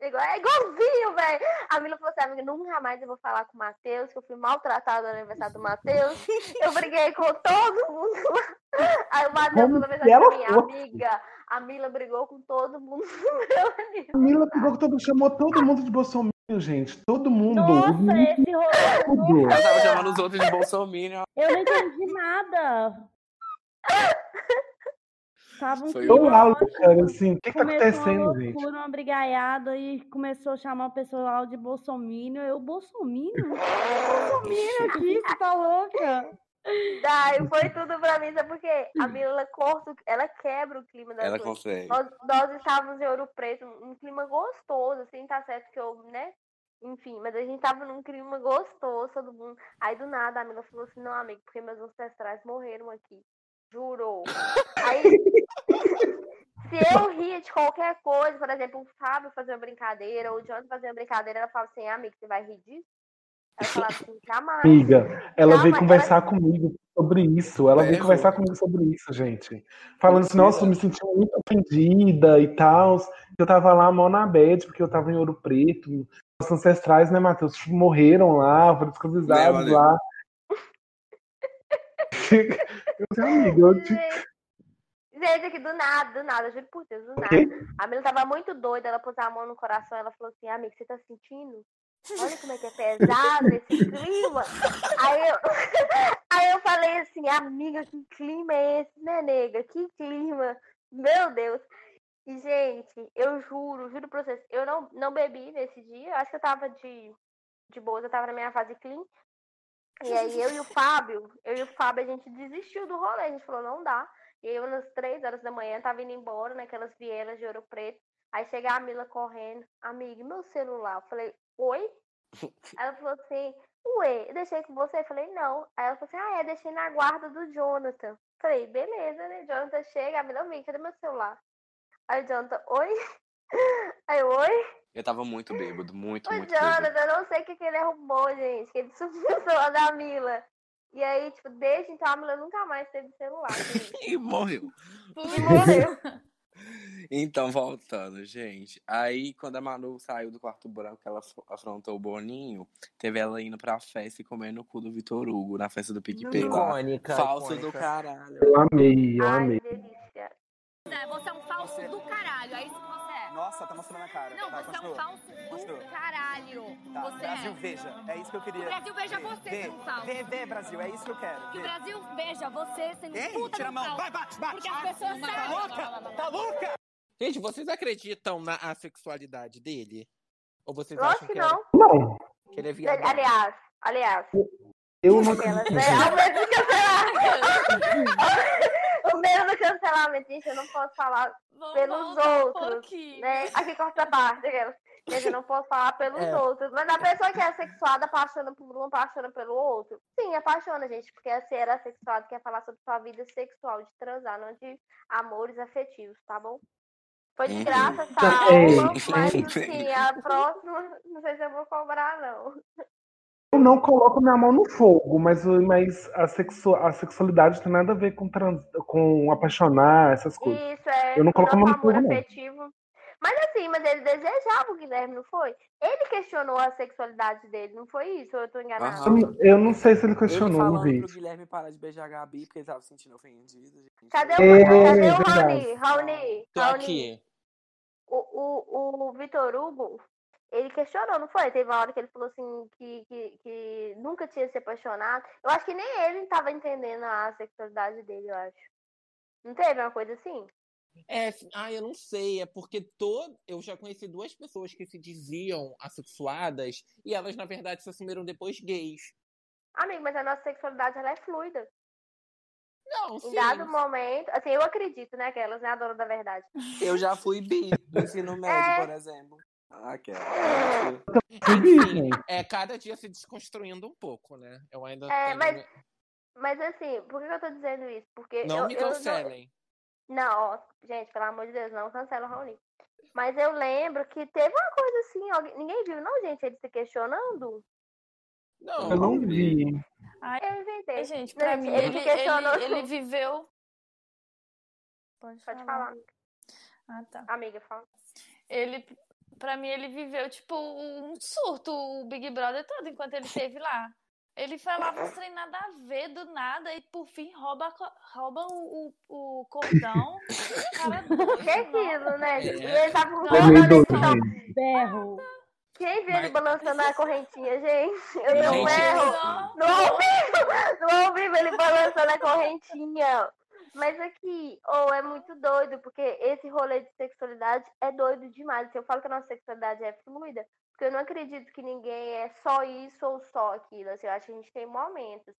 B: É Igual, é igualzinho, velho. A Mila falou assim, amiga, nunca mais eu vou falar com o Matheus, que eu fui maltratada no aniversário do Matheus. Eu briguei com todo mundo lá. Aí o Matheus
D: Como
B: mandou
D: se
B: mensagem pra
D: ela
B: mim,
D: fosse.
B: amiga, a Mila brigou com todo mundo no meu aniversário.
D: A Mila pegou que todo mundo chamou todo mundo de Bolsonaro, gente. Todo mundo.
C: Nossa, é esse
D: Tudo.
C: rolê.
E: Ela tava chamando os outros de Bolsonaro.
C: Eu não entendi nada. Tava um
E: Foi
C: clima
D: Eu aula,
C: ótimo.
D: cara, assim, o que, que
C: Começou
D: tá
C: uma
D: acontecendo, gente?
C: loucura, uma brigaiada e começou a chamar o pessoal de bolsominion. Eu, bolsominion? Bolsominion aqui, você tá louca?
B: Daí foi tudo pra mim, sabe por quê? A Mila corta, o- ela quebra o clima das
E: Ela
B: coisas.
E: consegue.
B: Nós, nós estávamos em Ouro Preto, um clima gostoso, assim, tá certo que eu, né? Enfim, mas a gente tava num clima gostoso, todo mundo. Aí do nada a Mila falou assim: não, amigo, porque meus ancestrais morreram aqui. Jurou. Aí, se eu ria de qualquer coisa, por exemplo, o Fábio fazer uma brincadeira, ou o John fazer uma brincadeira, ela fala assim: amigo, você vai rir disso? Ela fala assim: jamais.
D: Amiga, ela
B: Não,
D: veio
B: mas
D: conversar comigo sobre isso. Ela veio
E: Berro.
D: conversar comigo sobre isso, gente. Falando assim, nossa, eu me senti muito ofendida e tal. Eu tava lá mal na bed, porque eu tava em Ouro Preto. Os ancestrais, né, Matheus? Morreram lá, foram descobridos
E: Né,
D: lá. Eu falei, amiga, eu te
B: Gente, gente, aqui do nada, do nada, juro por Deus, do nada.
D: quê?
B: A Mila tava muito doida, ela pôs a mão no coração, ela falou assim, amiga, você tá sentindo? Olha como é que é pesado esse clima. Aí eu, aí eu falei assim, amiga, que clima é esse, né, nega? Que clima, meu Deus. E, gente, eu juro, juro pra vocês, eu não, não bebi nesse dia, eu acho que eu tava de, de boa, eu tava na minha fase clean. E aí eu e o Fábio, eu e o Fábio, a gente desistiu do rolê, a gente falou, não dá. E aí eu, nas três horas da manhã, tava indo embora né, naquelas vielas de ouro preto. Aí chega a Mila correndo, amiga, e meu celular? Eu falei, oi? Ela falou assim, ué, eu deixei com você? Eu falei, não. Aí ela falou assim, ah, é, deixei na guarda do Jonathan. Eu Falei, beleza, né? Jonathan chega, a Mila, amiga, cadê meu celular? Aí o Jonathan, oi? Aí eu, oi?
E: Eu tava muito bêbado, muito,
B: O
E: é muito bêbado.
B: Jonathan, eu não sei o que, que ele arrumou, gente. Que ele sumiu o celular da Mila. E aí, tipo, desde então a Mila nunca mais teve celular. gente.
E: E morreu.
B: E morreu.
E: Então, voltando, gente. Aí, quando a Manu saiu do quarto branco, ela af- afrontou o Boninho, teve ela indo pra festa e comendo o cu do Vitor Hugo na festa do PicPay lá.
H: Icônica,
E: Falso
H: icônica.
E: do caralho.
D: Eu amei, eu amei.
N: Você é um falso do caralho, é isso que você é.
O: Nossa, tá mostrando a cara.
N: Não,
O: Vai,
N: você é um
O: continua.
N: falso
O: Continua.
N: do caralho.
O: Tá,
N: você
O: Brasil,
N: é.
O: veja. É isso que eu queria.
N: O Brasil veja você
O: Vê,
N: sendo um falso.
O: Vê, vê, Brasil. É isso que eu quero.
N: Que o
O: Vê.
N: Brasil veja você sendo
O: Ei,
N: puta do
O: tira a mão.
N: falso.
O: Vai, bate, bate.
N: Porque as
O: Ai,
N: pessoas
O: tá
N: sabem.
O: louca?
N: Lá, lá, lá, lá.
O: Tá louca?
H: Gente, vocês acreditam na assexualidade dele? Ou vocês
B: Lógico
H: acham
B: que
H: que,
B: não.
D: Não,
H: Era, que ele é viado?
B: Aliás, aliás.
D: eu não
B: Aquelas,
D: acredito.
B: né? Ao medo do cancelamento. O medo do cancelamento, gente, eu não posso falar pelos
F: voltar um
B: outros. né? Aqui corta a parte, aquelas. Gente, eu não posso falar pelos
F: É.
B: outros. Mas a pessoa que é sexuada apaixona por um, apaixona pelo outro. Sim, apaixona, gente, porque ser assexuado quer falar sobre sua vida sexual, de transar, não de amores afetivos, tá bom? Foi
H: É.
B: de graça essa
D: Tá,
B: aula,
D: é.
B: mas assim, a próxima, não sei se eu vou cobrar, não.
D: Eu não coloco minha mão no fogo, mas, o- mas a, sexu- a sexualidade tem nada a ver com, trans- com apaixonar, essas coisas.
B: Isso é
D: Eu não coloco a mão
B: nosso
D: no
B: amor
D: fogo, não.
B: afetivo. Mas assim, mas ele desejava o Guilherme, não foi? Ele questionou a sexualidade dele, não foi isso? Ou eu tô enganada?
D: Eu não- Eu não sei se ele
E: Ele
D: questionou, não
E: falando
D: vi.
E: pro Guilherme parar de beijar a Gabi porque ele tava se sentindo ofendido. gente.
B: Cadê o, cadê
D: É,
B: o
D: verdade.
B: Raoni? Raoni,
E: Tô
B: Raoni.
E: aqui.
B: O, o, o Vitor Hugo, ele questionou, não foi? Teve uma hora que ele falou assim que, que, que nunca tinha se apaixonado. Eu acho que nem ele tava entendendo a sexualidade dele, eu acho. Não teve uma coisa assim?
H: É, f- ah, eu não sei, é porque todo, eu já conheci duas pessoas que se diziam assexuadas e elas, na verdade, se assumiram depois gays.
B: Amigo, mas a nossa sexualidade ela é fluida.
H: Não,
B: Em
H: sim.
B: dado momento, assim, eu acredito, né, que elas, né, a dona da verdade.
E: Eu já fui bi no ensino médio,
B: É.
E: por exemplo. Ah, Aquela.
H: Enfim, é cada dia se desconstruindo um pouco, né? Eu ainda
B: É,
H: tenho.
B: mas, mas assim, por que que eu tô dizendo isso? Porque
H: Não
B: eu,
H: me
B: eu não-
H: cancelem.
B: Não, ó, gente, pelo amor de Deus, não cancela o Raoni. Mas eu lembro que teve uma coisa assim, alguém- ninguém viu, não, gente, ele se questionando.
H: Não,
D: Eu não vi.
F: Ai,
B: Eu inventei.
F: gente,
B: Não,
F: pra
B: gente,
F: mim,
B: ele
F: ele,
B: se
F: ele,
B: questionou.
F: ele viveu. Pode
B: Pode
F: falar.
B: falar,
F: Ah, tá.
B: amiga, fala.
F: Ele, pra mim, ele viveu, tipo, um surto, o Big Brother todo, enquanto ele teve lá. Ele falava sem nada a ver, do nada, e por fim rouba, a co- rouba o, o, o cordão. Cara doido,
B: Que é aquilo, né?
H: É.
B: E ele tava com
F: Não, assim,
D: É
B: corona,
D: meio doido
B: então.
D: mesmo.
C: Berro.
B: Quem viu ele
H: Mas-
B: balançando a correntinha, gente? Eu dei um
H: Gente,
C: é?
B: erro.
F: não,
B: No ao vivo, no ao vivo ele balançando a correntinha. Mas aqui, ou é muito doido, porque esse rolê de sexualidade é doido demais. Se eu falo que a nossa sexualidade é fluida, porque eu não acredito que ninguém é só isso ou só aquilo. Assim, eu acho que a gente tem momentos.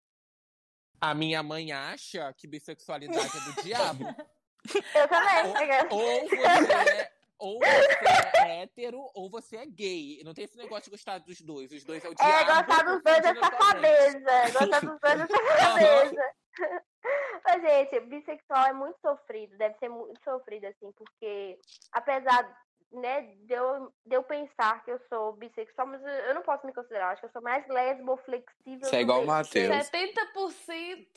H: a minha mãe acha que bissexualidade é do diabo.
B: Eu também, né?
H: Ou você é, ou você é hétero, ou você é gay. Não tem esse negócio de gostar dos dois. Os dois é
E: tá
H: o diabo.
B: É, gostar dos dois é
H: confundindo atualmente.
B: safadeza. Gostar dos dois é safadeza. Mas, gente, bissexual é muito sofrido, deve ser muito sofrido, assim, porque apesar né, de, eu, de eu pensar que eu sou bissexual, mas eu- eu não posso me considerar, eu acho que eu sou mais lesbo, flexível
E: Você é
B: do
E: igual o
B: que...
F: 70%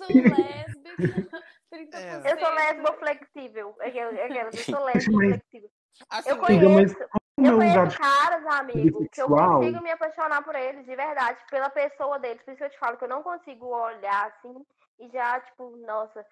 F: lésbica, 30%.
B: Eu sou lesbo flexível, aquela, aquela, eu sou lesbo
D: Mas-
B: flexível. Eu
H: Assim,
D: Amiga, mas
B: conheço,
D: qual
B: eu
D: o meu lugar
B: conheço
D: de
B: caras, amigo, que eu
D: bissexual?
B: consigo me apaixonar por eles, de verdade, pela pessoa deles. Por isso que eu te falo que eu não consigo olhar assim e já, tipo, nossa.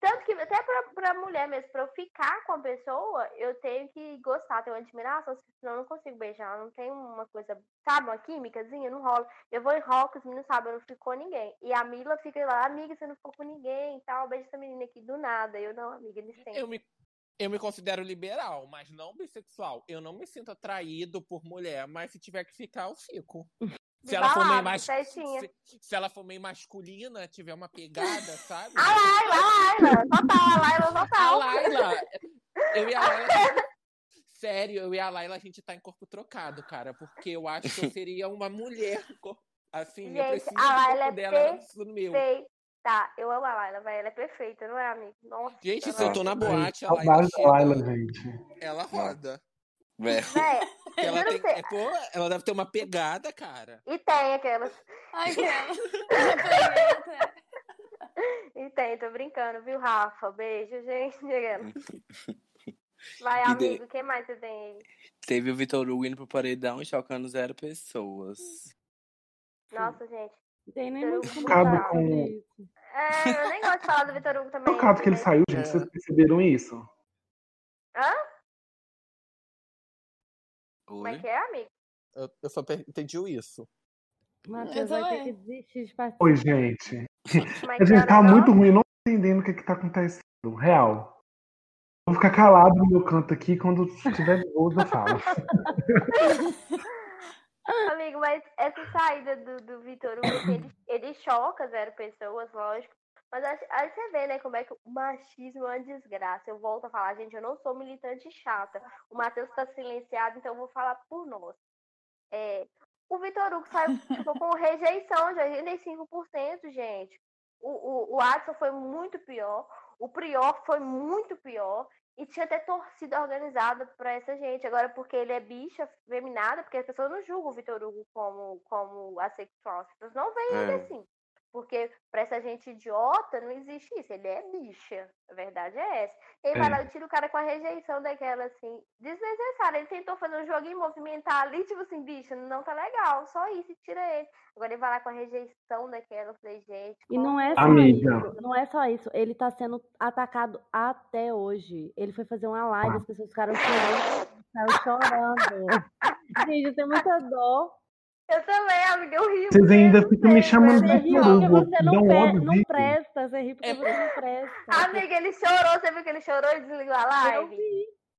B: Tanto que até pra, pra mulher mesmo, pra eu ficar com a pessoa, eu tenho que gostar, tenho admiração, senão eu não consigo beijar, não tem uma coisa, sabe, uma químicazinha, não rola. Eu vou em rock, os meninos sabem, eu não fico com ninguém. E a Mila fica lá, amiga, você não ficou com ninguém e tal, beija essa menina aqui do nada. Eu não, amiga, licença.
H: eu me, eu me considero liberal, mas não bissexual. Eu não me sinto atraído por mulher, mas se tiver que ficar, eu fico. Se ela for meio
B: Desbalado,
H: mais.
B: certinha.
H: Se, se ela for meio masculina, tiver uma pegada, sabe?
B: A Laila, a Laila, total, a Laila,
H: A
B: total.
H: Laila, eu e a Laila. a gente- Sério, eu e a Laila, a gente tá em corpo trocado, cara. Porque eu acho que eu seria uma mulher. co- Assim, eu
B: Gente,
H: preciso do
B: a
H: corpo
B: Laila é
H: dela, ela precisa do meu.
B: perfeita. Tá, Eu amo a Laila, velho, ela é perfeita, não é, amigo? Nossa,
H: Gente, se eu
B: ela
H: tô
B: é
H: na
D: Ai,
H: boate, a Laila
D: saudade da Laila,
H: chega,
D: gente.
H: ela roda.
E: Berro.
B: Véi,
H: Que ela
B: juro
H: tem.
B: pra você.
H: é, pô, ela deve ter uma pegada, cara.
B: E tem aquelas.
F: Ai, que ela. Já peguei até.
B: E tem, tô brincando, viu, Rafa? Beijo, gente. aquelas. Vai,
E: E de-
B: amigo, o que mais você tem aí?
E: Teve o Vitor Hugo indo pro paredão e chocando zero pessoas.
B: Nossa, gente.
C: Não tem nem
B: Vitor
C: muito
B: Hugo
D: Chocado
B: surtado.
D: com.
C: sobre isso.
B: É, eu nem gosto de falar do Vitor Hugo também,
D: Chocado
B: assim,
D: um que ele
B: mas.
D: saiu, gente.
H: É.
D: Vocês perceberam isso?
B: Hã? Como é
E: Oi?
B: que é, amigo?
H: Eu, eu só per- entendi isso.
C: Matheus vai
B: Então
C: ter
B: é.
C: que desistir de participar.
D: Oi, gente.
B: Como é
D: A
B: que é o
D: gente tá muito
B: negócio?
D: ruim, não tô entendendo o que, que tá acontecendo. Real. Vou ficar calado no meu canto aqui. Quando tiver de boas, eu falo.
B: Amigo, mas essa saída do, do Vitor Hugo, assim, ele, ele choca zero pessoas, lógico. Mas aí, aí você vê, né, como é que o machismo é uma desgraça. Eu volto a falar, gente, eu não sou militante chata. O Matheus tá silenciado, então eu vou falar por nós. É, o Vitor Hugo saiu ficou com rejeição de 85%, gente. O, o, o Adson foi muito pior. O Prior foi muito pior. E tinha até torcida organizada pra essa gente. Agora, porque ele é bicha, feminada, porque as pessoas não julgam o Vitor Hugo como, como assexual. As pessoas não veem
E: É.
B: ele assim. Porque pra essa gente idiota, não existe isso. Ele é bicha. A verdade é essa. Ele vai
E: É.
B: lá e tira o cara com a rejeição daquela, assim, desnecessária. Ele tentou fazer um joguinho movimentar ali, tipo assim, bicha, não tá legal. Só isso, e tira ele. Agora ele vai lá com a rejeição daquela. Eu falei, gente,
C: E não é só
D: Amiga.
C: isso, não é só isso. Ele tá sendo atacado até hoje. Ele foi fazer uma live, as pessoas ficaram chorando. Ficaram chorando. Gente, eu tenho muita dó.
B: Eu também, amiga, eu ri.
D: Vocês ainda ficam me chamando
C: Você
B: é
D: de
C: ri porque
D: Vitor Hugo.
C: você
D: Dá
C: não,
D: um
C: pre-
D: ódio
C: não
D: disso.
C: presta, você ri porque você não presta.
B: Amiga, ele chorou. Você viu que ele chorou e desligou a live?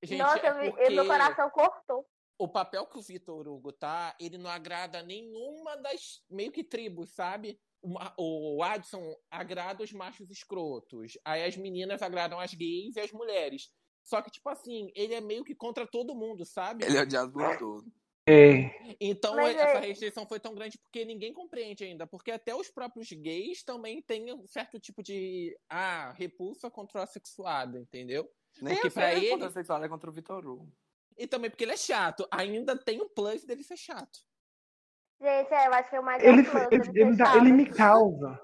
H: Gente,
B: Nossa,
H: é
B: eu vi-
H: porque-
B: meu coração cortou.
H: O papel que o Vitor Hugo tá, ele não agrada nenhuma das meio que tribos, sabe? Uma- O Adson agrada os machos escrotos. Aí as meninas agradam as gays e as mulheres. Só que, tipo assim, ele é meio que contra todo mundo, sabe?
E: Ele é odiado por todo.
D: É.
H: Então
E: Mas
H: essa
E: é-
H: rejeição foi tão grande porque ninguém compreende ainda. Porque até os próprios gays também têm um certo tipo de ah, repulsa contra o assexuado, entendeu?
E: Nem
H: porque
E: é
H: pra
E: contra
H: ele.
E: o assexuado, é contra o Vitor Hugo.
H: E também porque ele é chato. Ainda tem o plus dele ser chato.
B: Gente, é, eu acho que é o mais
D: Ele,
B: horroroso,
D: ele, ele dá-
B: fechado.
D: ele me causa.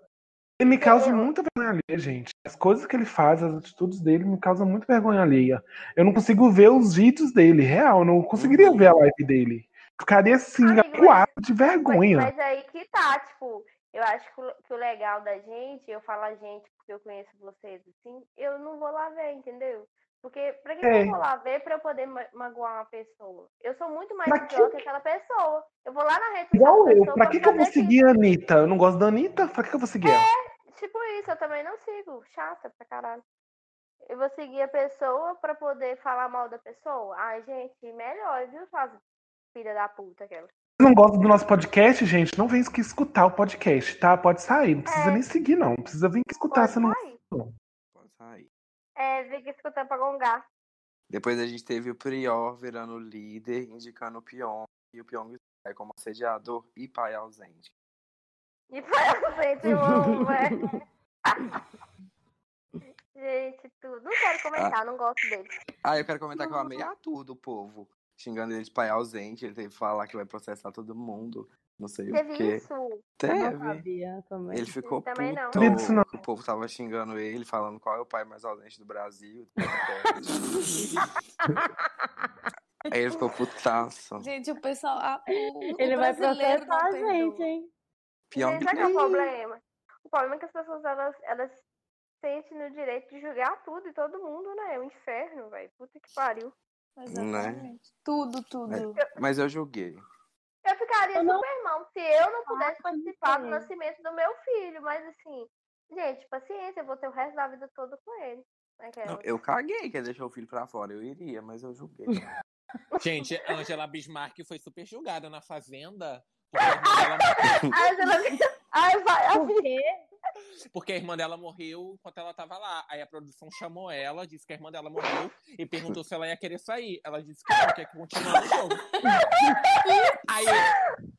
D: Ele me causa
B: Eu-
D: muita vergonha alheia, gente. As coisas que ele faz, as atitudes dele me causam muita vergonha alheia. Eu não consigo ver os vídeos dele, real. Eu não conseguiria ver a live dele. Ficaria assim, acuado de vergonha.
B: Uhum. Mas aí que tá, tipo, eu acho que o, que o legal da gente, eu falo a gente porque eu conheço vocês assim, eu não vou lá ver, entendeu? Porque pra que, que
D: É.
B: eu vou lá ver pra eu poder ma- magoar uma pessoa? Eu sou muito mais
D: Pra que-
B: idiota que... aquela pessoa. Eu vou lá na rede social
D: Igual
B: da
D: eu.
B: pessoa
D: Pra que, que eu vou
B: fazer aquilo.
D: seguir a Anitta? Eu não gosto da Anitta? Pra que, que eu vou seguir ela?
B: Tipo isso, eu também não sigo. Chata pra caralho. Eu vou seguir a pessoa pra poder falar mal da pessoa. Ai, gente, melhor, viu, suas filha da puta aquela.
D: Se não gosta do nosso podcast, gente, não vem aqui escutar o podcast, tá? Pode sair. Não precisa nem seguir, não. Não Precisa vir aqui escutar.
B: É. Pode
D: Você não...
B: sair.
D: não.
E: Sai.
B: É, vem que escutando pra gongar.
E: Depois a gente teve o Prior virando o líder, indicando o Pyong. E o Pyong sai como assediador e pai ausente.
B: E parabéns, eu amo, é. Gente, tudo. Não quero comentar, não gosto dele.
E: Ah, eu quero comentar que eu amei a tour do povo. Xingando ele de pai ausente, ele teve que falar que vai processar todo mundo. Não sei o
B: Teve
E: quê.
B: isso?
E: Teve.
C: sabia também.
E: Ele ficou
B: Também não. né?
E: puto.
D: Não vi disso, não.
E: que O povo tava xingando ele, falando qual é o pai mais ausente do Brasil. Aí ele ficou putaço.
F: Gente, o pessoal. a- o,
C: Ele
F: o
C: vai
F: brasileiro não
C: processar a
F: perdoa.
C: gente, hein?
E: Pyong
B: Gente, sabe qual é o problema? O problema é que as pessoas, elas, elas sentem no direito de julgar tudo e todo mundo, né? É um inferno, velho. Puta que pariu.
E: Exatamente.
F: Tudo, tudo.
E: Mas eu julguei.
B: Eu ficaria super mal se eu não pudesse
C: Ah,
B: participar do nascimento do meu filho, mas assim, gente, paciência, eu vou ter o resto da vida toda com ele. é Naquela.
E: Não, eu caguei que ele deixou o filho pra fora. Eu iria, mas eu julguei.
H: Gente, a Angela Bismarck foi super julgada na Fazenda. Porque a irmã dela,
B: Ai, Angela- Ai, vai, a
H: porque a irmã dela morreu enquanto ela tava lá. Aí a produção chamou ela, disse que a irmã dela morreu e perguntou se ela ia querer sair. Ela disse que não, quer que continuar no jogo. Aí,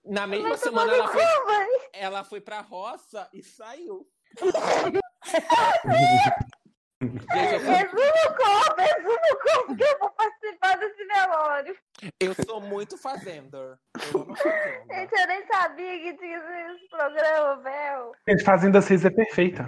H: na mesma
M: Mas tu
H: semana,
M: come
H: ela foi,
M: cu, mãe.
H: ela foi pra roça e saiu.
B: Jesus no corpo, Jesus no corpo, que eu vou participar desse velório.
H: Eu sou muito Fazender. Eu amo Fazenda.
B: Gente, eu nem sabia que tinha esse programa, velho.
D: Gente, Fazenda 6 é perfeita.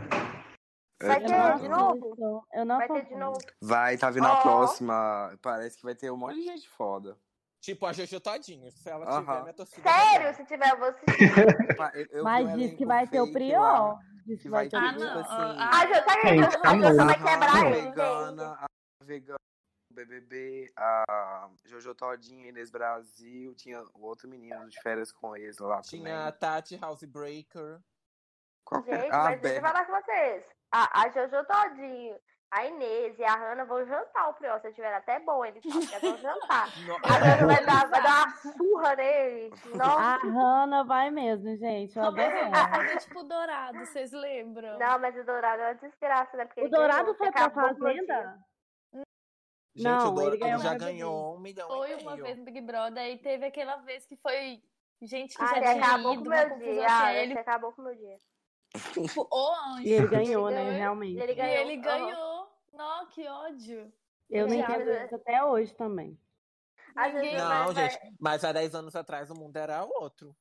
B: Vai
E: Eu
B: ter de
E: julguei.
B: novo?
C: Tá
B: Vai ter de novo.
E: é, Vai, tá vindo a
B: Ó.
E: próxima. Parece que vai ter um monte de gente foda.
H: Tipo a Jojo Todinho. Se ela
E: Aham.
H: tiver, minha torcida.
B: Sério, se tiver, eu vou assistir.
E: Pa- eu- eu vi
C: Mas
E: um
C: diz que
E: elenco
C: vai ter o
E: fake
C: Prior.
E: lá,
C: Diz que
E: que
C: vai
E: vai
C: ter
E: ter,
C: o
E: tipo
C: Prior.
E: assim...
B: Ai, eu tá
D: Gente,
B: querendo,
D: tá
B: eu vai
D: muito.
B: quebrar
E: a
B: ele, gente.
E: vegana, a vegana, o BBB, a Jojo Todinho, Inês Brasil, tinha o outro menino de férias com eles lá
H: Tinha a
E: também.
H: Tati Housebreaker.
B: Gente,
E: Ah,
B: mas deixa eu
E: Berna.
B: falar com vocês. A, a Jojo Todinho, a Inês e a Hanna vão jantar o Prior. Se eu tiver até bom, eles falam que vão jantar. A Hanna vai dar, vai dar uma surra nele.
C: A
B: Nossa.
C: Hannah vai mesmo, gente. Eu
F: é
C: adoro ela.
F: Foi tipo dourado, vocês lembram?
B: Não, mas o Dourado é uma desgraça, né? Porque
C: O
B: ele ganhou,
C: Dourado foi pra
B: acabou com o
C: Fazenda?
B: dia.
H: Gente,
C: Não,
H: o Dora-
C: ele ganhou
H: já
C: o BBB.
H: ganhou um milhão
F: Foi
H: e
F: uma
H: meio.
F: vez no Big Brother e teve aquela vez que foi gente que
B: Ai,
F: já
B: Ah, você
F: tinha
B: acabou com
F: ido,
B: o
F: uma
B: meu
F: confusão
B: dia.
F: que
B: Ah,
F: é
B: você
F: ele.
B: acabou com o meu dia.
F: Tipo, ô anjo.
C: E ele ganhou, né?
F: ganhou,
C: Realmente.
B: Ele
F: E
B: ganhou.
F: ele
B: aham.
F: ganhou. Nó, que ódio.
C: Eu não
B: Gente,
C: entendo
B: mas-
C: isso até hoje também.
B: Às vezes vai-
H: Não,
B: vai-
H: gente, mas há 10 anos atrás o mundo era outro.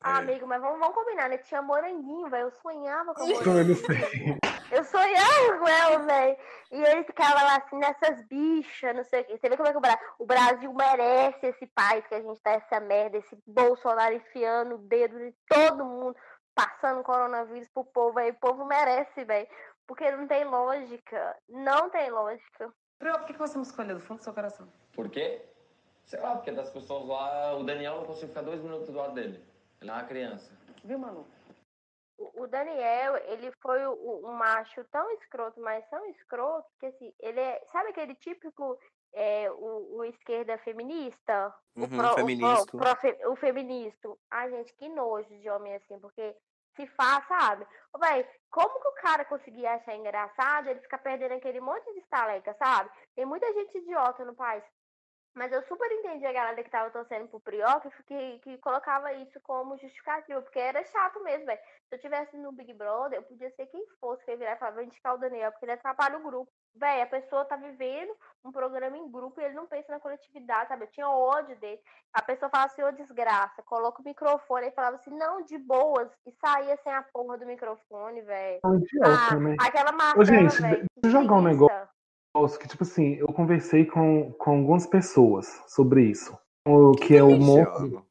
B: Ah, amigo, mas vamos, vamos combinar, né? Tinha moranguinho, velho. Eu sonhava com
D: Então,
B: moranguinho.
D: ele sempre-
B: Eu sonhava com ela, velho. E ele ficava lá assim, nessas bichas, não sei o quê. Você vê como é que o, Bra... o Brasil merece esse país que a gente tá essa merda, esse Bolsonaro enfiando o dedo de todo mundo, passando coronavírus pro povo aí. O povo merece, velho. Porque não tem lógica. Não tem lógica.
P: por que você me escolheu do fundo do seu coração?
Q: Por quê? Sei lá, porque das pessoas lá, o Daniel não conseguiu ficar dois minutos do lado dele. Ele é uma criança.
P: Viu, Manu?
B: O o Daniel, ele foi o- o- um macho tão escroto, mas tão escroto, que assim, ele é. Sabe aquele típico é, o, o esquerda feminista? o,
E: Uhum,
B: pró- o pró-
E: feministo.
B: pró- fe- o feminista. Ai, gente, que nojo de homem assim, porque se faz, sabe? Ô, véi, como que o cara conseguia achar engraçado ele ficar perdendo aquele monte de estaleca, sabe? Tem muita gente idiota no país. Mas eu super entendi a galera que tava torcendo pro Prior, que, que, que colocava isso como justificativa, porque era chato mesmo, velho. Se eu tivesse no Big Brother, eu podia ser quem fosse, que eu ia virar e falar, vou indicar o Daniel, porque ele atrapalha o grupo. Véi, a pessoa tá vivendo um programa em grupo e ele não pensa na coletividade, sabe? Eu tinha ódio dele. A pessoa fala assim, ô desgraça, coloca o microfone e falava assim, não, de boas, e saía sem a porra do microfone, velho.
D: É um idiota,
B: ah,
D: né?
B: Aquela
D: Ô,
B: Marcela,
D: gente,
B: véi,
D: deixa eu jogar um
B: preguiça.
D: negócio que, tipo assim, eu conversei com, com algumas pessoas sobre isso. O que é o monstro.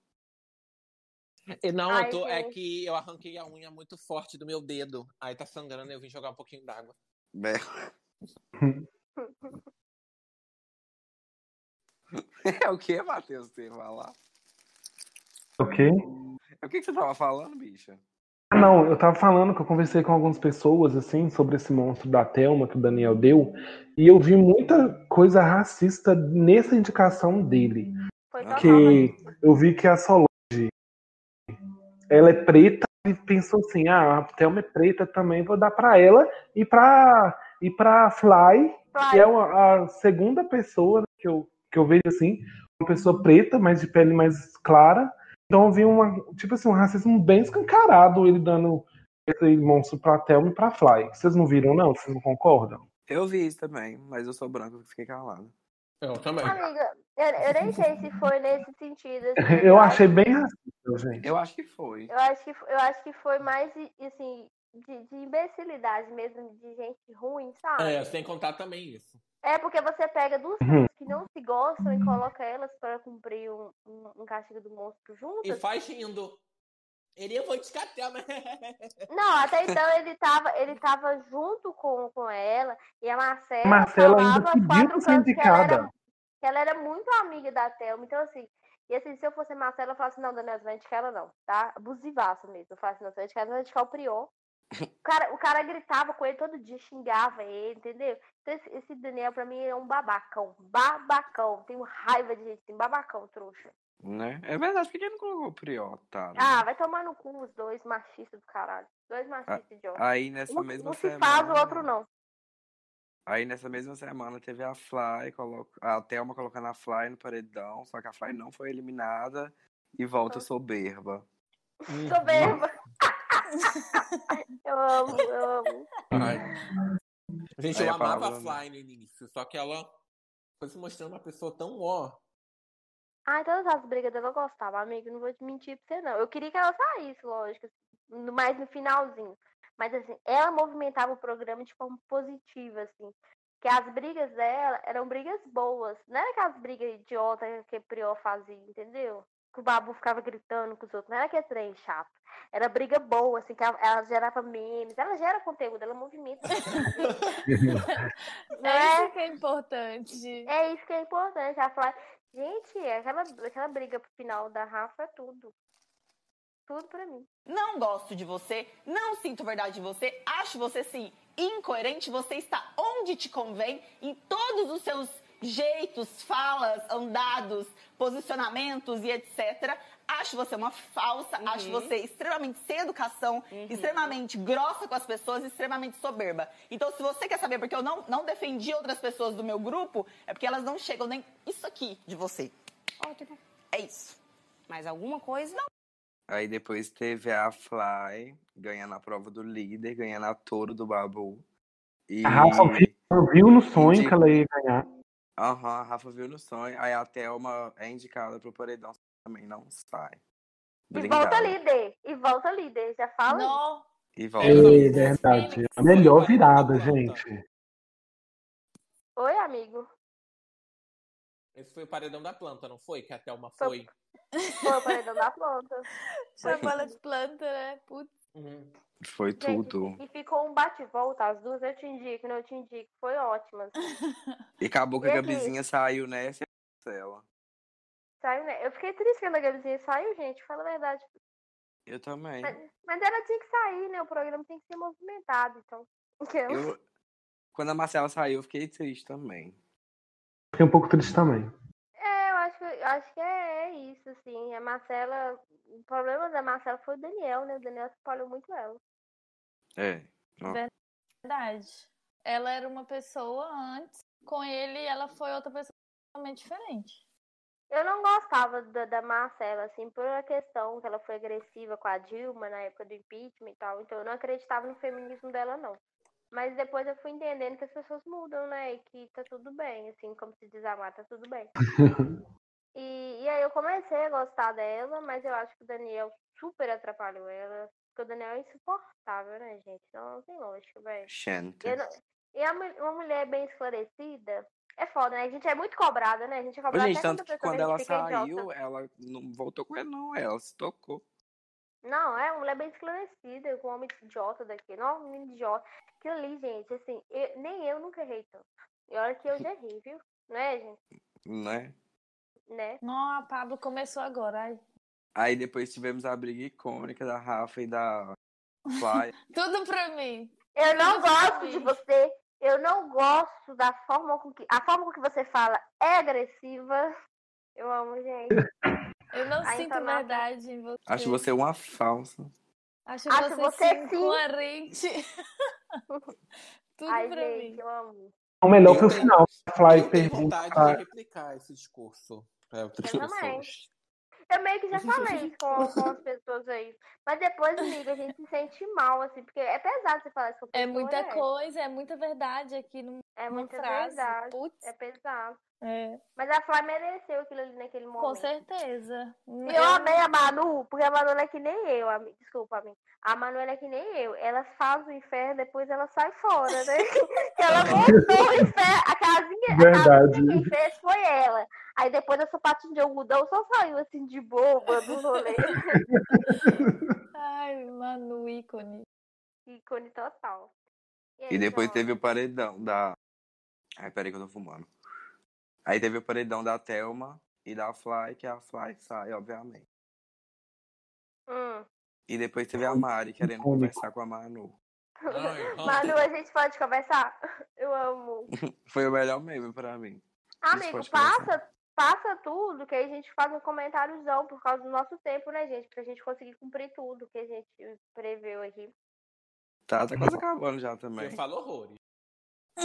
H: E não, eu
B: Ai,
H: tô, é
B: gente.
H: que eu arranquei a unha muito forte do meu dedo. Aí tá sangrando, eu vim jogar um pouquinho d'água.
E: É o que, Matheus, que você ia falar? É
D: O quê?
E: O que, que você tava falando, bicha?
D: Ah, não, eu tava falando que eu conversei com algumas pessoas, assim, sobre esse monstro da Thelma que o Daniel deu, e eu vi muita coisa racista nessa indicação dele.
B: Foi
D: que eu vi que a Solange, ela é preta e pensou assim, ah, a Thelma é preta também, vou dar pra ela e pra, e pra Fly, que é a, a segunda pessoa né, que eu, que eu vejo assim, uma pessoa preta, mas de pele mais clara. Então eu vi uma, tipo assim, um racismo bem escancarado, ele dando esse monstro pra Thelma e pra Fly. Vocês não viram, não? Vocês não concordam?
E: Eu vi isso também, mas eu sou branco e fiquei calado.
H: Eu também.
B: Amiga, eu, eu nem sei se foi nesse sentido, assim.
D: Eu achei bem racista, gente.
E: Eu acho que foi.
B: Eu acho que, eu acho que foi mais, de- assim, de, de imbecilidade mesmo, de gente ruim, sabe?
H: É, sem contar também isso.
B: É porque você pega duas
H: Uhum.
B: pessoas que não se gostam e coloca elas para cumprir um, um, um castigo do monstro
H: E
B: juntas.
H: faz rindo. Ele eu vou te catar, mas.
B: Não, até então ele tava, ele tava junto com, com ela e a Marcela,
D: A Marcela ainda
B: falava
D: pediu
B: quatro
D: pra ser
B: cantos que ela, era,
D: indicada.
B: que ela era muito amiga da Thelma. Então, assim, e assim, se eu fosse a Marcela, eu falava assim, não, Daniel, você vai indicar ela não, tá? Abusivaço mesmo. Eu falava assim, não, você vai indicar ela, você vai indicar o Prior. O cara, o cara gritava com ele todo dia, xingava ele, entendeu? Então, esse, esse Daniel, pra mim, é um babacão. Babacão. Tenho raiva de gente assim, babacão, trouxa.
E: Né? É verdade, por que ele não colocou o Prior, tá?
B: Ah, vai tomar no cu os dois machistas do caralho. Dois machistas idiotas.
E: Aí nessa
B: um,
E: mesma né?
B: um se faz, o
E: semana-
B: outro não.
E: Aí nessa mesma semana teve a Fly, colo... a Thelma colocando a Fly no paredão, só que a Fly não foi eliminada e
B: Ah.
E: volta soberba.
B: Soberba. eu amo, eu amo.
H: Ai. Gente,
E: Aí
H: eu
E: a
H: amava a
E: palavra-
H: Fly no início, só que ela foi se mostrando uma pessoa tão ó.
B: Ai, todas as brigas dela eu gostava, amigo. Não vou te mentir pra você, não. Eu queria que ela saísse, lógico. assim, no- Mais no finalzinho. Mas, assim, ela movimentava o programa de forma positiva, assim. Que as brigas dela eram brigas boas. Não era aquelas brigas idiotas que o Prior fazia, entendeu? Que o Babu ficava gritando com os outros. Não era aquele trem chato. Era briga boa, assim, que ela, ela gerava memes. Ela gera conteúdo, ela movimenta.
F: É isso que é importante.
B: É isso que é importante. Ela fala, gente, aquela, aquela briga pro final da Rafa é tudo. Tudo pra mim.
R: Não gosto de você, não sinto verdade de você, acho você sim incoerente, você está onde te convém, em todos os seus jeitos, falas, andados, posicionamentos e etc. Acho você uma falsa, acho
M: Uhum.
R: você extremamente sem educação, extremamente grossa com as pessoas, extremamente soberba. Então, se você quer saber porque eu não, não defendi outras pessoas do meu grupo, é porque elas não chegam nem isso aqui de você. É isso. Mas alguma coisa não.
E: Aí depois teve a Fly ganhando a prova do líder, ganhando a touro do Babu. E
D: A Rafa viu, viu no sonho
E: Indi-
D: que ela ia ganhar.
E: Aham, a Rafa viu no sonho. Aí a Thelma é indicada pro paredão também, não sai.
B: E volta
E: né?
B: líder. E volta líder. Já É, fala? Não.
E: E volta.
D: É verdade. A melhor virada, gente.
B: Oi, amigo.
H: Esse foi o paredão da planta, não foi? Que a Thelma
B: Foi.
H: foi.
B: Foi o paredão da planta.
F: Chamada de planta, né? Putz.
E: Foi tudo.
B: E ficou um bate-volta. As duas eu te indico, não eu te indico. Foi ótimas.
E: E acabou que
B: E
E: a
B: aqui?
E: Gabizinha saiu nessa e a Marcela.
B: Saiu, né? Eu fiquei triste quando a Gabizinha saiu, gente. Fala a verdade.
E: Eu também.
B: Mas, mas ela tinha que sair, né? O programa tem que ser movimentado, então.
E: Eu... Quando a Marcela saiu, eu fiquei triste também.
D: Fiquei um pouco triste também.
B: É, eu acho, eu acho que é, é isso, assim. A Marcela. O problema da Marcela foi o Daniel, né? O Daniel espalhou muito ela.
E: É.
F: Verdade. Ela era uma pessoa antes, com ele ela foi outra pessoa totalmente diferente.
B: Eu não gostava da, da Marcela, assim, por uma questão que ela foi agressiva com a Dilma na época do impeachment e tal. Então eu não acreditava no feminismo dela, não. Mas depois eu fui entendendo que as pessoas mudam, né? E que tá tudo bem, assim, como se diz a Mar, tá tudo bem. E, e aí eu comecei a gostar dela, mas eu acho que o Daniel super atrapalhou ela. Porque o Daniel é insuportável, né, gente? Não, não tem lógica, velho.
E: Gente.
B: E eu não- E a mu- uma mulher bem esclarecida é foda, né? A gente é muito cobrada, né? A gente é
E: Ô,
B: cobrada
E: gente,
B: até quando
E: tanto
B: a
E: que
B: pessoa
E: quando
B: que a
E: ela
B: gente fica
E: saiu,
B: idiota.
E: ela não voltou com ele, não. Ela se tocou.
B: Não, é uma mulher bem esclarecida, com um homem idiota daqui. Não, um menino idiota. Aquilo ali, gente, assim, eu- nem eu nunca errei tanto. E olha que eu já errei, viu? Né, gente?
E: Né?
B: Né?
F: Não, a Pablo começou agora. Ai.
E: Aí depois tivemos a briga icônica da Rafa e da Flávia.
F: Tudo pra mim.
B: Eu não
F: Tudo pra
B: gosto
F: mim.
B: de você. Eu não gosto da forma com que. A forma com que você fala é agressiva. Eu amo, gente.
F: Eu não
B: A
F: sinto
B: entonação.
F: verdade em você.
E: Acho você uma falsa.
F: Acho,
B: Acho
F: você,
B: você
F: sim,
B: sim.
F: incoerente. Tudo
B: Ai,
F: pra
B: gente,
F: mim.
B: eu amo.
D: O melhor
H: Eu
D: foi o
H: tenho-
D: final. A Fly
H: Eu tenho
D: pergunta
H: vontade
D: pra-
H: de replicar esse discurso pra outras
B: Eu também.
H: pessoas.
B: Eu meio que já falei isso com, com as pessoas aí. Mas depois, amiga, a gente se sente mal, assim, porque é pesado você falar isso com a
F: É
B: pessoa,
F: muita
B: né?
F: coisa, é muita verdade aqui no
B: É muita
F: frase.
B: verdade.
F: Putz.
B: É pesado.
F: É,
B: Mas a Flá mereceu aquilo ali naquele momento.
F: com certeza.
B: E eu amei a Manu, porque a Manu ela é que nem eu, ami- desculpa, amiga. A Manu ela é que nem eu. Ela faz o inferno, depois ela sai fora, né? Que ela montou o inferno, a casinha, a
D: Verdade.
B: casinha quem fez foi ela. Aí depois a sapatinha de algodão só saiu assim de boba do rolê.
F: Ai, Manu, ícone.
B: Ícone total.
E: E depois
B: João?
E: teve o paredão da. Ai, peraí que eu tô fumando. Aí teve o paredão da Thelma e da Fly, que a Fly sai, obviamente.
B: Hum.
E: E depois teve a Mari querendo
D: Icônico.
E: conversar com a Manu.
B: Manu, a gente pode conversar? Eu amo.
E: Foi o melhor meme pra mim.
B: Amigo,
E: pode conversar.
B: passa, passa tudo, que aí a gente faz um comentáriozão por causa do nosso tempo, né, gente? Pra gente conseguir cumprir tudo que a gente preveu aqui.
E: Tá, tá quase acabando já também.
H: Você fala horrores.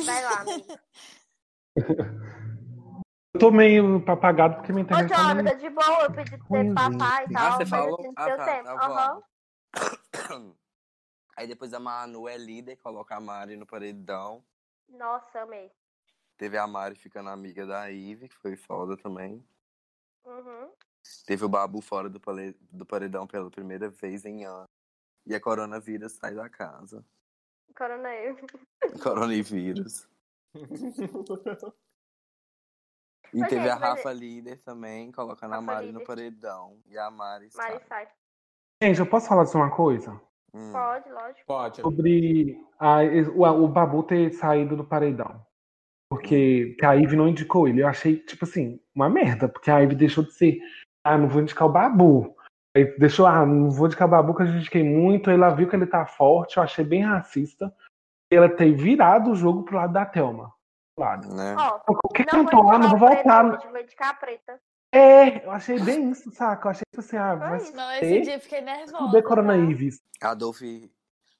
B: Vai lá, amigo.
D: Eu tô meio apagado porque minha
B: Ô,
D: internet tá meio...
B: Jonathan, de boa, eu pedi pra você
D: ruimzinho.
B: passar e
E: Ah,
B: tal,
E: você
B: mas
E: falou?
B: assim, no
E: Ah,
B: seu
E: tá,
B: tempo.
E: tá
B: Aham.
E: bom. Aí depois a Manu é líder, coloca a Mari no paredão.
B: Nossa, amei.
E: Teve a Mari ficando amiga da Ive, que foi foda também.
B: Uhum.
E: Teve o Babu fora do, pale- do paredão pela primeira vez em anos. E a coronavírus sai da casa.
B: Corona eu.
E: Tá. Coronavírus. E
B: Ô,
E: teve
B: gente,
E: a
B: mas-
E: Rafa líder também, colocando a
B: Rafa
E: Mari
B: líder.
E: no paredão. E a Mari sai.
B: Mari sai.
D: Gente, eu posso falar de uma coisa?
E: hum,
B: Pode, lógico.
H: Pode.
D: Sobre a- o, o Babu ter saído do paredão. Porque que a Ivy não indicou ele. Eu achei, tipo assim, uma merda. Porque a Ivy deixou de ser, ah, não vou indicar o Babu. Aí deixou, ah, não vou indicar o Babu que eu já indiquei muito. Aí Ela viu que ele tá forte, eu achei bem racista. Ela tem virado o jogo pro lado da Thelma. Claro.
E: Né?
B: Ó,
D: Qualquer
B: não tá
D: canto lá, não
B: indicar
D: Então tá, vou
B: o preto
D: voltar.
B: hoje, vou indicar a preta.
D: É, eu achei bem isso, saca? Eu achei tipo assim, ah, vai se
F: Não,
D: fuder,
F: esse dia eu fiquei nervosa.
D: fuder coronavírus.
E: Adolfo.
B: Ô,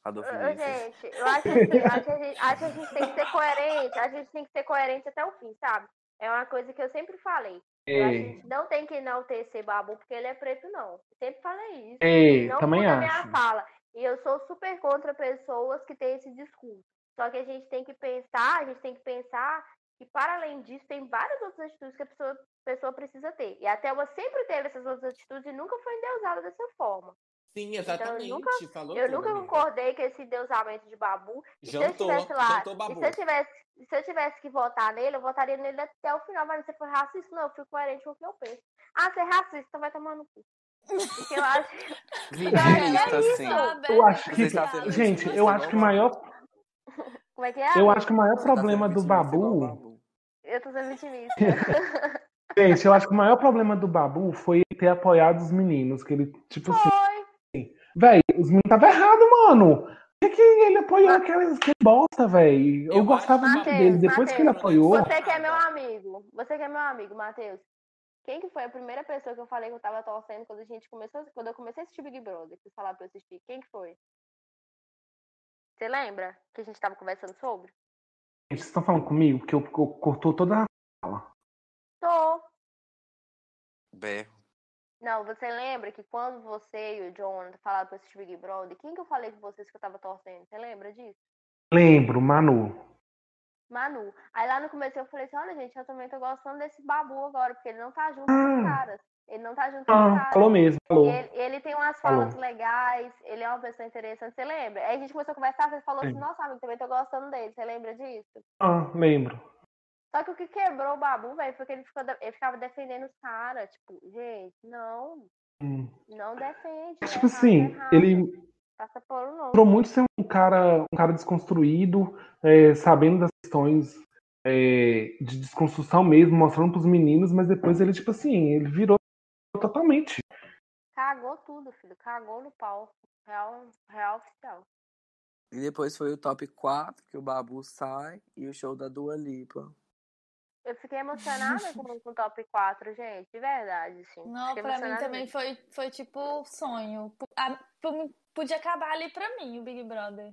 E: Adolfo
B: ô,
E: Vinícius.
B: gente, eu acho assim, acho que, a gente, acho que a gente tem que ser coerente, a gente tem que ser coerente até o fim, sabe? É uma coisa que eu sempre falei. Eu acho que a
D: É.
B: gente não tem que enaltecer Babu porque ele é preto, não. Sempre falei isso.
D: É,
B: não
D: também
B: muda a minha
D: acho.
B: fala. E eu sou super contra pessoas que têm esse discurso. Só que a gente tem que pensar, a gente tem que pensar E para além disso, tem várias outras atitudes que a pessoa, pessoa precisa ter. E a Thelma sempre teve essas outras atitudes e nunca foi endeusada dessa forma.
H: Sim, exatamente.
B: Então, eu nunca,
H: Falou
B: eu
H: tudo,
B: nunca
H: amiga.
B: concordei com esse deusamento de babu. E se eu
H: Jantou,
B: tivesse lá,
H: jantou Babu.
B: E se eu tivesse, e se eu tivesse que votar nele, eu votaria nele até o final. Mas você foi racista? Não, eu fui coerente com o que eu penso. Ah, você é racista, então vai tomar no cu. Porque eu acho.
E: Ridículo,
B: é isso.
E: assim.
D: tá Eu acho que.
E: Vocês tá sendo
D: Gente, eu
E: otimista,
D: acho que o
E: igual
D: maior.
B: Tá Como é que é?
D: Eu acho que o maior
B: Você tá
D: problema do Babu.
B: Eu tô sendo otimista.
D: Gente, eu acho que o maior problema do Babu foi ele ter apoiado os meninos, que ele, tipo assim. Véi, os meninos estavam errados, mano. Por que, que ele apoiou aquelas que bosta, véi? Eu, gostava muito dele. Depois que ele
B: Mateus,
D: apoiou.
B: Você que é meu amigo. Você que é meu amigo, Matheus. Quem que foi a primeira pessoa que eu falei que eu tava torcendo quando a gente começou, quando eu comecei a assistir Big Brother, que falar pra eu assistir? Quem que foi? Você lembra que a gente tava conversando sobre?
D: Gente, vocês estão falando comigo que eu, eu cortou toda a sala.
B: Tô.
E: Berro.
B: Não, você lembra que quando você e o Jonathan falaram pra eu assistir Big Brother, quem que eu falei com vocês que eu tava torcendo? Você lembra disso?
D: Lembro, Manu.
B: Manu. Aí lá no começo eu falei assim, olha gente, eu também tô gostando desse babu agora, porque ele não tá junto com os caras. Ele não tá junto com os
D: Ah,
B: caras.
D: falou mesmo, falou.
B: E Ele, ele tem umas
D: Falou.
B: falas legais, ele é uma pessoa interessante, você lembra? Aí a gente começou a conversar, você falou assim,
D: Sim.
B: nossa amigo, também tô gostando dele, você lembra disso?
D: Ah, lembro.
B: Só que o que quebrou o babu, velho, foi que ele, ficou, de- ele ficava defendendo os caras, tipo, gente, não,
D: Hum.
B: não defende.
D: Tipo assim, ele
B: Passa por um
D: mostrou muito ser um cara, um cara desconstruído, é, sabendo das questões é, de desconstrução mesmo, mostrando pros meninos, mas depois ele, tipo assim, ele virou totalmente.
B: Cagou tudo, filho. Cagou no pau. Real, real oficial.
E: E depois foi o top 4 que o Babu sai e o show da Dua Lipa.
B: Eu fiquei emocionada com, com o top 4, gente. De verdade, sim.
F: Não,
B: Fiquei
F: pra mim
B: emocionada
F: também
B: mesmo.
F: foi, foi tipo sonho. P- a- p- Podia acabar ali pra mim, o Big Brother.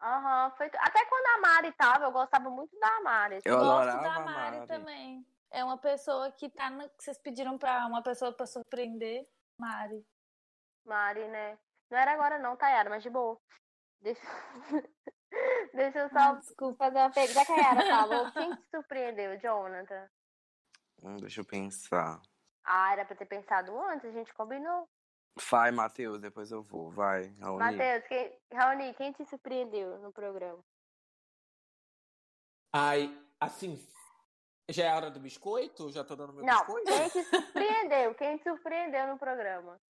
B: Aham, foi. tu- Até quando a Mari tava, eu gostava muito da Mari. assim.
E: Eu adorava
F: da
E: a
F: Mari,
E: Mari.
F: também. É uma pessoa que tá no... que Vocês pediram pra uma pessoa pra surpreender. Mari.
B: Mari, né? Não era agora não, Tayara, mas de boa. Deixa, Deixa eu só fazer uma pergunta. Já que a Yara falou, quem te surpreendeu, Jonathan?
E: Hum, deixa eu pensar.
B: Ah, era pra ter pensado antes, a gente combinou.
E: Vai, Matheus, depois eu vou. Vai, Raoni.
B: Matheus, quem... Raoni, quem te surpreendeu no programa?
H: Ai, assim. Já é a hora do biscoito? Já tô dando meu
B: Não,
H: biscoito?
B: quem te surpreendeu? Quem te surpreendeu no programa?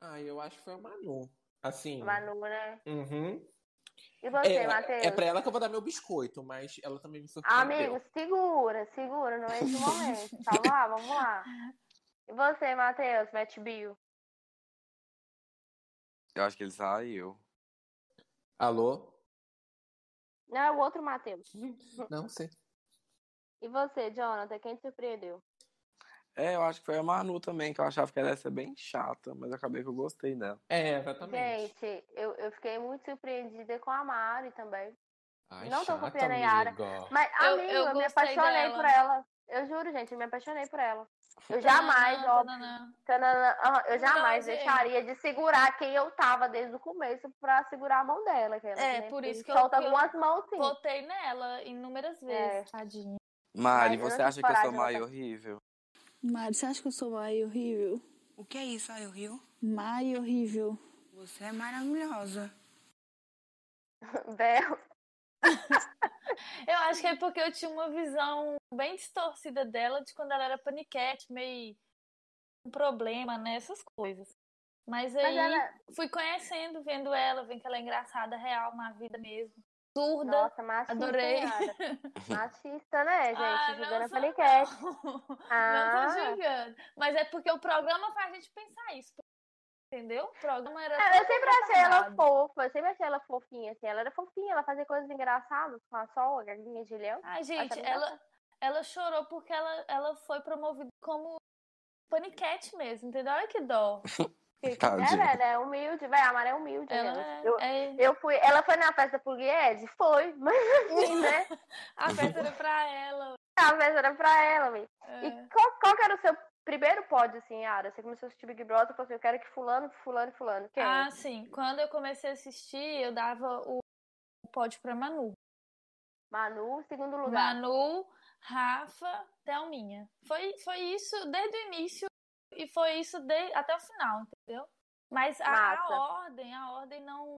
H: Ai, eu acho que foi a Manu. Assim.
B: Manu, né?
H: Uhum.
B: E você,
H: é,
B: Matheus?
H: é pra ela que eu vou dar meu biscoito, mas ela também me surpreendeu.
B: Amigo, segura, segura, não é esse o momento. Tá lá, vamos lá. E você, Matheus, Matt Bill?
E: Eu acho que ele saiu.
H: Alô?
B: Não, é o outro Matheus.
H: Não sei.
B: E você, Jonathan, quem te surpreendeu?
E: É, eu acho que foi a Manu também, que eu achava que ela ia ser bem chata, mas eu acabei que eu gostei dela.
H: É,
B: Gente, eu, eu fiquei muito surpreendida com a Mari também.
E: Ai,
B: não tô
E: chata,
B: confiando em Yara.
E: amigo.
B: Mas,
F: Eu-
B: amigo, eu,
F: eu gostei
B: me apaixonei
F: dela.
B: por ela. Eu juro, gente, eu me apaixonei por ela. Eu jamais,
F: Tananã,
B: óbvio.
F: tananã.
B: tananã, aham, eu jamais
F: Não, é. gente.
B: deixaria de segurar quem eu tava desde o começo pra segurar a mão dela. Que ela,
F: É,
B: né,
F: por isso que eu,
B: solta
F: que eu
B: algumas mãos, sim.
F: votei nela inúmeras vezes,
B: É.
F: tadinha.
E: Mari,
B: Mas eu
E: você
B: não
E: acha
B: tive
E: que eu sou
B: coragem,
E: mais
B: não.
E: horrível?
S: Mari, você acha que eu sou Mai horrível? O que é isso, Mai horrível? Mai horrível. Você é maravilhosa.
B: Bel.
F: Eu acho que é porque eu tinha uma visão bem distorcida dela de quando ela era paniquete, meio um problema, né? Essas coisas. Mas aí
B: ela- é
F: fui conhecendo, vendo ela, vendo que ela é engraçada, real, na vida mesmo. Surda.
B: Nossa, machista.
F: adorei.
B: Yara. Machista, né, gente?
F: Ah,
B: Julgando a
F: não sou,
B: paniquete.
F: Não
B: Ah.
F: tô julgando. Mas é porque o programa faz a gente pensar isso. Entendeu? O programa era.
B: Cara, É, eu
F: todo
B: sempre achei ela
F: retardado.
B: fofa, eu sempre achei ela fofinha, assim. Ela era fofinha, ela fazia coisas engraçadas com a sol, a galinha de leão.
F: Ai, gente,
B: Achava
F: ela, ela chorou porque ela, ela foi promovida como paniquete mesmo, entendeu? Olha que dó.
B: É, velho, é humilde, vai, a Mara é humilde,
F: Ela
B: né?
F: é-
B: Eu, eu fui, ela foi na festa pro Guedes? Foi, mas assim, né?
F: A festa era pra ela.
B: A festa era pra ela, velho.
F: É.
B: E qual, qual que era o seu primeiro pódio, assim, Ara? Você começou a assistir Big Brother e falou assim, eu quero que fulano, fulano, fulano. Quem?
F: Ah, sim. Quando eu comecei a assistir, eu dava o o pódio pra Manu.
B: Manu, segundo lugar.
F: Manu, Rafa, Thelminha. Foi, foi isso desde o início e foi isso de- até o final, entendeu? Mas a, a
B: Massa.
F: ordem, a ordem não,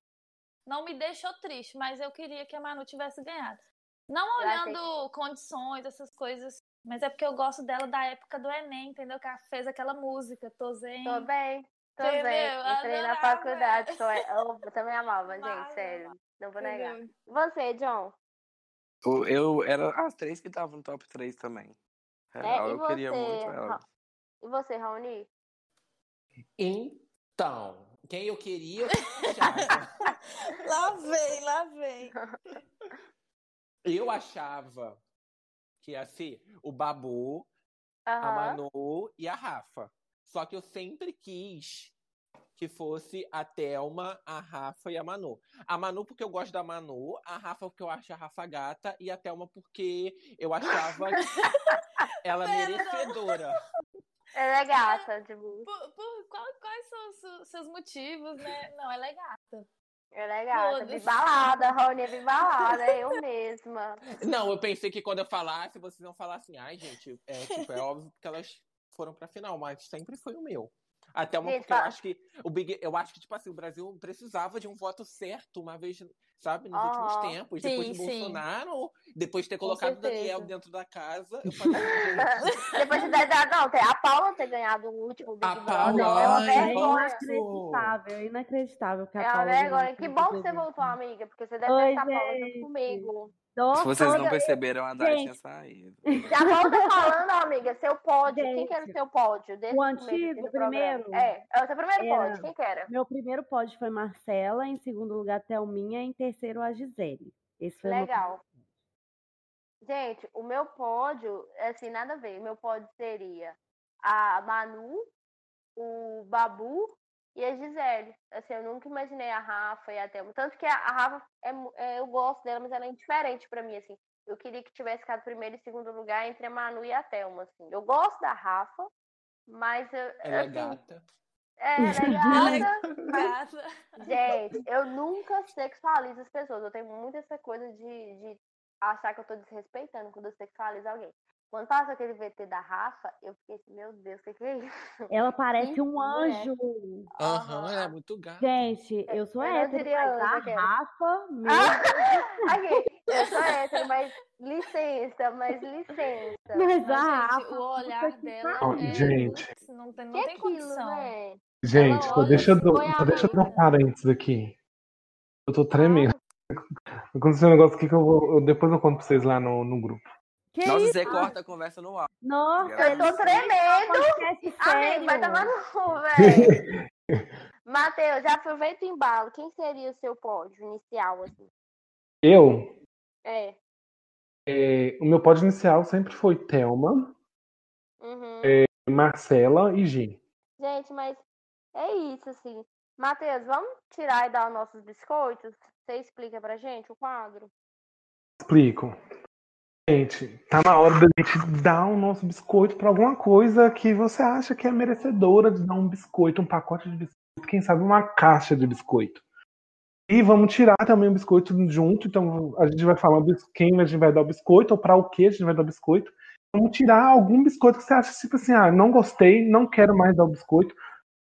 F: não me deixou triste, mas eu queria que a Manu tivesse ganhado. Não
B: Eu achei
F: olhando condições, essas coisas, mas é porque eu gosto dela da época do Enem, entendeu? Que ela fez aquela música, tô zen.
B: Tô bem, tô
F: Entendeu?
B: bem. Entrei na
F: Adorava.
B: faculdade. tô- Eu, também amava, gente,
F: Amava.
B: sério. Não vou negar.
F: Entendeu?
B: Você, John.
E: Eu, eu era as três que estavam no top 3 também. Real,
B: É, e
E: eu queria
B: você,
E: muito ela.
B: Ra- E você, Raoni?
H: Então, quem eu queria.
F: Lá vem, lá vem.
H: Eu achava que ia ser o Babu, a
F: Aham.
H: Manu e a Rafa. Só que eu sempre quis que fosse a Thelma, a Rafa e a Manu. A Manu porque eu gosto da Manu, a Rafa porque eu acho a Rafa gata e a Thelma porque eu achava ela merecedora.
B: Ela é gata, tipo.
F: Por, por- qual- quais são os su- seus motivos, né? Não, ela é gata.
B: Ela é gata.
F: Todas.
B: Bibalada, Raoni é bibalada. Eu mesma.
H: Não, eu pensei que quando eu falasse, vocês iam falar assim, ai, gente, é, tipo, é óbvio que elas foram pra final, mas sempre foi o meu. Até uma,
B: Gente,
H: porque eu
B: fala-
H: acho que o Big, eu acho que, tipo assim, o Brasil precisava de um voto certo uma vez, sabe, nos últimos
B: Aham.
H: tempos, depois
B: Ah, Sim,
H: de
B: sim.
H: Bolsonaro, depois de ter
B: Com
H: colocado o
B: certeza.
H: Daniel dentro da casa, eu
B: Depois de dar. Não, tem- a Paula ter ganhado o último Big
H: A
B: Brother.
E: Ah,
H: Paula,
B: é uma
H: ai,
B: vergonha.
C: Inacreditável, inacreditável que a
B: É uma
C: Paula não
B: vergonha. Que
C: entrou
B: bom
C: no
B: que você
C: programa.
B: voltou, amiga, porque você deve
C: assim. Oi,
B: estar falando junto
C: gente.
B: comigo.
E: Se vocês não
C: toda-
E: perceberam, a Dai
C: Gente.
E: tinha saído.
B: Já volta falando, amiga, seu pódio. Quem
C: Gente,
B: que era o seu pódio? Desde
C: o
B: começo, assim,
C: antigo
B: do programa.
C: primeiro?
B: É, é o seu primeiro
C: Era-
B: pódio. Quem que era?
C: Meu primeiro pódio foi Marcela, em segundo lugar Thelminha, em terceiro a Gisele. Esse foi o meu
B: Legal. Gente, o meu pódio, assim, nada a ver. Meu pódio seria a Manu, o Babu e a Gisele. Assim, eu nunca imaginei a Rafa e a Thelma. Tanto que a a Rafa, é, mu- é, eu gosto dela, mas ela é indiferente pra mim, assim. Eu queria que tivesse ficado primeiro e segundo lugar entre a Manu e a Thelma, assim. Eu gosto da Rafa, mas, eu-
H: Ela é
B: assim,
H: gata.
B: é, ela é
F: Ela é
B: gata, mas
F: gata.
B: Gente, eu nunca sexualizo as pessoas. Eu tenho muito essa coisa de, de achar que eu tô desrespeitando quando eu sexualizo alguém. Quando passa aquele VT da Rafa, eu fiquei assim, meu Deus, o que, que é isso? é
C: Ela parece
B: Que
C: um
B: mulher.
C: anjo.
H: Aham, ela é muito gata.
C: Gente, eu sou
B: Eu não
C: hétero,
B: diria é.
C: mas
B: anjo,
C: a
B: aquela.
C: Rafa, meu
B: Ah, ok, eu sou hétero, mas licença, mas licença.
C: Mas
F: Não,
C: a
F: gente,
C: Rafa,
F: o olhar dela
D: Ó,
F: é.
D: gente.
F: Putz, não tem, não
B: tá Que
F: tem
B: aquilo,
F: condição. É
B: né?
D: Gente,
F: Ela
D: só
F: olha
D: deixa, eu
F: assim,
D: do-
F: põe a
D: só deixa eu dar um
F: mão.
D: parênteses aqui. Eu tô tremendo. Aconteceu um negócio aqui que eu vou. eu- depois eu conto pra vocês lá no, no grupo.
C: que
E: Nossa,
C: isso?
E: você corta a conversa no áudio.
C: Nossa, um
E: Graças
B: Eu tô
E: a Deus.
B: tremendo!
C: podcast
B: Amigo,
C: sério.
B: vai tomar no cu, velho.
F: É.
B: Matheus, já aproveita o embalo. Quem seria o seu pódio inicial, assim?
D: Eu,
B: É.
D: é, o meu pódio inicial sempre foi Thelma,
B: Uhum.
D: é, Marcela e G.
B: Gente, mas é isso, assim. Matheus, vamos tirar e dar os nossos biscoitos? Você explica pra gente o quadro?
D: Explico. Gente, tá na hora da gente dar o nosso biscoito pra alguma coisa que você acha que é merecedora de dar um biscoito, um pacote de biscoito, quem sabe uma caixa de biscoito. E vamos tirar também o biscoito junto, então a gente vai falar bis- quem a gente vai dar o biscoito ou pra o que a gente vai dar o biscoito. Vamos tirar algum biscoito que você acha tipo assim, ah, não gostei, não quero mais dar o biscoito.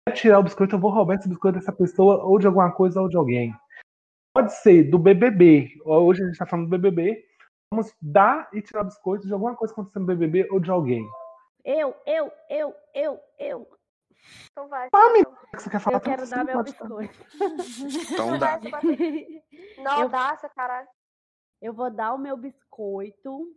D: Quero tirar o biscoito, eu vou roubar esse biscoito dessa pessoa ou de alguma coisa ou de alguém. Pode ser do BBB. Ó, Hoje a gente tá falando do BBB. Vamos dar e tirar biscoito de alguma coisa que aconteceu no BBB ou de alguém.
C: Eu, eu, eu, eu, eu.
B: Então vai.
D: O que você quer falar?
C: Eu quero
D: Você
C: dar
D: não
C: meu
D: pode falar.
C: biscoito.
E: Então dá.
B: Não
C: Eu-
B: dá essa caralho.
C: Eu vou dar o meu biscoito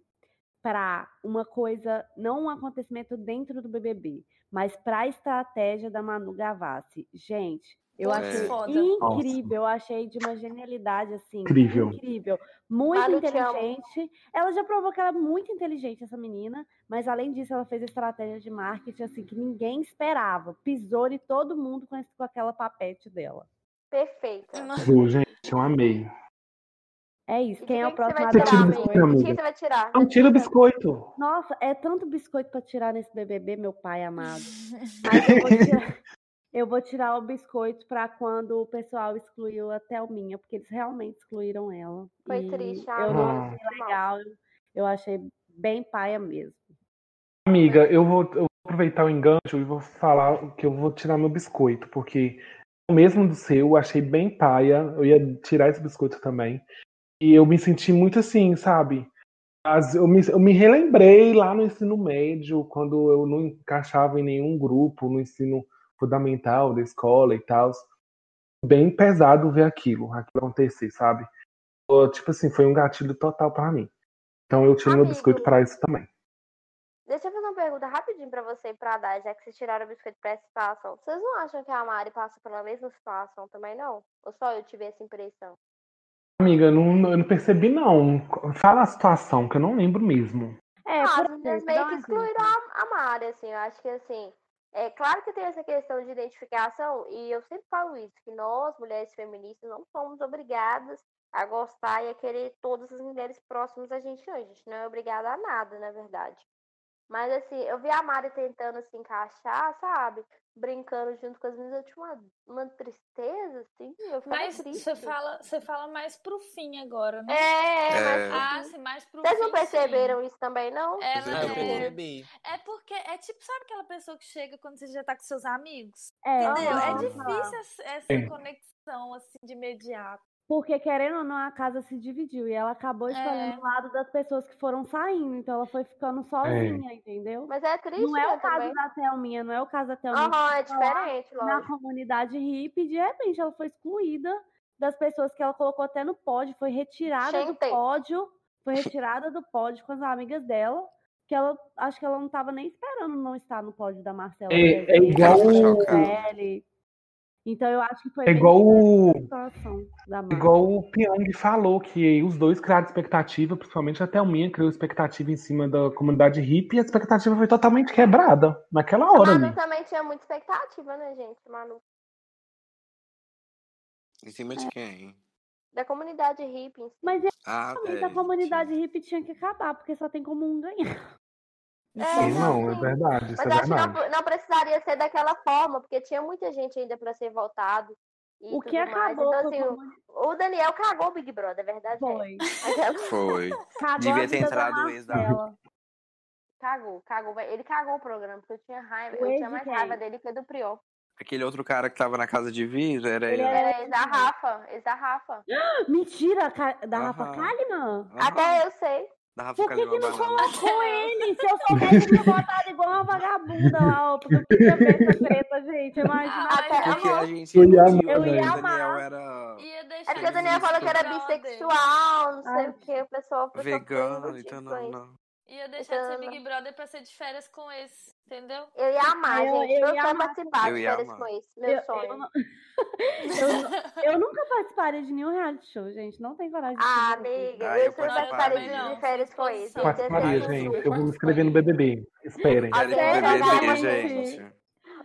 C: para uma coisa, não um acontecimento dentro do BBB, mas para a estratégia da Manu Gavassi. Gente, eu
F: Putz,
C: achei
F: foda.
C: incrível, eu achei de uma genialidade assim,
D: Incrível.
C: incrível, muito
B: Manu, te
C: inteligente. Ela já provou que ela é muito inteligente essa menina, mas além disso ela fez estratégia de marketing assim que ninguém esperava. Pisou de todo mundo com, esse- com aquela papete dela.
B: Perfeita.
D: Ju, gente, eu amei.
C: É isso.
B: E de
C: Quem é o
B: quem que você
C: próximo
B: vai
C: a dar o
B: tirar,
D: Você
B: amigo?
C: biscoito?
B: De
D: tira o biscoito,
B: quem você vai tirar?
D: Não tira o biscoito.
C: Nossa, é tanto biscoito pra tirar nesse BBB, meu pai amado. Mas eu vou tirar, Eu vou tirar o biscoito pra quando o pessoal excluiu a Thelminha, porque eles realmente excluíram ela.
B: Foi
C: E
B: triste, ah,
C: Eu não
D: Ah.
C: achei legal, eu- eu achei bem paia mesmo.
D: Amiga, eu vou, eu vou aproveitar o engancho e vou falar que eu vou tirar meu biscoito, porque o mesmo do seu, eu achei bem paia. Eu ia tirar esse biscoito também. E eu me senti muito assim, sabe? As- eu, me, eu me relembrei lá no ensino médio, quando eu não encaixava em nenhum grupo, no ensino fundamental da escola e tal. Bem pesado ver aquilo, aquilo acontecer, sabe? Eu, tipo assim, foi um gatilho total pra mim. Então eu tiro meu
B: Amigo.
D: biscoito pra isso também.
B: Deixa eu fazer uma pergunta rapidinho pra você e pra Dai, já que vocês tiraram o biscoito pra essa situação. Vocês não acham que a Mari passa pela mesma situação também, não? Ou só eu tive essa impressão?
D: Amiga, eu não, eu não percebi, não. Fala a situação, que eu não lembro mesmo.
C: É,
B: ah,
C: por
B: as meninas
C: exemplo,
B: meio
C: dá
B: que
C: um
B: excluíram a, a Mari, assim. Eu acho que, assim, é claro que tem essa questão de identificação, e eu sempre falo isso, que nós, mulheres feministas, não somos obrigadas a gostar e a querer todas as mulheres próximas a gente, não. A gente não é obrigada a nada, na verdade. Mas, assim, eu vi a Mari tentando se encaixar, sabe? Brincando junto com as meninas, eu tinha uma, uma tristeza, assim, eu fiquei
F: Mas
B: triste.
F: você fala, você fala mais pro fim agora, né?
B: É, é, mais É. pro
F: Ah,
B: fim.
F: sim, mais pro
B: Vocês
F: fim.
B: não perceberam isso também, não?
F: É, Ela
H: Ah, eu
F: é-
H: percebi.
F: É porque é tipo, sabe aquela pessoa que chega quando você já tá com seus amigos?
C: É,
F: Entendeu? É
C: aham.
F: difícil essa, essa
C: Sim.
F: conexão, assim, de imediato.
C: Porque, querendo ou não, a casa se dividiu e ela acabou escolhendo
F: É.
C: o lado das pessoas que foram saindo, então ela foi ficando sozinha, entendeu?
B: Mas é
C: Não
B: triste,
C: é
B: né,
C: o caso
B: também.
C: da Thelminha, não é o caso da Thelminha. que
B: Aham, é
C: ficou lá
B: diferente,
C: Na
B: lógico.
C: comunidade hippie, de repente ela foi excluída das pessoas que ela colocou até no pódio, foi retirada
B: Gente.
C: do pódio, foi retirada do pódio com as amigas dela, que ela acho que ela não estava nem esperando não estar no pódio da Marcela.
D: É-
C: por
D: é
C: exemplo,
D: igual
C: da
D: o-
C: Gisele. Então eu acho que foi
D: É
C: bem
D: igual o,
C: diferente a situação da Marcela.
D: igual o Pyong falou, que os dois criaram expectativa, principalmente a Thelminha criou expectativa em cima da comunidade hippie, e a expectativa foi totalmente quebrada naquela
B: A
D: hora né?
B: Manu
D: ali.
B: também tinha muita expectativa, né, gente? Manu.
E: Em cima de quem?
B: Da comunidade hippie. em si.
C: Mas
E: Ah,
C: realmente a
E: é.
C: comunidade hippie tinha que acabar, porque só tem como um ganhar.
B: É,
D: Sim, não, é
B: sim.
D: verdade, isso
B: Mas
D: é
B: eu acho que não,
D: verdade.
B: pre- não precisaria ser daquela forma, porque tinha muita gente ainda pra ser votado e
C: O
B: tudo
C: que
B: mais.
C: acabou
B: Então,
C: com a
B: assim, o, o Daniel cagou o Big Brother, a verdade
C: Foi.
B: é. Aquela-
E: Foi.
C: Cagou a
E: Devia ter
C: vida da
E: entrado o ex da
C: Marcela.
B: Cagou, cagou. vai- Ele cagou o programa, porque eu tinha raiva,
C: O
B: eu
C: ex
B: tinha
C: de
B: mais
C: quem?
B: raiva dele que do Prior.
E: Aquele outro cara que tava na casa de vidro, era
B: Ele
E: ele. né?
B: era ex da Rafa, ex da Rafa.
C: Mentira, ca- da Rafa
E: Aham.
C: Kalimann?
B: Até eu sei.
E: Da Rafa
C: Por que, que não
E: Kalimann Banana.
C: colocou ele? Se eu soubesse, eu tinha botado igual uma vagabunda lá, ó, porque eu queria ver essa treta, gente.
F: Ah,
B: é
C: Imagina.
E: Porque a gente
D: Eu ia
E: iludiu, achou
D: amar,
E: que o
D: velho.
E: Daniel era
B: É porque o Daniel falou que era bissexual, não sei o que, o pessoal, o pessoal ficou
E: vegano,
B: iludido
E: então
B: com
E: não,
B: isso.
E: não.
F: Ia deixar de ser
B: Então,
F: Big Brother pra ser de férias com esse, entendeu?
B: Eu ia amar,
C: Eu-
B: gente.
C: eu
B: Meu
C: ia
B: sonho é
C: amar
B: participar
E: Eu
B: de
E: ia
B: férias
E: amar.
B: com esse.
C: Eu-
B: Meu
C: eu
B: sonho.
C: não- Eu, nu- eu nunca participaria de nenhum reality show, gente. Não tem coragem de
B: Ah,
C: fazer isso.
B: amiga,
E: Ah,
B: eu
E: eu
B: super
E: participaria.
B: participaria de, de férias com esse.
D: Eu
B: Ia ser
D: participaria,
B: tudo.
D: gente. Eu vou me inscrever no BBB.
E: Série
D: Esperem.
E: do
B: Alguém jogar uma.
E: BBB,
C: gente.
E: gente.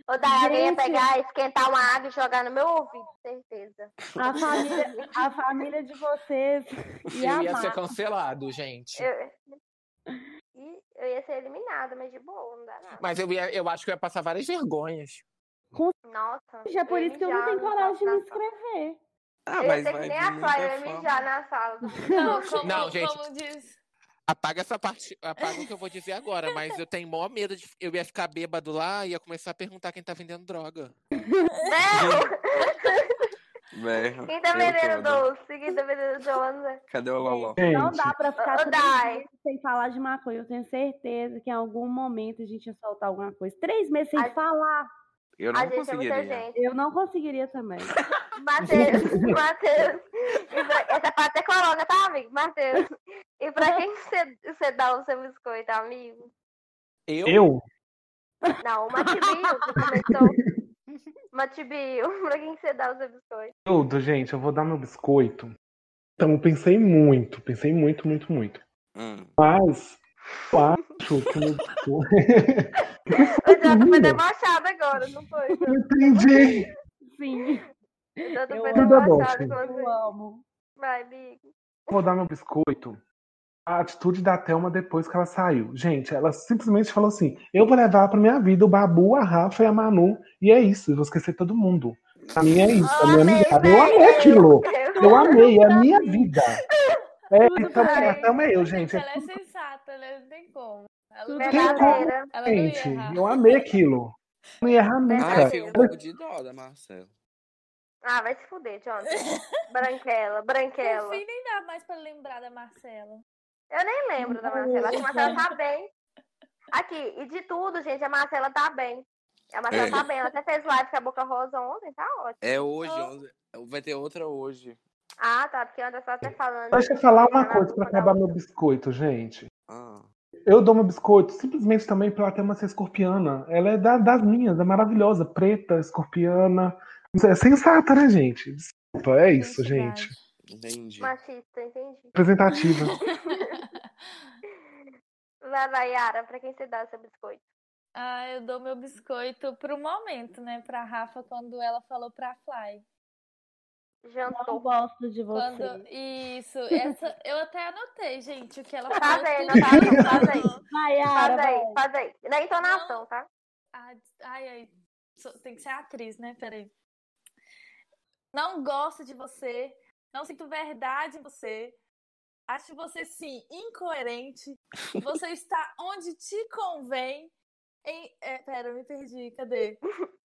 B: Ou daí alguém ia
C: Gente.
B: pegar, esquentar uma água e jogar no meu ouvido, certeza.
C: A família, a família de vocês ia
H: Eu ia ser
C: amar.
H: cancelado, gente.
B: Eu, e eu ia ser eliminada, mas de boa, não dá nada.
H: Mas eu, ia, eu acho que eu ia passar várias vergonhas.
B: Nossa,
C: Gente, é por isso que eu não tenho coragem de me inscrever.
H: Ah,
B: eu ia
H: mas
B: ser que
H: vai
B: nem
H: de
B: a
H: muita
B: Flávia, eu ia
H: forma.
B: mijar na sala.
F: Não, como,
H: Não, gente.
F: como diz.
H: Apaga essa parte, apaga o que eu vou dizer agora, mas eu tenho maior medo de eu ia ficar bêbado lá e ia começar a perguntar quem tá vendendo droga.
E: Velho,
B: Quem tá
E: eu
B: vendendo
E: toda.
B: doce? Quem tá vendendo doce?
E: Cadê o Loló?
C: Não dá pra ficar três
B: Ô, Dai.
C: meses sem falar de maconha. Eu tenho certeza que em algum momento a gente ia soltar alguma coisa. Três meses sem falar.
E: Eu
B: A
E: não
B: gente é muita
E: conseguiria. né?
B: gente.
C: Eu não conseguiria também.
B: Matheus, Matheus. e pra- Essa parte é corona, tá, amigo? Matheus. E pra quem você, você dá o seu biscoito, amigo?
H: Eu?
D: Eu?
B: Não, o Matibio, que começou. Matibio, pra quem você dá o seu biscoito?
D: Tudo, gente, eu vou dar meu biscoito. Então, eu pensei muito, pensei muito, muito, muito.
E: Hum.
D: Ah, Mas eu acho que o meu biscoito.
B: O
D: é,
B: Jota foi debochado agora, não foi? Jota?
D: Entendi.
C: Sim.
B: O Jota
C: Eu
B: foi
D: amo.
B: debochado com
D: Tudo
B: você.
C: Eu amo.
B: Vai, amigo.
D: Vou dar meu biscoito a atitude da Thelma depois que ela saiu. Gente, ela simplesmente falou assim: eu vou levar pra minha vida o Babu, a Rafa e a Manu, e é isso, eu vou esquecer todo mundo. Pra mim é isso, a minha amizade. Eu amei aquilo. Eu amei, é a minha vida. É, então,
F: bem.
D: a Thelma é eu, gente.
F: Ela é sensata, ela não tem como. Ela não,
C: né?
D: Tem como,
F: ela não ia
D: gente.
F: errar.
D: Eu amei aquilo. Não ia errar nunca.
E: Ah, eu fiquei um pouco de dó da Marcela.
B: Ah, vai se fuder, Jonathan. branquela, branquela.
F: No fim, nem dá mais pra lembrar da Marcela.
B: Eu nem lembro da Marcela. Acho que a Marcela tá bem. Aqui, e de tudo, gente, a Marcela tá bem. A Marcela
E: É.
B: tá bem. Ela até fez live com a Boca Rosa ontem, tá ótimo.
E: É hoje, 11. vai ter outra hoje.
B: Ah, tá, porque anda só até falando. tá
D: Deixa eu falar uma coisa pra acabar meu biscoito, gente.
E: Ah,
D: Eu dou meu biscoito simplesmente também pela Thelma ser escorpiana. Ela é da- das minhas, é maravilhosa. Preta, escorpiana. É sensata, né, gente? Desculpa, é isso, gente.
E: Entendi.
B: Machista, entendi.
D: Representativa.
B: Vai lá, Yara, pra quem você dá seu biscoito?
F: Ah, eu dou meu biscoito pro momento, né? Pra Rafa, quando ela falou pra Fly.
C: Não gosto de você.
F: Quando... Isso, essa... eu até anotei, gente, o que ela
B: Faz
F: falou.
B: aí,
F: tudo.
B: não faz não, faz aí.
C: Vai,
B: Faz
C: Yara,
B: aí, faz aí. Na entonação, tá?
F: Ah, Ai, ai, sou- tem que ser atriz, né? Peraí. Não gosto de você, não sinto verdade em você, acho você, sim, incoerente, você está onde te convém, em... é, pera, eu me perdi, cadê?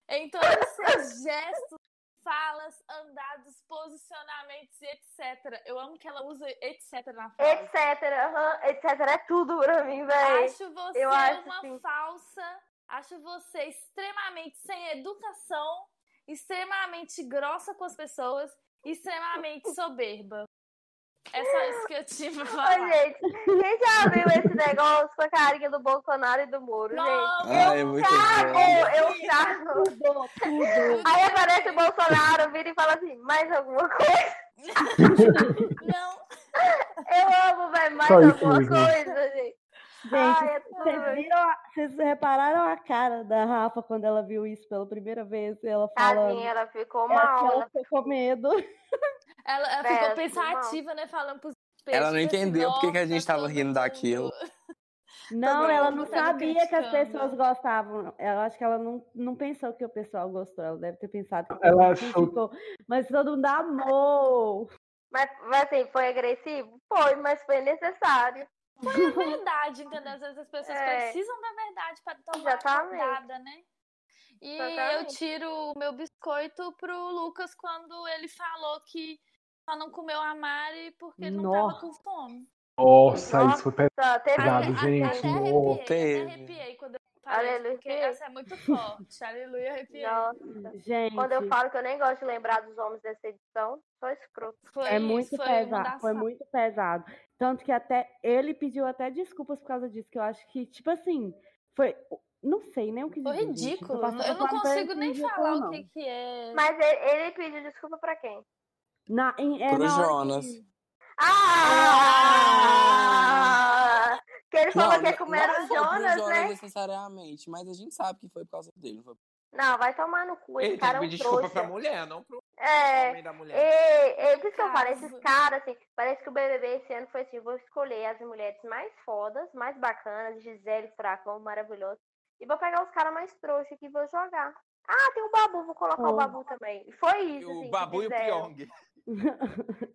F: Em todos os seus gestos, falas, andados, posicionamentos e etc. Eu amo que ela usa etc na frase.
B: Etc, aham, etc. É tudo pra mim, velho.
F: Acho você
B: Eu acho, assim.
F: uma
B: sim.
F: falsa. Acho você extremamente sem educação, extremamente grossa com as pessoas, extremamente soberba. É só isso que eu tive pra falar.
B: Ô, gente, quem já viu esse negócio com a carinha do Bolsonaro e do Moro, gente?
E: Ah, é muito
B: Cago,
E: bom.
B: eu cago.
C: tudo.
B: Aí aparece o Bolsonaro, vira e fala assim, mais alguma coisa? Não. Eu amo, velho, mais
C: Só isso
B: alguma
C: mesmo.
B: coisa, gente.
C: Gente,
B: Ai, é tudo.
C: vocês viram, a- vocês repararam a cara da Rafa quando ela viu isso pela primeira vez? Ela falando. "É
B: Tadinha, ela ficou
C: Ela-
B: mal.
C: Ela
B: Ela
C: ficou com medo.
F: Ela, ela
B: É,
F: ficou
B: tudo
F: pensativa, né? Falando pros peixes.
E: Ela não
F: pensa assim,
E: entendeu por que que a gente
F: "Nossa,
E: tava rindo daquilo.
C: Não, ela não
F: mundo tá me
C: sabia que as
F: criticando.
C: pessoas gostavam. Eu acho que ela não, não pensou que o pessoal gostou. Ela deve ter pensado que o
D: Ela
C: pessoal
D: achou-
C: criticou. Mas todo mundo amou.
B: Mas, mas assim, foi agressivo? Foi, mas foi necessário.
F: Foi a verdade, entendeu? Às vezes as pessoas
B: É.
F: precisam da verdade para tomar
B: Exatamente.
F: acordada, né? E eu
B: Exatamente.
F: tiro o meu biscoito pro Lucas quando ele falou que só não comeu a Mari porque ele não tava com fome.
D: Nossa, isso foi
F: Até,
D: pesado,
F: até-
D: gente.
F: até
D: Nossa.
F: arrepiei, até arrepiei quando eu falei isso, porque essa é muito forte. Aleluia, arrepiei.
B: Nossa.
C: Gente.
B: Quando eu falo que eu nem gosto de lembrar dos homens dessa edição, sou escroto.
C: é muito pesado, foi muito pesado. Tanto que até ele pediu até desculpas por causa disso, que eu acho que, tipo assim, foi. Não sei nem o que
F: Foi
C: dizer. gente,
F: ridículo.
C: tô passando
F: Eu não
C: por uma
F: consigo nem
C: ridícula,
F: falar o
C: não.
F: que, que é.
B: Mas ele, ele pediu desculpa pra quem?
C: Na, em- é
E: Pro
C: na hora
E: Jonas.
B: Ah! Que ele falou
E: Não,
B: que ia
E: não,
B: comer
E: não
B: o
E: foi pro
B: Jonas,
E: Jonas
B: né?
E: necessariamente, mas a gente sabe que foi por causa dele. não foi-
B: Não, vai tomar no cu. Esse
H: Ele tem que
B: cara é um
H: pedir desculpa
B: trouxa.
H: pra mulher, não pro
B: É.
H: homem da mulher.
B: É, é por isso que eu falo, esses caras, assim, parece que o BBB esse ano foi assim: vou escolher as mulheres mais fodas, mais bacanas, Gisele Fracão, maravilhosa, e vou pegar os caras mais trouxa aqui e vou jogar. Ah, tem o Babu, vou colocar o
H: Oh.
B: Babu também. E foi isso, assim,
H: O
B: que
H: Babu e o
B: fizeram.
H: Pyong.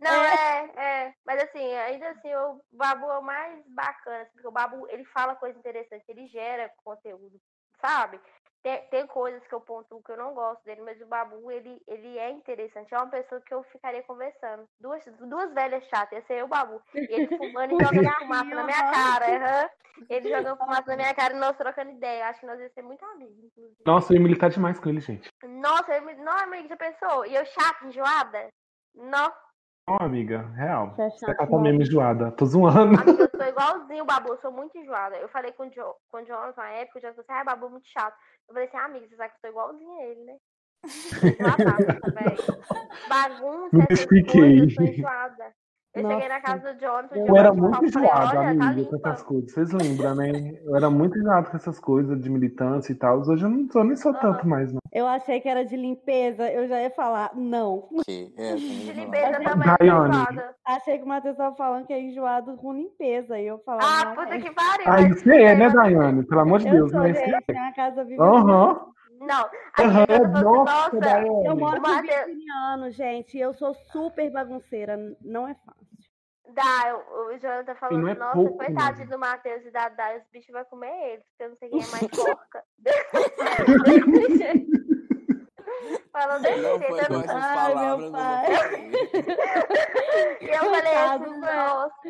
B: Não, é. é, Mas assim, ainda assim, o Babu é o mais bacana, assim, porque o Babu, ele fala coisa interessante, ele gera conteúdo, sabe? Tem, tem coisas que eu pontuo que eu não gosto dele, mas o Babu, ele, ele é interessante. É uma pessoa que eu ficaria conversando. Duas, duas velhas chatas, ia ser eu e o Babu. E ele fumando e jogando fumaça na minha cara. aham. Ele jogando fumaça na minha cara e nós trocando ideia. Eu Acho que nós ia ser muito amigos, inclusive.
D: Nossa, eu ia militar demais com ele, gente.
B: Nossa, eu, me- não, amiga, já pensou? E eu chata, enjoada? Nossa.
D: Ó, amiga, real.
C: Você é
D: Você tá
C: chato,
D: também
C: não.
D: enjoada. Tô zoando.
B: Amiga, eu sou igualzinho o Babu, eu sou muito enjoada. Eu falei com o, jo, com o Jonathan na época, o Jonathan falou assim, ai, Babu, muito chato. Eu falei assim, ah, amiga, você sabe que eu sou igualzinha a ele, né? Eu sou enjoadaça, velho. Bagunça,
D: Me
B: essas coisas, eu sou
D: identifiquei.
B: enjoada. Eu cheguei na casa do Jonathan.
D: Eu
B: Jonathan
D: era
B: falou,
D: muito
B: falei,
D: enjoado,
B: "Olha, tá
D: amiga, com essas coisas. Vocês lembram, né? Eu era muito enjoado com essas coisas de militância e tal. Hoje eu não sou nem sou tanto mais, não.
C: Eu achei que era de limpeza, eu já ia falar, não.
E: Que é,
C: de
B: limpeza
D: também é Daiane.
B: tá
D: enjoada.
C: Achei que o Matheus tava falando que é enjoado com limpeza, e eu falava... Ah, puta
B: que pariu!
D: Aí você é, né, Daiane? Pelo amor de
C: Eu
D: Deus,
C: sou,
D: né?
C: gente,
D: Você é.
C: minha casa vive...
D: Aham.
B: Não,
D: Aham,
B: falou assim,
D: nossa,
B: "Nossa,
D: Daiane.
C: Eu moro com
B: Mate-
C: 20 anos, gente, e eu sou super bagunceira, não é fácil.
B: Dá, o, o Jonathan falou,
C: E não é
B: nossa,
C: pouco,
B: coitadinho
C: mano.
B: do Matheus e da Dai, os bichos vão comer ele, porque eu não sei quem é mais porca. Desse jeito. Falou desse
E: Não
B: jeito.
E: foi
B: eu
E: com essas
B: né? Ai, meu
E: palavras, mas
B: pai. E eu falei
C: Coitado,
B: assim,
C: né?
B: nossa.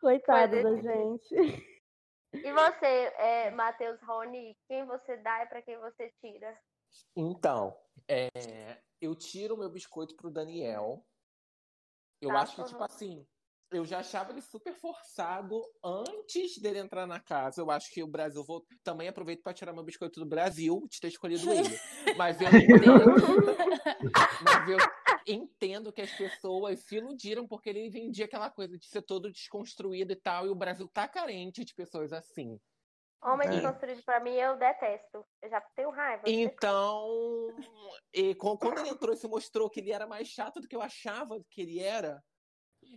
C: Coitado da
B: desse
C: gente.
B: E você, é, Matheus Rony, quem você dá e pra quem você tira?
H: Então, é, eu tiro meu biscoito pro Daniel. Eu
B: Tá,
H: acho que,
B: uhum.
H: tipo assim, eu já achava ele super forçado antes dele entrar na casa. Eu acho que o Brasil vou também aproveito pra tirar meu biscoito do Brasil de ter escolhido ele. Mas eu entendo, mas eu entendo que as pessoas se iludiram porque ele vendia aquela coisa de ser todo desconstruído e tal. E o Brasil tá carente de pessoas assim.
B: Homem
H: É.
B: desconstruído pra mim, eu detesto. Eu já tenho raiva.
H: Então, e co- quando ele entrou e se mostrou que ele era mais chato do que eu achava que ele era,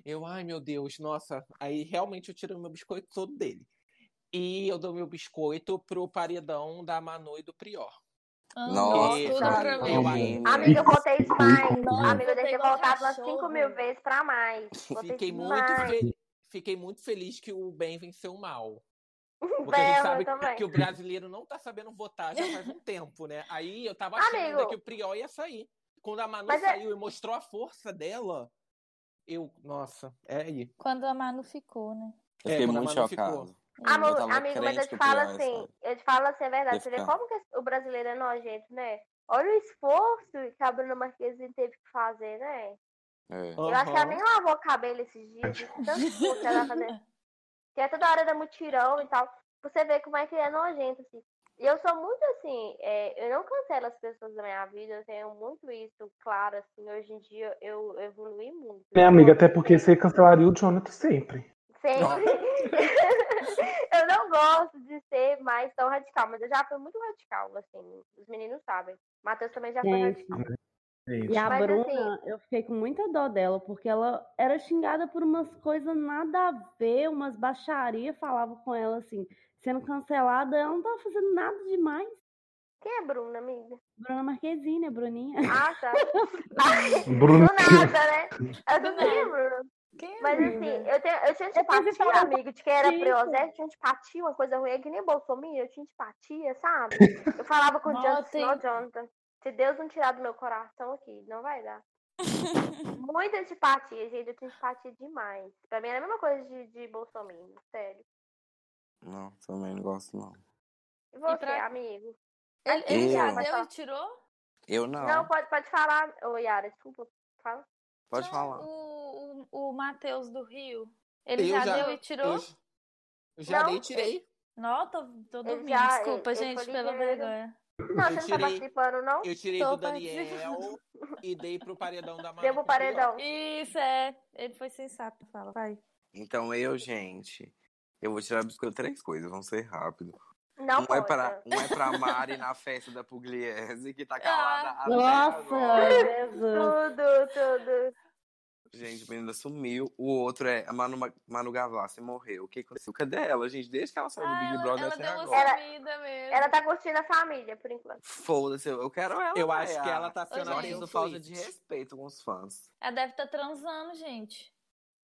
H: eu, ai meu Deus, nossa, aí realmente eu tiro meu biscoito todo dele. E eu dou meu biscoito pro paredão da Manu e do Prior.
E: Nossa,
H: Porque,
E: tudo
H: cara,
E: pra
H: eu
E: mim.
H: acho-
B: Amiga, eu votei demais.
H: Nossa,
B: Amiga,
F: votei
B: eu devia ter
F: igual
B: voltado umas 5
F: cachorro.
B: mil vezes pra mais. Votei
H: Fiquei muito,
B: demais.
H: fel- fiquei muito feliz que o bem venceu o mal. Porque a gente
B: Bela
H: sabe
B: também.
H: que o brasileiro não tá sabendo votar já faz um tempo, né? Aí eu tava achando
B: Amigo.
H: ainda que o Priol ia sair. Quando a Manu
F: Mas é-
H: saiu e mostrou a força dela, eu. Nossa, é aí.
F: Quando a Manu ficou, né?
E: Eu fiquei
H: quando a
E: muito
H: Manu
E: chocado.
B: Amo-
E: Eu tava
B: amigo, mas
E: crente
B: eu
E: que
B: te
E: o
B: falo
E: Prior ia
B: assim,
E: sair.
B: eu te falo assim, é verdade.
E: Ia
B: Você vê
E: ficar.
B: como que o brasileiro é nojento, né? Olha o esforço que a Bruna Marquezine teve que fazer, né?
E: É.
B: Eu acho que ela nem lavou o cabelo esses dias, de tanto esforço que ela tá fazer. Que é toda hora da mutirão e tal. Você vê como é que é nojento, assim. E eu sou muito assim, é, eu não cancelo as pessoas da minha vida, eu tenho muito isso, claro, assim, hoje em dia eu evoluí muito.
D: Né, amiga? Até porque você cancelaria o Jonathan sempre.
B: Sempre. eu não gosto de ser mais tão radical, mas eu já fui muito radical, assim. Os meninos sabem. Matheus também já foi
C: Gente,
B: radical.
C: E a
B: Mas,
C: Bruna,
B: assim-
C: eu fiquei com muita dó dela, porque ela era xingada por umas coisas nada a ver, umas baixarias falavam com ela assim, sendo cancelada, ela não tava fazendo nada demais.
B: Quem é Bruna, amiga?
C: Bruna Marquezine, a Bruninha.
B: Ah, tá.
D: Bruna.
B: Do nada, né? Eu não queria, Bruno.
F: é?
B: Mas
C: Bruna?
B: assim, eu, tenho, eu tipo tinha
C: pensei que
B: antipatia,
C: era
B: amigo, de quem era
C: gente.
B: priosé, eu tinha antipatia, uma coisa ruim, é que nem Bolsonaro, eu tinha antipatia, sabe? Eu falava com o Jonathan, assim,
F: Votem.
B: não, Jonathan, se Deus não tirar do meu coração aqui, não vai dar. Muita antipatia, gente, eu tinha antipatia demais. Pra mim era a mesma coisa de, de Bolsonaro, sério.
E: Não, também não gosto, não.
B: E você,
F: pra-
B: amigo?
F: Ele, tipo
E: ele Eu? já
B: Pode
E: deu
F: tá.
B: falar.
F: tirou?
E: Eu não.
B: Não, pode, pode falar, ô Yara, desculpa, fala.
E: Pode falar.
F: O, o, o Matheus do Rio. Ele
E: Eu
F: já,
E: já-
F: deu e tirou?
E: eu-
H: eu já Não, dei e tirei.
F: Não, tô, tô
B: Ele
F: dormindo.
B: já-
F: Desculpa,
B: ele- ele
F: gente,
B: foi
F: pela
B: ligeiro.
F: vergonha.
B: Não, você não tá participando, não?
H: Eu tirei
F: Tô
H: do Daniel
F: participando.
H: e dei pro paredão da Manu.
B: Deu pro
H: com o Prior.
B: paredão.
F: Isso, é. Ele foi sensato, fala. Vai.
E: Então eu, gente, eu vou tirar biscoito três coisas, vão ser rápido.
B: Não
E: um é
B: pode.
E: pra, um é pra Mari na festa da Pugliese, que tá calada até
C: Nossa,
E: agora.
C: Jesus.
B: Tudo, tudo.
E: Gente, a menina sumiu. O outro é a Manu, Ma- Manu Gavassi morreu. O que aconteceu? Cadê ela, gente? Desde que ela saiu
F: Ah,
E: do Big Brother até agora.
B: Ela, ela tá curtindo a família, por enquanto.
E: Foda-se, eu eu quero ela.
H: Eu acho
E: véia.
H: que ela tá sendo
E: Eu
H: a
E: acho
H: Taylor
E: isso falta
H: Swift.
E: de respeito com os fãs.
F: Ela deve estar transando, gente.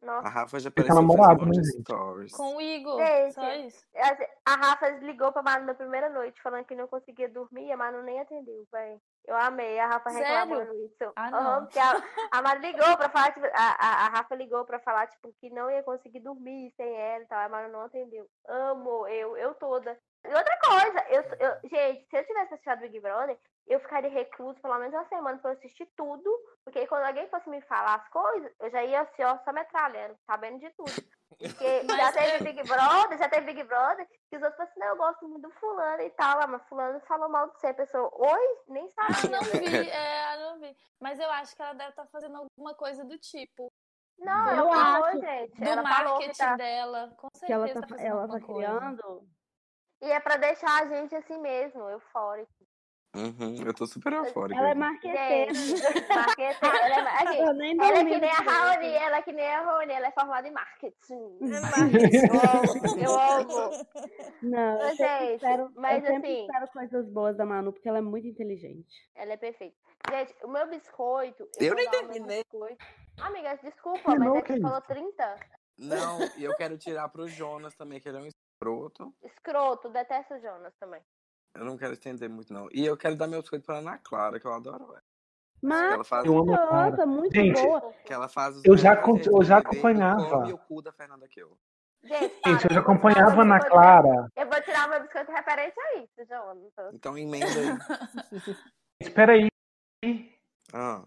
E: A
B: Nossa.
E: Rafa já
D: Fica
E: apareceu fez um
D: namorado,
E: monte
D: né,
E: de
D: gente?
E: stories.
F: Com o Igor,
B: Gente,
F: só isso.
B: essa- a Rafa ligou pra Manu na primeira noite, falando que não conseguia dormir, e a Manu nem atendeu, véi. Eu amei a Rafa
F: Sério?
B: reclamando isso.
F: Ah,
B: Aham,
F: não.
B: porque a, a Manu ligou pra falar, tipo, a, a, a Rafa ligou pra falar, tipo, que não ia conseguir dormir sem ela e tal. A Manu não atendeu. Amo, eu, eu toda. E outra coisa, eu, eu- gente, se eu tivesse assistido Big Brother, eu ficaria recluso pelo menos uma semana pra eu assistir tudo, porque aí quando alguém fosse me falar as coisas, eu já ia assim, ó, só metralhando, sabendo de tudo. Porque já
F: Mas
B: teve
F: eu-
B: Big Brother, já teve Big Brother, que os outros falam assim, não, eu gosto muito do fulano e tal, ah, mas fulano falou mal de você. A pessoa, oi? Nem
F: Ah,
B: é." sabia.
F: tá Vi, é, eu não vi. Mas eu acho que ela deve estar fazendo alguma coisa do tipo.
B: Não,
C: Eu
B: ela falou,
C: acho.
B: gente.
C: Do
B: ela falou que
C: marketing
B: tá...
F: dela. Com
C: Que ela certeza tá- tá fazendo ela tá alguma coisa. criando.
B: E é pra deixar a gente assim mesmo, eufórico.
E: Uhum, eu tô super eufórica.
C: Ela é
E: aqui.
C: marqueteira.
B: Gente, marqueteira. Ela é, ma- aqui,
C: Eu nem
B: ela é
C: dormi assim.
B: que nem a
C: direito.
B: Raoni, ela é que nem a Rony, ela é formada em marketing.
E: É
B: Eu amo.
C: Não, eu
B: Mas,
C: sempre,
B: gente,
C: espero,
B: mas
C: eu sempre
B: assim-
C: espero coisas boas da Manu, porque ela é muito inteligente.
B: Ela é perfeita. Gente, o meu biscoito.
E: Eu
B: vou
E: nem
B: dar o meu
E: terminei.
B: biscoito. Amiga, desculpa, mas
E: Não,
B: é que
E: que
B: você falou 30.
E: Não, e eu quero tirar pro Jonas também, que ele é um escroto.
B: Escroto, detesto o Jonas também.
E: Eu não quero estender muito, não. E eu quero dar meu biscoito pra Ana Clara, que eu adoro ela.
C: Mas,
E: ela faz-
C: eu amo a Clara. nossa, muito
D: Gente,
C: boa.
E: Que ela faz os
D: Eu já
E: dois
D: acom-
E: jeitos
D: eu já
E: de beber e
D: acompanhava.
E: Come o cu da Fernanda Kiel.
B: Gente,
D: Gente,
B: para,
D: eu já
B: vou tirar
D: acompanhava
B: meu
D: Ana
B: biscoito-
D: Clara.
B: Eu vou tirar meu biscoito referente a isso, Jonas.
E: Então emenda aí.
D: Espera aí.
E: Ah,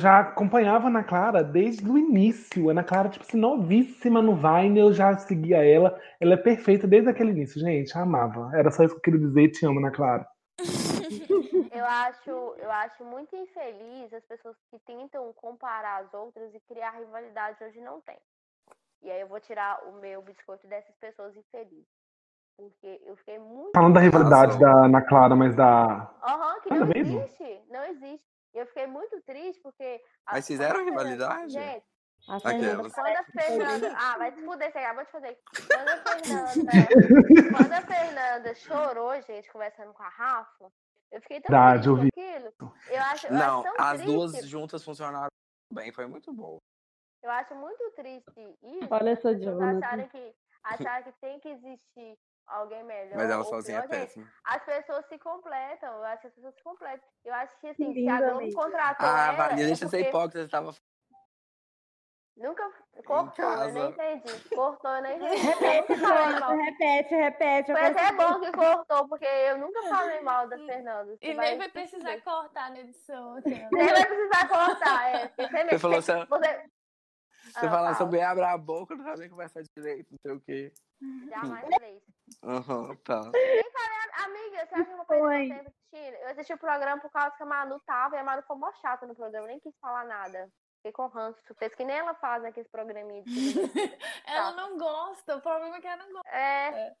D: Já acompanhava Ana Clara desde o início. Ana Clara, tipo assim, novíssima no Vine, eu já seguia ela. Ela é perfeita desde aquele início, gente. eu Amava. Era só isso que eu queria dizer. Te amo, Ana Clara.
B: Eu acho, eu acho muito infeliz as pessoas que tentam comparar as outras e criar rivalidade onde não tem. E aí eu vou tirar o meu biscoito dessas pessoas infelizes. Porque eu fiquei muito.
D: Falando da rivalidade
E: Arrasou.
D: da Ana Clara, mas da.
B: Aham, que
D: Nada
B: não
D: mesmo?
B: existe. Não existe. E eu fiquei muito triste porque. a-
E: Mas fizeram
B: quando a Fernanda-
E: rivalidade?
B: Gente,
C: A
E: aquelas.
B: quando a Fernanda. Ah, vai se fuder, você acabou de fazer. Quando a Fernanda. quando a Fernanda chorou, gente, conversando com a Rafa, eu fiquei tão
D: Verdade, eu
B: triste com aquilo. Eu acho, eu
E: Não,
B: acho tão
E: as
B: triste.
E: duas juntas funcionaram bem, foi muito bom.
B: Eu acho muito triste isso.
C: Olha
B: as
C: essa tá?
B: pessoas
C: Jonathan.
B: acharem que, acharem que tem que existir alguém melhor.
E: Mas ela
B: ou
E: sozinha é
B: pior. Gente,
E: péssima.
B: As pessoas se completam. Eu acho que as pessoas se completam. Eu acho que assim, se
C: Linda,
B: a Globo
C: amiga.
B: contratou
E: Ah,
B: ela.
E: Maria,
B: é
E: deixa eu ser
B: porque
E: hipócrita, você tava
B: Nunca cortou, eu nem
E: casa.
B: entendi. Cortou, eu nem entendi. Eu
C: Repete,
B: sempre falei
F: É,
C: Jonathan,
B: mal.
C: repete, repete. eu
B: Foi até
C: quero
B: bom que cortou, porque eu nunca falei mal da Fernanda. Você
F: E nem vai precisar cortar na edição. Aquela.
B: Nem vai precisar cortar. É.
E: Você falou assim,
B: Você...
E: Você
B: Ah,
E: fala
B: fala.
E: sobre abre a boca, não sabe nem conversar direito, não sei o quê.
B: Jamais falei isso.
E: Aham, tá.
B: Nem falei, amiga, você acha que eu vou perder meu tempo assistindo? Eu assisti o programa por causa que a Manu tava e a Manu ficou mó chata no programa, nem quis falar nada. Fiquei com ranço. Fez que nem ela faz naqueles programinhos. de televisão.
F: Ela não gosta, o problema é que ela não gosta.
B: É.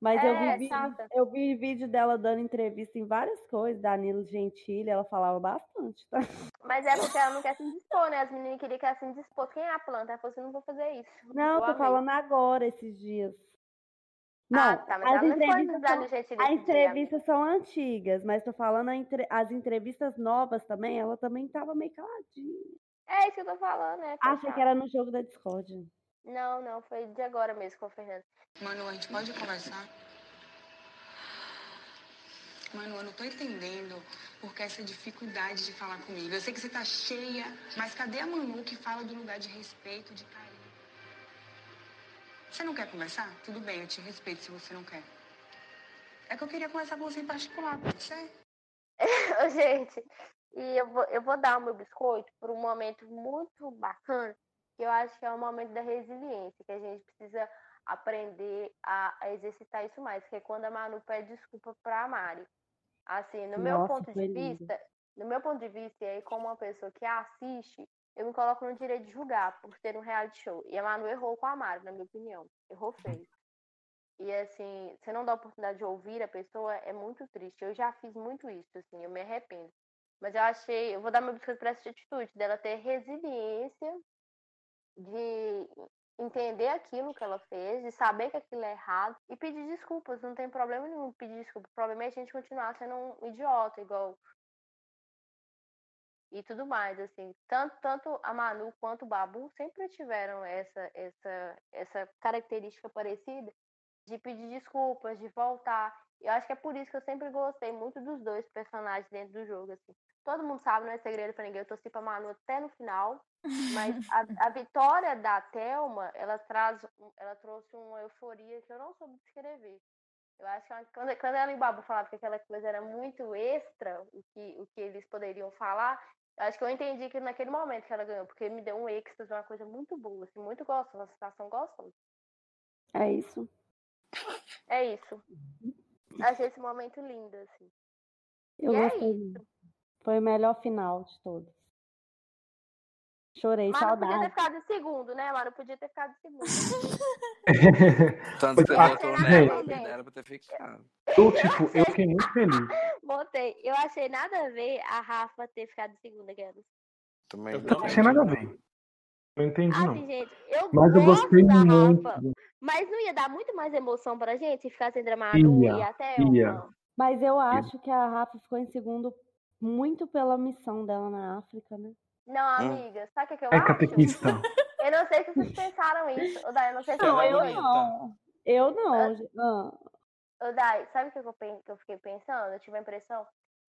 C: Mas eu, vi
B: É,
C: vídeo,
B: chata.
C: eu vi vídeo dela dando entrevista em várias coisas, Danilo Gentili, ela falava bastante, tá?
B: Mas é porque ela não quer se indispor, né? As meninas queriam que ela se indispôs. Quem é a planta? Ela falou assim, não vou fazer isso.
C: Não,
B: Eu
C: tô
B: amei.
C: falando agora, esses dias.
B: Ah,
C: Não,
B: tá, mas
C: as
B: ela não foi
C: entrevistas,
B: usar do
C: são,
B: jeito
C: as entrevistas são antigas, mas tô falando a entre- as entrevistas novas também, ela também tava meio caladinha.
B: É isso que eu tô falando, né? Foi
C: Achei
B: chato.
C: que era no jogo da Discord.
B: Não, não, foi de agora mesmo com a Fernanda.
I: Manu, a gente pode conversar? Manu, eu não tô entendendo por que essa dificuldade de falar comigo. Eu sei que você tá cheia, mas cadê a Manu que fala do lugar de respeito, de carinho? Você não quer conversar? Tudo bem, eu te respeito se você não quer. É que eu queria conversar com você em particular, pode ser?
B: Ô, Gente, e eu vou, eu vou dar o meu biscoito por um momento muito bacana, que eu acho que é o momento da resiliência, que a gente precisa aprender a, a exercitar isso mais, que é quando a Manu pede desculpa pra Mari. Assim, no meu
C: Nossa,
B: ponto de
C: foi lindo.
B: vista, no meu ponto de vista, e aí como uma pessoa que assiste, eu me coloco no direito de julgar por ter um reality show. E a Manu errou com a Mari, na minha opinião. Errou feio. E assim, você não dá a oportunidade de ouvir a pessoa, é muito triste. Eu já fiz muito isso, assim, eu me arrependo. Mas eu achei, eu vou dar meu biscoito pra essa atitude, dela ter resiliência de entender aquilo que ela fez, de saber que aquilo é errado e pedir desculpas. Não tem problema nenhum pedir desculpa. O problema é a gente continuar sendo um idiota, igual. E tudo mais, assim. Tanto, tanto a Manu quanto o Babu sempre tiveram essa, essa, essa característica parecida de pedir desculpas, de voltar. Eu acho que é por isso que eu sempre gostei muito dos dois personagens dentro do jogo, assim. Todo mundo sabe, não é segredo pra ninguém. Eu torci pra Manu até no final. Mas a, a vitória da Thelma, ela traz, um- ela trouxe uma euforia que eu não soube descrever. Eu acho que ela- quando, quando ela e o Babu falavam que aquela coisa era muito extra, o que, o que eles poderiam falar, eu acho que eu entendi que naquele momento que ela ganhou, porque me deu um êxtase, uma coisa muito boa, assim, muito gostosa, uma sensação gostosa.
C: É isso.
B: É isso. Achei esse momento lindo, assim.
C: Eu
B: E é
C: gostei. muito. Foi o melhor final de todos. Chorei,
B: Mas não podia ter
C: saudade.
B: ficado em segundo, né, mano? Podia ter ficado em segundo.
E: Tanto que você
D: Ah,
E: votou
D: gente,
E: nela, não era pra ter ficado.
D: eu, tipo, eu fiquei muito feliz.
B: Botei. Eu achei nada a ver a Rafa ter ficado em segundo, aquela.
E: Também.
D: Eu não achei nada a ver. Não entendi,
B: Ah,
D: não.
B: gente, eu
D: Mas eu
B: gosto
D: gostei
B: da
D: muito.
B: Rafa. Mas não ia dar muito mais emoção pra gente se ficar entre a Manu e
D: Ia,
B: até
D: ia.
C: Mas eu acho que a Rafa ficou em segundo muito pela missão dela na África, né?
B: Não,
C: Hum.
B: amiga, sabe o que, que eu
C: É
B: acho?
C: catequista.
B: Eu não sei se vocês pensaram isso. Ô, Dai, eu não sei se
C: Não,
B: vocês
C: eu
B: dois.
C: não. Eu não. gente. Ah.
B: Ô, Dai, sabe o que, que, eu pen- que eu fiquei pensando? Eu tive a impressão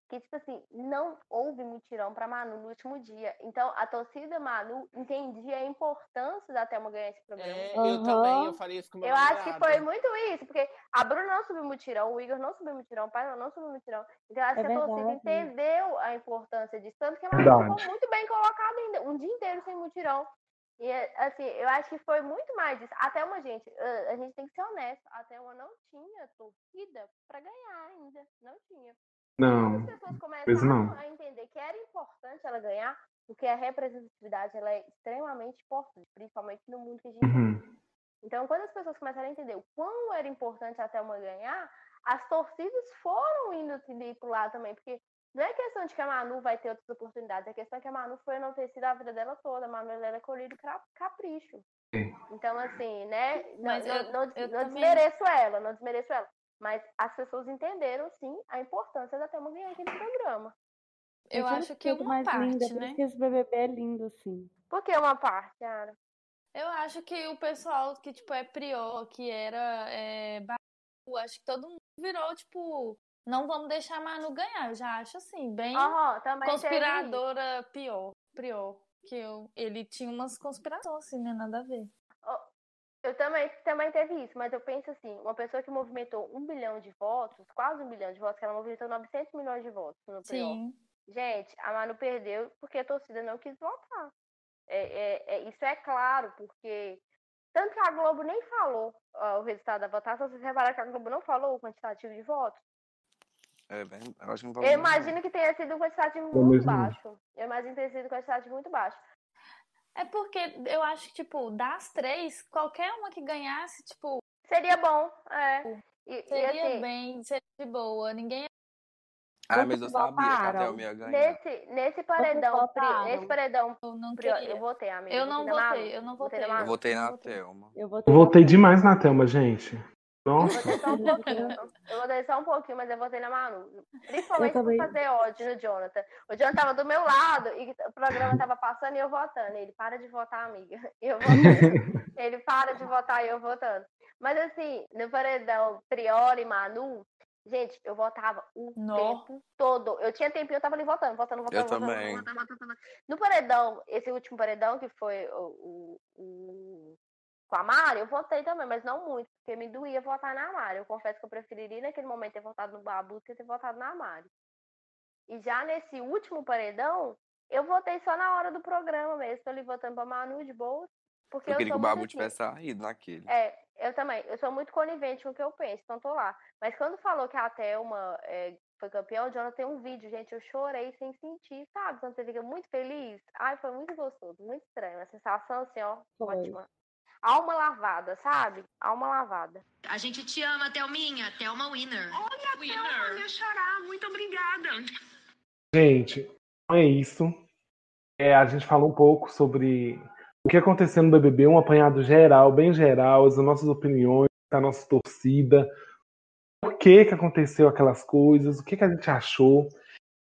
B: que, tipo assim, não houve mutirão pra Manu no último dia. Então, a torcida Manu entendia a importância da Thelma ganhar esse programa.
H: É, eu também, eu falei isso com meu
B: Eu acho que
H: namorado.
B: foi muito isso, porque a Bruna não subiu mutirão, o Igor não subiu mutirão, o Pai não subiu mutirão. Então, eu acho
C: É
B: que a torcida
C: verdade.
B: entendeu a importância disso, tanto que ela
D: Verdade.
B: ficou muito bem colocada ainda, um dia inteiro sem mutirão. E, assim, eu acho que foi muito mais isso. Até uma, gente, a- a gente tem que ser honesto, até uma não tinha torcida pra ganhar ainda, não tinha.
D: Não,
B: As pessoas
D: pois
B: começaram
D: não.
B: a entender que era importante ela ganhar, porque a representatividade ela é extremamente importante, principalmente no mundo que a gente
D: Uhum.
B: então, quando as pessoas começaram a entender o quão era importante a Thelma ganhar, as torcidas foram indo de pro lado também, porque não é questão de que a Manu vai ter outras oportunidades, é questão que a Manu foi enaltecida a vida dela toda, a Manu ela era colhida cra- capricho. Então, assim, né, não,
F: Mas
B: eu,
F: eu-
B: não, des-
F: eu
B: não
F: também-
B: desmereço ela, não desmereço ela, mas as pessoas entenderam, sim, a importância da Thelma ganhar aquele programa.
F: Eu
C: Aquela
F: acho que é
C: coisa
F: uma
C: é mais linda,
F: parte,
C: por
F: né?
C: isso que esse BBB é lindo, assim.
B: Por que uma parte, Ara?
F: Eu acho que o pessoal que, tipo, é prior, que era é, barulho, acho que todo mundo virou, tipo, não vamos deixar a Manu ganhar. Eu já acho, assim, bem
B: Aham, também teve
F: conspiradora pior, prior. Que eu, ele tinha umas conspirações, assim, né? Nada a ver.
B: Ó, Eu também, também teve isso, mas eu penso assim, uma pessoa que movimentou um bilhão de votos, quase um bilhão de votos, que ela movimentou 900 milhões de votos no prior.
F: Sim.
B: Gente, a Manu perdeu porque a torcida não quis votar. É, é- é- isso é claro, porque tanto que a Globo nem falou ó, o resultado da votação, vocês repararam que a Globo não falou o quantitativo de votos?
E: É bem, eu acho que não
B: Eu
F: né?
B: imagino que tenha sido um quantitativo
E: Pelo
B: muito
E: menos não.
B: baixo. Eu imagino que tenha sido um quantitativo muito baixo.
F: É porque eu acho que, tipo, das três, qualquer uma que ganhasse, tipo.
B: Seria bom, é. E- e
F: Seria
B: assim-
F: bem, seria de boa. Ninguém.
E: Ah, mas eu
F: Vocês
E: sabia que a
F: votaram?
E: Thelma ia ganhar.
B: Nesse, nesse paredão, pri-
F: votaram?
B: nesse paredão,
F: eu não
B: pri-
F: queria.
B: eu votei, amiga.
F: Eu não
B: na Malu,
F: votei, eu não
B: na
F: votei.
E: Eu
B: Malu.
E: votei na Thelma.
C: Eu
D: Eu
C: votei na
D: votei demais na Thelma, gente. Nossa.
B: Votei só um pouquinho. Eu votei só um pouquinho, mas eu votei na Manu. Principalmente
D: Eu
B: por
D: também.
B: fazer ódio no Jonathan. O Jonathan tava do meu lado e o programa tava passando e eu votando. Ele, para de votar, amiga. Eu votando. Ele, para de votar e eu votando. Mas assim, no paredão Priori e Manu, gente, eu votava o
F: Nó.
B: tempo todo. Eu tinha tempinho, eu tava ali votando, votando, votando,
E: Eu
B: votando,
E: também.
B: votando, votando, votando. No paredão, esse último paredão que foi o- o- o com a Mari, eu votei também, mas não muito, porque me doía votar na Mari. Eu confesso que eu preferiria naquele momento ter votado no Babu do que ter votado na Mari. E já nesse último paredão, eu votei só na hora do programa mesmo. Tô ali votando pra Manu de boa. Porque
E: Eu
B: eu,
E: queria
B: sou
E: que o
B: muito
E: Babu
B: assim.
E: tivesse saído naquele.
B: É, eu também. Eu sou muito conivente com o que eu penso, então tô lá. Mas quando falou que a Thelma é, foi campeã, o Jonathan tem um vídeo, gente. Eu chorei sem sentir, sabe? Quando você fica muito feliz. Ai, foi muito gostoso, muito estranho. A sensação, assim, ó,
C: Foi.
B: ótima. Alma lavada, sabe? Alma lavada.
N: A gente te ama, Thelminha. Thelma Winner. Olha, Winner. Thelma, chorar. Muito obrigada.
D: Gente, então é isso. É, a gente falou um pouco sobre o que aconteceu no BBB, um apanhado geral, bem geral, as nossas opiniões, a nossa torcida, por que, que aconteceu aquelas coisas, o que, que a gente achou.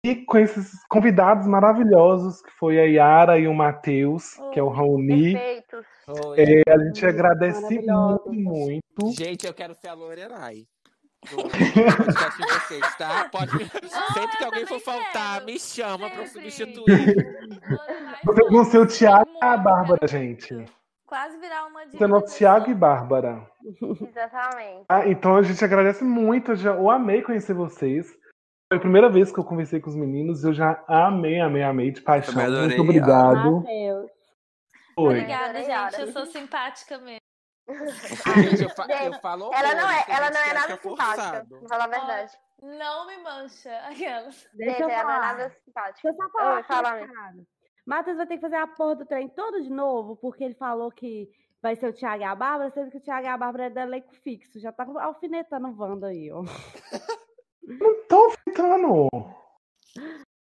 D: E com esses convidados maravilhosos, que foi a Yara e o Matheus, que é o Raoni.
B: Perfeitos.
D: É, a gente agradece muito, muito.
B: Uhum.
H: Gente, eu quero ser a Lorelai. Do do podcast de vocês, tá? Pode me- Sempre
E: Ah,
H: que alguém for faltar, me
E: É
H: chama pra eu substituir.
D: Você não ser o Thiago e a Bárbara, gente.
F: Quase virar uma
D: Você não é o Thiago e Bárbara.
B: Exatamente.
D: Ah, então a gente agradece muito. Eu, já, eu amei conhecer vocês. Foi a primeira vez que eu conversei com os meninos. Eu já amei, amei, amei de paixão.
E: também adorei,
D: muito obrigado.
C: Matheus.
B: Ah,
D: Oi.
F: Obrigada, gente.
B: Yara.
F: Eu sou simpática mesmo.
H: Ah, Gente, eu, fa- eu falo
B: Ela
H: horrores,
B: não é,
H: tem
B: ela
H: gente que
B: não é
H: acha
B: nada simpática,
H: forçado.
B: vou falar a verdade.
F: Não me mancha. Aquela.
C: Deixa eu
B: Gente, ela não é
C: falar.
B: nada
C: Deixa
B: simpática.
C: eu só falar
B: Oi, fala,
C: aqui,
B: amiga.
C: cara. Matheus vai ter que fazer a porra do trem todo de novo, porque ele falou que vai ser o Thiago e a Bárbara, sendo que o Thiago e a Bárbara é da elenco fixo. Já tá alfinetando o Wanda aí, ó.
D: Não tô ficando.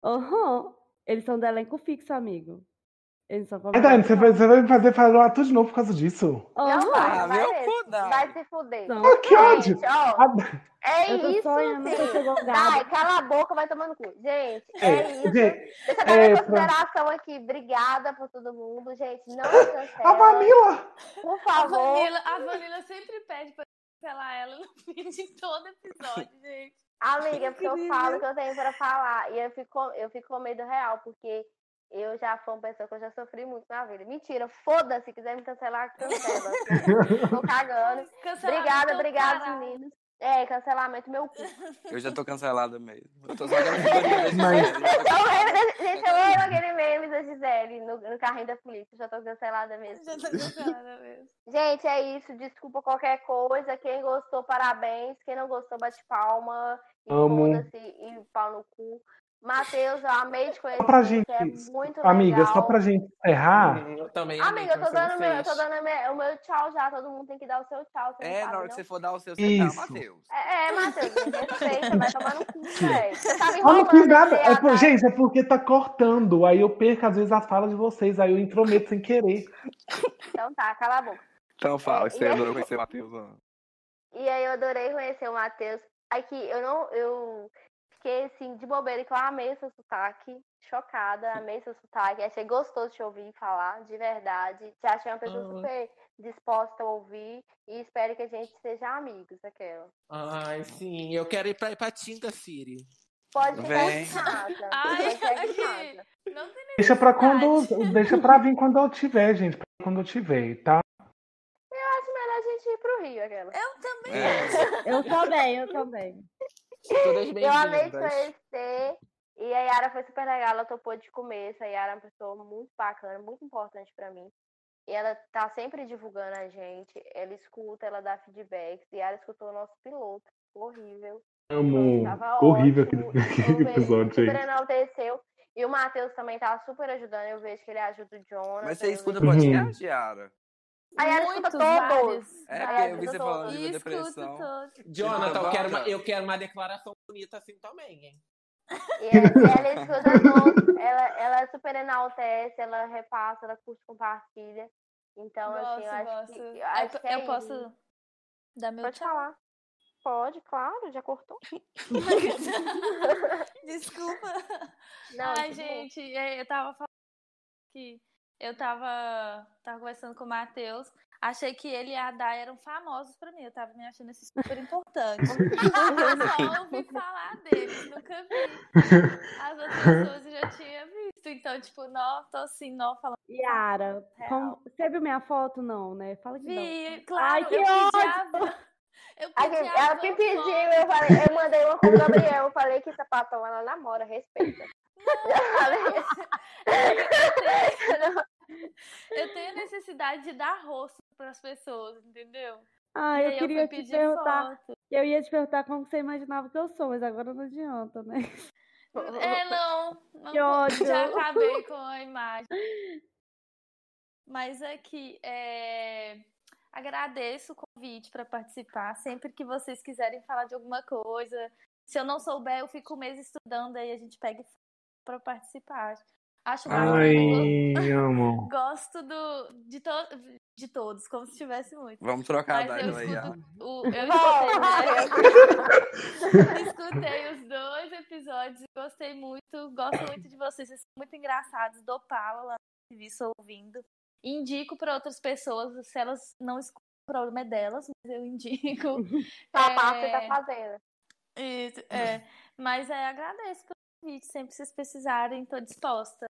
C: Aham. Eles são do elenco fixo, amigo. Eles são
D: Ai, Dani, você vai, você vai me fazer falar tudo de novo por causa disso?
B: Não vai,
C: Ah,
B: vai
C: meu
B: mesmo. Vai se fuder.
D: Ah, que ódio!
B: Gente, ó,
D: Ah,
B: é
C: Eu tô
B: isso,
C: sonhando que eu sou
B: sim.
C: gongada.
B: Vai, cala a boca, vai tomando cu. Gente, é,
D: é,
B: isso.
D: gente,
B: Deixa eu dar minha
D: é,
B: consideração aqui. Obrigada por todo mundo, gente. Não cancela.
D: A Vanilla!
B: Por
F: A
B: favor.
F: Vanilla, a Vanilla sempre pede pra cancelar ela no fim de todo episódio, gente.
B: Amiga, porque eu falo o que eu tenho pra falar. E eu fico, eu fico com medo real, porque eu já fui uma pessoa que eu já sofri muito na vida. Mentira, foda-se, se quiser me cancelar, cancela. Tô cagando.
F: Cancelamento
B: Obrigada,
F: é o
B: obrigada,
F: caralho.
B: meninos. É, cancelamento meu cu.
E: Eu já tô cancelada mesmo. Eu tô só gravando
D: Mas-
B: Gente, eu lembro desse- Então, gente, eu lembro aquele meme da Gisele no, no carrinho da polícia. Já tô cancelada mesmo.
F: Já tá cancelada mesmo.
B: Gente, é isso. Desculpa qualquer coisa. Quem gostou, parabéns. Quem não gostou, bate palma. E
D: Amo.
B: foda-se e pau no cu. Matheus, eu amei te conhecer.
D: Só pra gente.
B: você é muito
D: Amiga,
B: legal.
D: só pra gente encerrar.
E: Hum, Eu também um amei
B: Amiga, eu tô
E: quando você
B: dando, meu, eu tô
E: fez.
B: dando meu- o meu tchau já. Todo mundo tem que dar o seu tchau. Você não
E: É,
B: sabe,
E: na hora que
B: não?
E: você for dar o seu, você
D: Isso.
E: tá, Matheus.
B: É, é, Matheus, me respeita. Vai tomar no cu, velho. Você tá me
D: Eu não fiz
B: enrolando.
D: nada.
B: enfiada.
D: É por- gente, é porque tá cortando. Aí eu perco, às vezes, as falas de vocês. Aí eu intrometo sem querer.
B: Então tá, cala a boca.
E: Então fala,
B: que você adorou
E: conhecer o Matheus. ó.
B: E aí eu adorei conhecer o Matheus. Aqui, eu não. Eu fiquei assim, de bobeira, que eu amei seu sotaque. Chocada, amei seu sotaque. Achei gostoso te ouvir falar, de verdade. Te achei uma pessoa
H: Ah.
B: super disposta a ouvir. E espero que a gente seja amigos, aquela.
H: Ai, sim. Eu quero ir pra Ipatinga, Siri.
B: Pode ficar
H: Vem.
B: em casa.
F: Ai,
B: Pode ficar em
F: aqui.
B: casa.
D: Deixa pra quando. Deixa pra vir quando eu tiver, gente. pra Quando eu tiver, tá?
B: Eu acho melhor a gente ir pro Rio, aquela.
F: Eu também.
E: É.
C: Eu também, eu também.
H: Todas
B: Eu
E: né?
B: amei é te
H: bem-vindas.
B: conhecer. E a Yara foi super legal, ela topou de começo. A Yara é uma pessoa muito bacana, muito importante pra mim. E ela tá sempre divulgando a gente. Ela escuta, ela dá feedbacks. E a Yara escutou o nosso piloto. Horrível. Então,
D: Amo.
B: Tava
D: Horrível
B: ótimo.
D: aquele, aquele
B: Super,
D: episódio,
B: super
D: gente.
B: enalteceu. E o Matheus também tava super ajudando. Eu vejo que ele ajuda o Jonathan.
E: Mas você
B: eu
E: escuta
D: Uhum.
B: vejo-
E: podcast, Yara?
B: A Yara escuta
F: Muitos,
B: todos.
F: vários.
E: É,
B: A
E: porque
B: Yara
E: eu vi
B: escuta
E: você falando
B: todos.
E: de uma depressão.
H: Jonathan, eu quero, uma,
E: Wanda.
H: eu quero uma declaração bonita assim também, hein?
B: E é- ela escuta todos, ela, ela super enaltece, ela repassa, ela curte, compartilha. Então, assim, eu
F: Gosto,
B: acho
F: gosto.
B: que.
F: Eu,
B: Eu, acho
F: po-
B: que é
F: eu
B: isso.
F: posso dar meu
B: Pode
F: tchau?
B: falar. Pode, claro, já cortou.
F: Desculpa.
B: Não,
F: Ai,
B: tudo bom.
F: gente, é, eu tava falando que eu tava, tava conversando com o Matheus. Achei que ele e a Day eram famosos pra mim. Eu tava me achando assim, super importante. Eu só ouvi falar deles, nunca vi. As outras pessoas eu já tinha visto. Então, tipo, nó, tô assim, nó falando.
C: Yara,
F: real.
C: como- você viu minha foto, não, né? Fala que não.
F: Vi, claro,
C: Ai, que
F: eu pedi a- Eu
B: Aí,
F: pedi a
B: ela me
F: van
B: pediu,
F: foto.
B: eu falei, eu mandei uma com o Gabriel, eu falei que sapatão ela namora, respeita. Eu falei,
F: Eu tenho necessidade de dar rosto pras pessoas, entendeu?
C: Ah,
F: E
C: eu
F: aí eu
C: queria
F: fui
C: te
F: pedir
C: perguntar.
F: foto.
C: Eu ia te perguntar como você imaginava que eu sou, mas agora não adianta, né?
F: É, não, não
C: Que
F: co-
C: ódio.
F: já acabei com a imagem. Mas aqui, é... agradeço o convite para participar. Sempre que vocês quiserem falar de alguma coisa, se eu não souber, eu fico um mês estudando aí a gente pega para participar. Acho
B: né?
F: bacana. go-
D: Ai, amo.
F: Gosto do, de, to- de todos, como se tivesse muito.
E: Vamos trocar a
F: Mas
E: Day
F: eu
E: pela Yara.
F: escuto o. Eu né?
B: Vai,
F: escutei, escutei os dois episódios e gostei muito. Gosto muito de vocês, vocês são muito engraçados. Dou pala lá no serviço ouvindo. Indico para outras pessoas, se elas não escutam, o problema é delas, mas eu indico.
B: Papá, você tá
F: É,
B: fazendo.
F: isso, é. Mas é, agradeço pelo convite, sempre se vocês precisarem, tô disposta.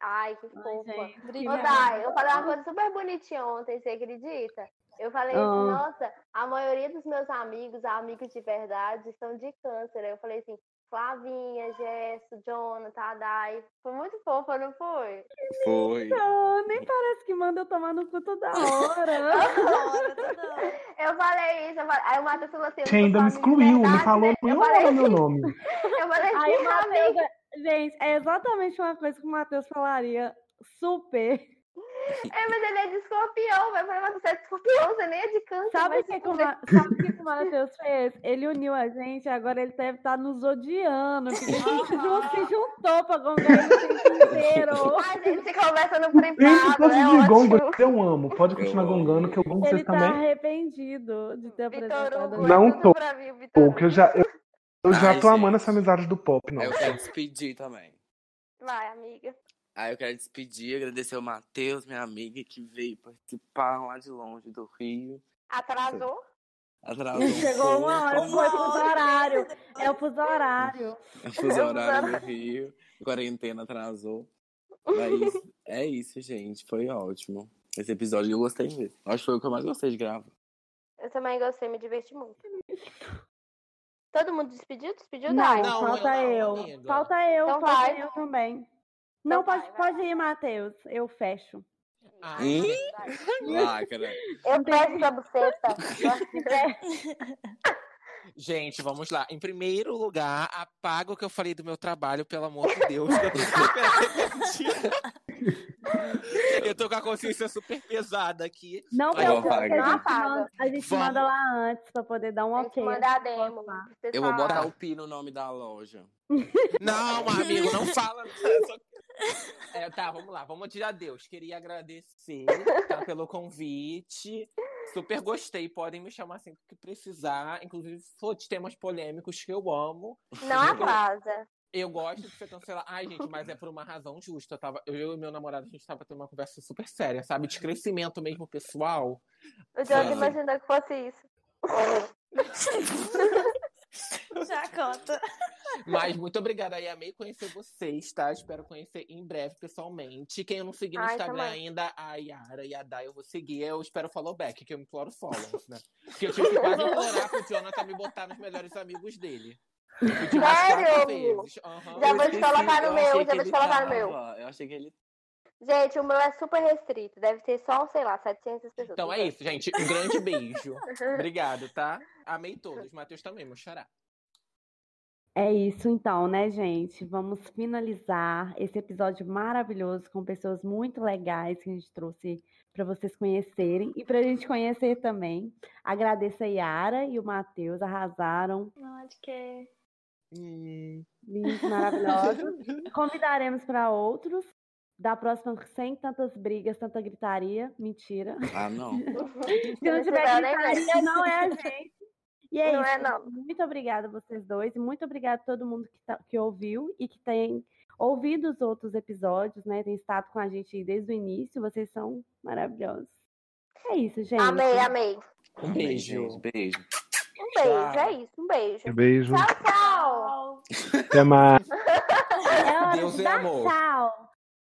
B: Ai, que
F: é
B: fofa.
C: gente,
B: Ô,
F: Obrigada.
B: Dai, eu falei uma coisa super bonitinha ontem, você acredita? Eu falei assim,
C: Ah.
B: nossa, a maioria dos meus amigos, amigos de verdade, são de câncer. Aí Eu falei assim, Flavinha, Gesso, Jonathan, a Dai. Foi muito fofa, não foi?
E: Foi.
C: Não, nem parece que manda eu tomar no cu toda hora.
F: Toda hora, toda hora.
B: Eu falei isso, eu falei... aí o Matheus falou assim, eu
D: Você
B: sou sua amigo
D: ainda me
B: de
D: excluiu, não
B: verdade,
D: falou
B: né? Eu
D: nenhuma
B: falei
D: hora meu
B: assim,
D: nome.
B: eu falei
C: Aí
B: assim,
C: o Matheus
B: amiga.
C: Gente, é exatamente uma coisa que o Matheus falaria. Super.
B: É, mas ele é de escorpião, vai falar, mas você é de escorpião, você nem é de câncer.
C: Sabe
B: mas
C: o que,
B: você
C: que o Ma- sabe o que que o Matheus fez? Ele uniu a gente, agora ele deve estar nos odiando. porque a gente não se juntou pra conversar o tempo inteiro.
B: A gente se conversa no
D: Isso,
B: privado,
D: pode
B: é
D: de
B: ótimo.
D: gongo, eu amo. Pode continuar gongando, que eu gongo
C: Ele
D: vocês
C: tá
D: também.
C: arrependido de ter apresentado.
B: é
C: a
D: Não
C: gente.
D: tô. Porque eu já, eu, eu já
E: Ai,
D: tô amando essa amizade do pop, não.
E: Eu quero despedir também.
B: Vai, amiga.
E: Aí eu quero despedir, agradecer ao Matheus, minha amiga, que veio participar lá de longe do Rio.
B: Atrasou?
E: Atrasou. um
C: Chegou uma hora,
E: pouco.
C: foi fuso horário. É o fuso horário.
E: Eu fiz
B: É
E: o horário do Rio. Quarentena atrasou. Mas é isso, gente. Foi ótimo. Esse episódio eu gostei mesmo. Acho que foi o que eu mais gostei de gravar.
B: Eu também gostei, me diverti muito. Todo mundo despediu? Despediu?
C: Não,
B: Dai.
C: falta eu. Falta eu,
B: Então
C: falta
B: vai.
C: eu também. Não, pode, pode ir, Matheus. Eu fecho.
E: Ih, lacra.
B: Eu peço pra tá? buceta.
H: Gente, vamos lá. Em primeiro lugar, apaga o que eu falei do meu trabalho, pelo amor de Deus. que eu tô super arrependida. eu tô com a consciência super pesada aqui.
C: Não
H: Mas-
C: preocupa, que a gente, manda, a gente
E: Vamos.
C: manda lá antes pra poder dar um ok.
B: mandar a demo.
E: Eu vou
B: Ah.
E: botar o pi no nome da loja.
H: Não, amigo, não fala. Só- É, tá, vamos lá. Vamos tirar Deus. Queria agradecer tá, pelo convite. Super gostei. Podem me chamar sempre que precisar. Inclusive, se for de temas polêmicos que eu amo.
B: Não atrasa.
H: Eu gosto de ser cancelada. Ai, gente, mas é por uma razão justa. Eu, tava, eu e meu namorado, a gente tava tendo uma conversa super séria, sabe? De crescimento mesmo pessoal.
B: O Diogo
H: Sim.
B: imaginou que fosse isso.
F: Já conta.
H: Mas muito obrigada aí, amei conhecer vocês, tá? Espero conhecer em breve pessoalmente. Quem eu não segui no
F: Ai,
H: Instagram
F: também.
H: ainda, a Yara e a Dai, eu vou seguir. Eu espero follow back, que eu imploro follow, né? Porque eu tive que quase implorar pro Jonathan me botar nos melhores amigos dele. Eu tive umas quatro
B: Sério?
H: vezes. Aham.
B: Já vou te
E: Esqueci,
B: colocar no
E: eu
B: meu,
E: achei
B: já
E: que
B: vou te
E: ele
B: colocar no
E: tava.
B: meu.
E: Eu achei que ele
B: Gente, o meu é super restrito. Deve ter só, sei lá, 700 pessoas.
H: Então é isso, gente. Um grande beijo. Obrigado, tá? Amei todos. Matheus também, meu xará.
C: É isso então, né, gente? Vamos finalizar esse episódio maravilhoso com pessoas muito legais que a gente trouxe para vocês conhecerem e para a gente conhecer também. Agradeço a Yara e o Matheus, arrasaram.
F: Não, de
C: é-
F: que...
C: Lindos, maravilhosos. Convidaremos para outros. Da próxima, sem tantas brigas, tanta gritaria. Mentira.
E: Ah, não.
C: Se não tiver
B: tiver, nem vai.
C: gritaria, não é a gente. E é
B: Não
C: isso.
B: é, não.
C: Muito obrigada a vocês dois. E muito obrigada a todo mundo que, tá- que ouviu e que tem ouvido os outros episódios, né? Tem estado com a gente aí desde o início. Vocês são maravilhosos. É isso, gente.
B: Amei, amei.
H: Um beijo.
E: beijo.
B: Um beijo,
H: Tchau.
B: é isso. Um beijo.
D: Um beijo.
B: Tchau, tchau.
D: Até mais.
B: É hora
H: Deus
B: de
H: é
B: dar
H: amor.
B: tchau.